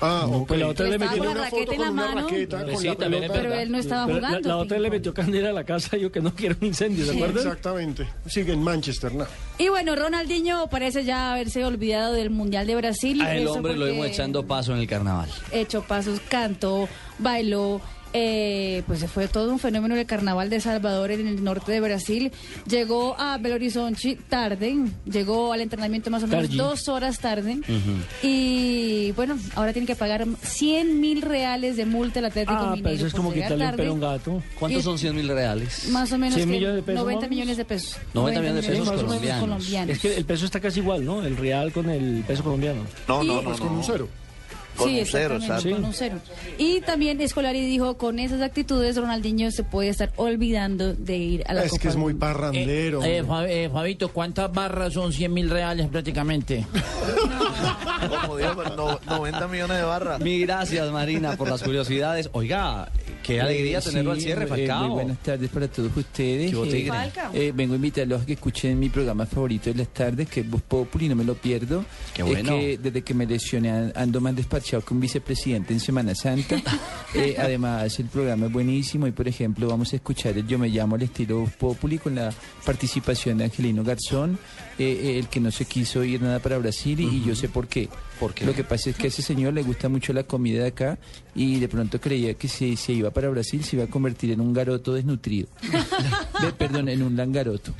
S13: Ah,
S15: ok.
S14: Pues la otra
S15: Le
S14: le
S15: estaba
S14: metió
S15: con la raqueta en la mano.
S13: con la pelota.
S15: Pero él no estaba
S14: Pero la-
S15: jugando.
S14: La, otra le metió candela a la casa, yo que no quiero un incendio, ¿se
S15: Sí.
S14: acuerdan?
S13: Exactamente. Sigue en Manchester, ¿no?
S15: Y bueno, Ronaldinho parece ya haberse olvidado del Mundial de Brasil.
S11: A el
S15: Eso
S11: hombre lo
S15: porque
S11: vimos echando paso en el carnaval.
S15: Hecho pasos, cantó, bailó. eh, pues se fue todo un fenómeno el carnaval de Salvador en el norte de Brasil. Llegó a Belo Horizonte tarde, llegó al entrenamiento más o menos
S19: Tarde.
S15: dos horas tarde.
S14: Mm.
S15: Y bueno, ahora tiene que pagar 100 mil reales de multa al Atlético
S14: Ah,
S15: Mineiro.
S14: pero eso es
S15: por
S14: como
S15: llegar
S14: quitarle un
S15: tarde.
S14: pelo a un gato.
S15: ¿Cuántos Y- son
S11: 100 mil reales?
S15: Más o menos
S14: 100
S15: que
S14: millones de pesos,
S15: 90
S14: vamos.
S15: millones de pesos.
S11: 90 millones de pesos
S14: Sí, más o menos
S11: colombianos.
S14: Es que el peso está casi igual, ¿no? El real con el peso colombiano.
S62: No,
S15: Y-
S62: no, no.
S15: Pues con
S62: no.
S15: un
S13: cero.
S62: Con
S15: sí,
S62: un cero,
S15: exactamente,
S62: exacto.
S15: con un cero. Y también Escolari dijo, con esas actitudes Ronaldinho se puede estar olvidando de ir a la Copa del Mundo".
S13: parrandero.
S18: Eh, Fa- eh, Fabito, ¿cuántas barras son 100 mil reales prácticamente?
S62: Como digo, no- 90 millones de barras.
S11: Mi gracias, Marina, por las curiosidades. Oiga, qué alegría
S19: Eh,
S11: tenerlo
S19: sí,
S11: al cierre,
S19: eh, muy
S11: Falcao.
S19: buenas tardes para todos ustedes.
S11: Qué botigre.
S19: Eh, eh, vengo a invitarlos a que escuchen mi programa favorito de las tardes, que es Voz Populi, no me lo pierdo.
S11: Qué
S19: Es
S11: bueno.
S19: que desde que me lesioné an- ando más despachado que un vicepresidente en Semana Santa. Eh, además, el programa es buenísimo y, por ejemplo, vamos a escuchar el Yo me llamo al estilo Voz Populi con la participación de Angelino Garzón, eh, eh, el que no se quiso ir nada para Brasil y, y yo sé por qué. Lo que pasa es que a ese señor le gusta mucho la comida de acá y de pronto creía que si se iba para Brasil se iba a convertir en un garoto desnutrido. Ve, perdón, en un langaroto.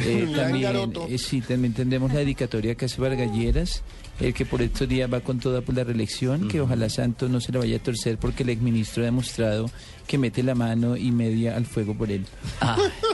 S19: Eh,
S13: Un
S19: también,
S13: langaroto.
S19: eh, sí, también tendremos la dedicatoria que hace Vargalleras, el que por estos días va con toda por la reelección, que ojalá Santos no se la vaya a torcer porque el exministro ha demostrado que mete la mano y media al fuego por él.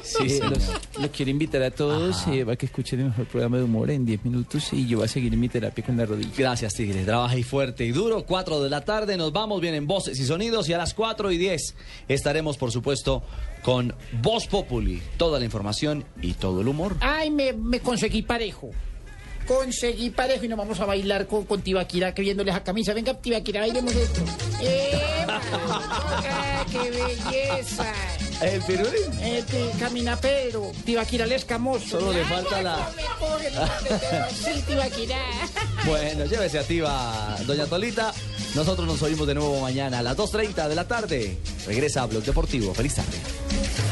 S11: sí,
S19: Eh,
S11: señor.
S19: los, los quiero invitar a todos eh, a que escuchen el mejor programa de humor en 10 minutos y yo voy a seguir en mi terapia con la rodilla.
S11: Gracias, Tigre. Trabaja y fuerte y duro. 4 de la tarde nos vamos. Vienen voces y sonidos. Y a las 4 y 10 estaremos, por supuesto, con Voz Populi. Toda la información y todo el humor.
S25: Ay, me, me conseguí parejo. Conseguí parejo y nos vamos a bailar con, con Tibaquira que viéndole esa camisa. Venga, Tibaquira, bailemos esto. ¡Epa! ¡Ah, ¡Qué belleza!
S11: ¿El pirulín?
S25: Este, camina Pedro, Tibaquira el escamoso.
S11: Solo le falta la-
S25: Pobre, sí, Tibaquira.
S11: Bueno, llévese activa, doña Tolita. Nosotros nos oímos de nuevo mañana a las 2.30 de la tarde. Regresa a Blog Deportivo. Feliz tarde.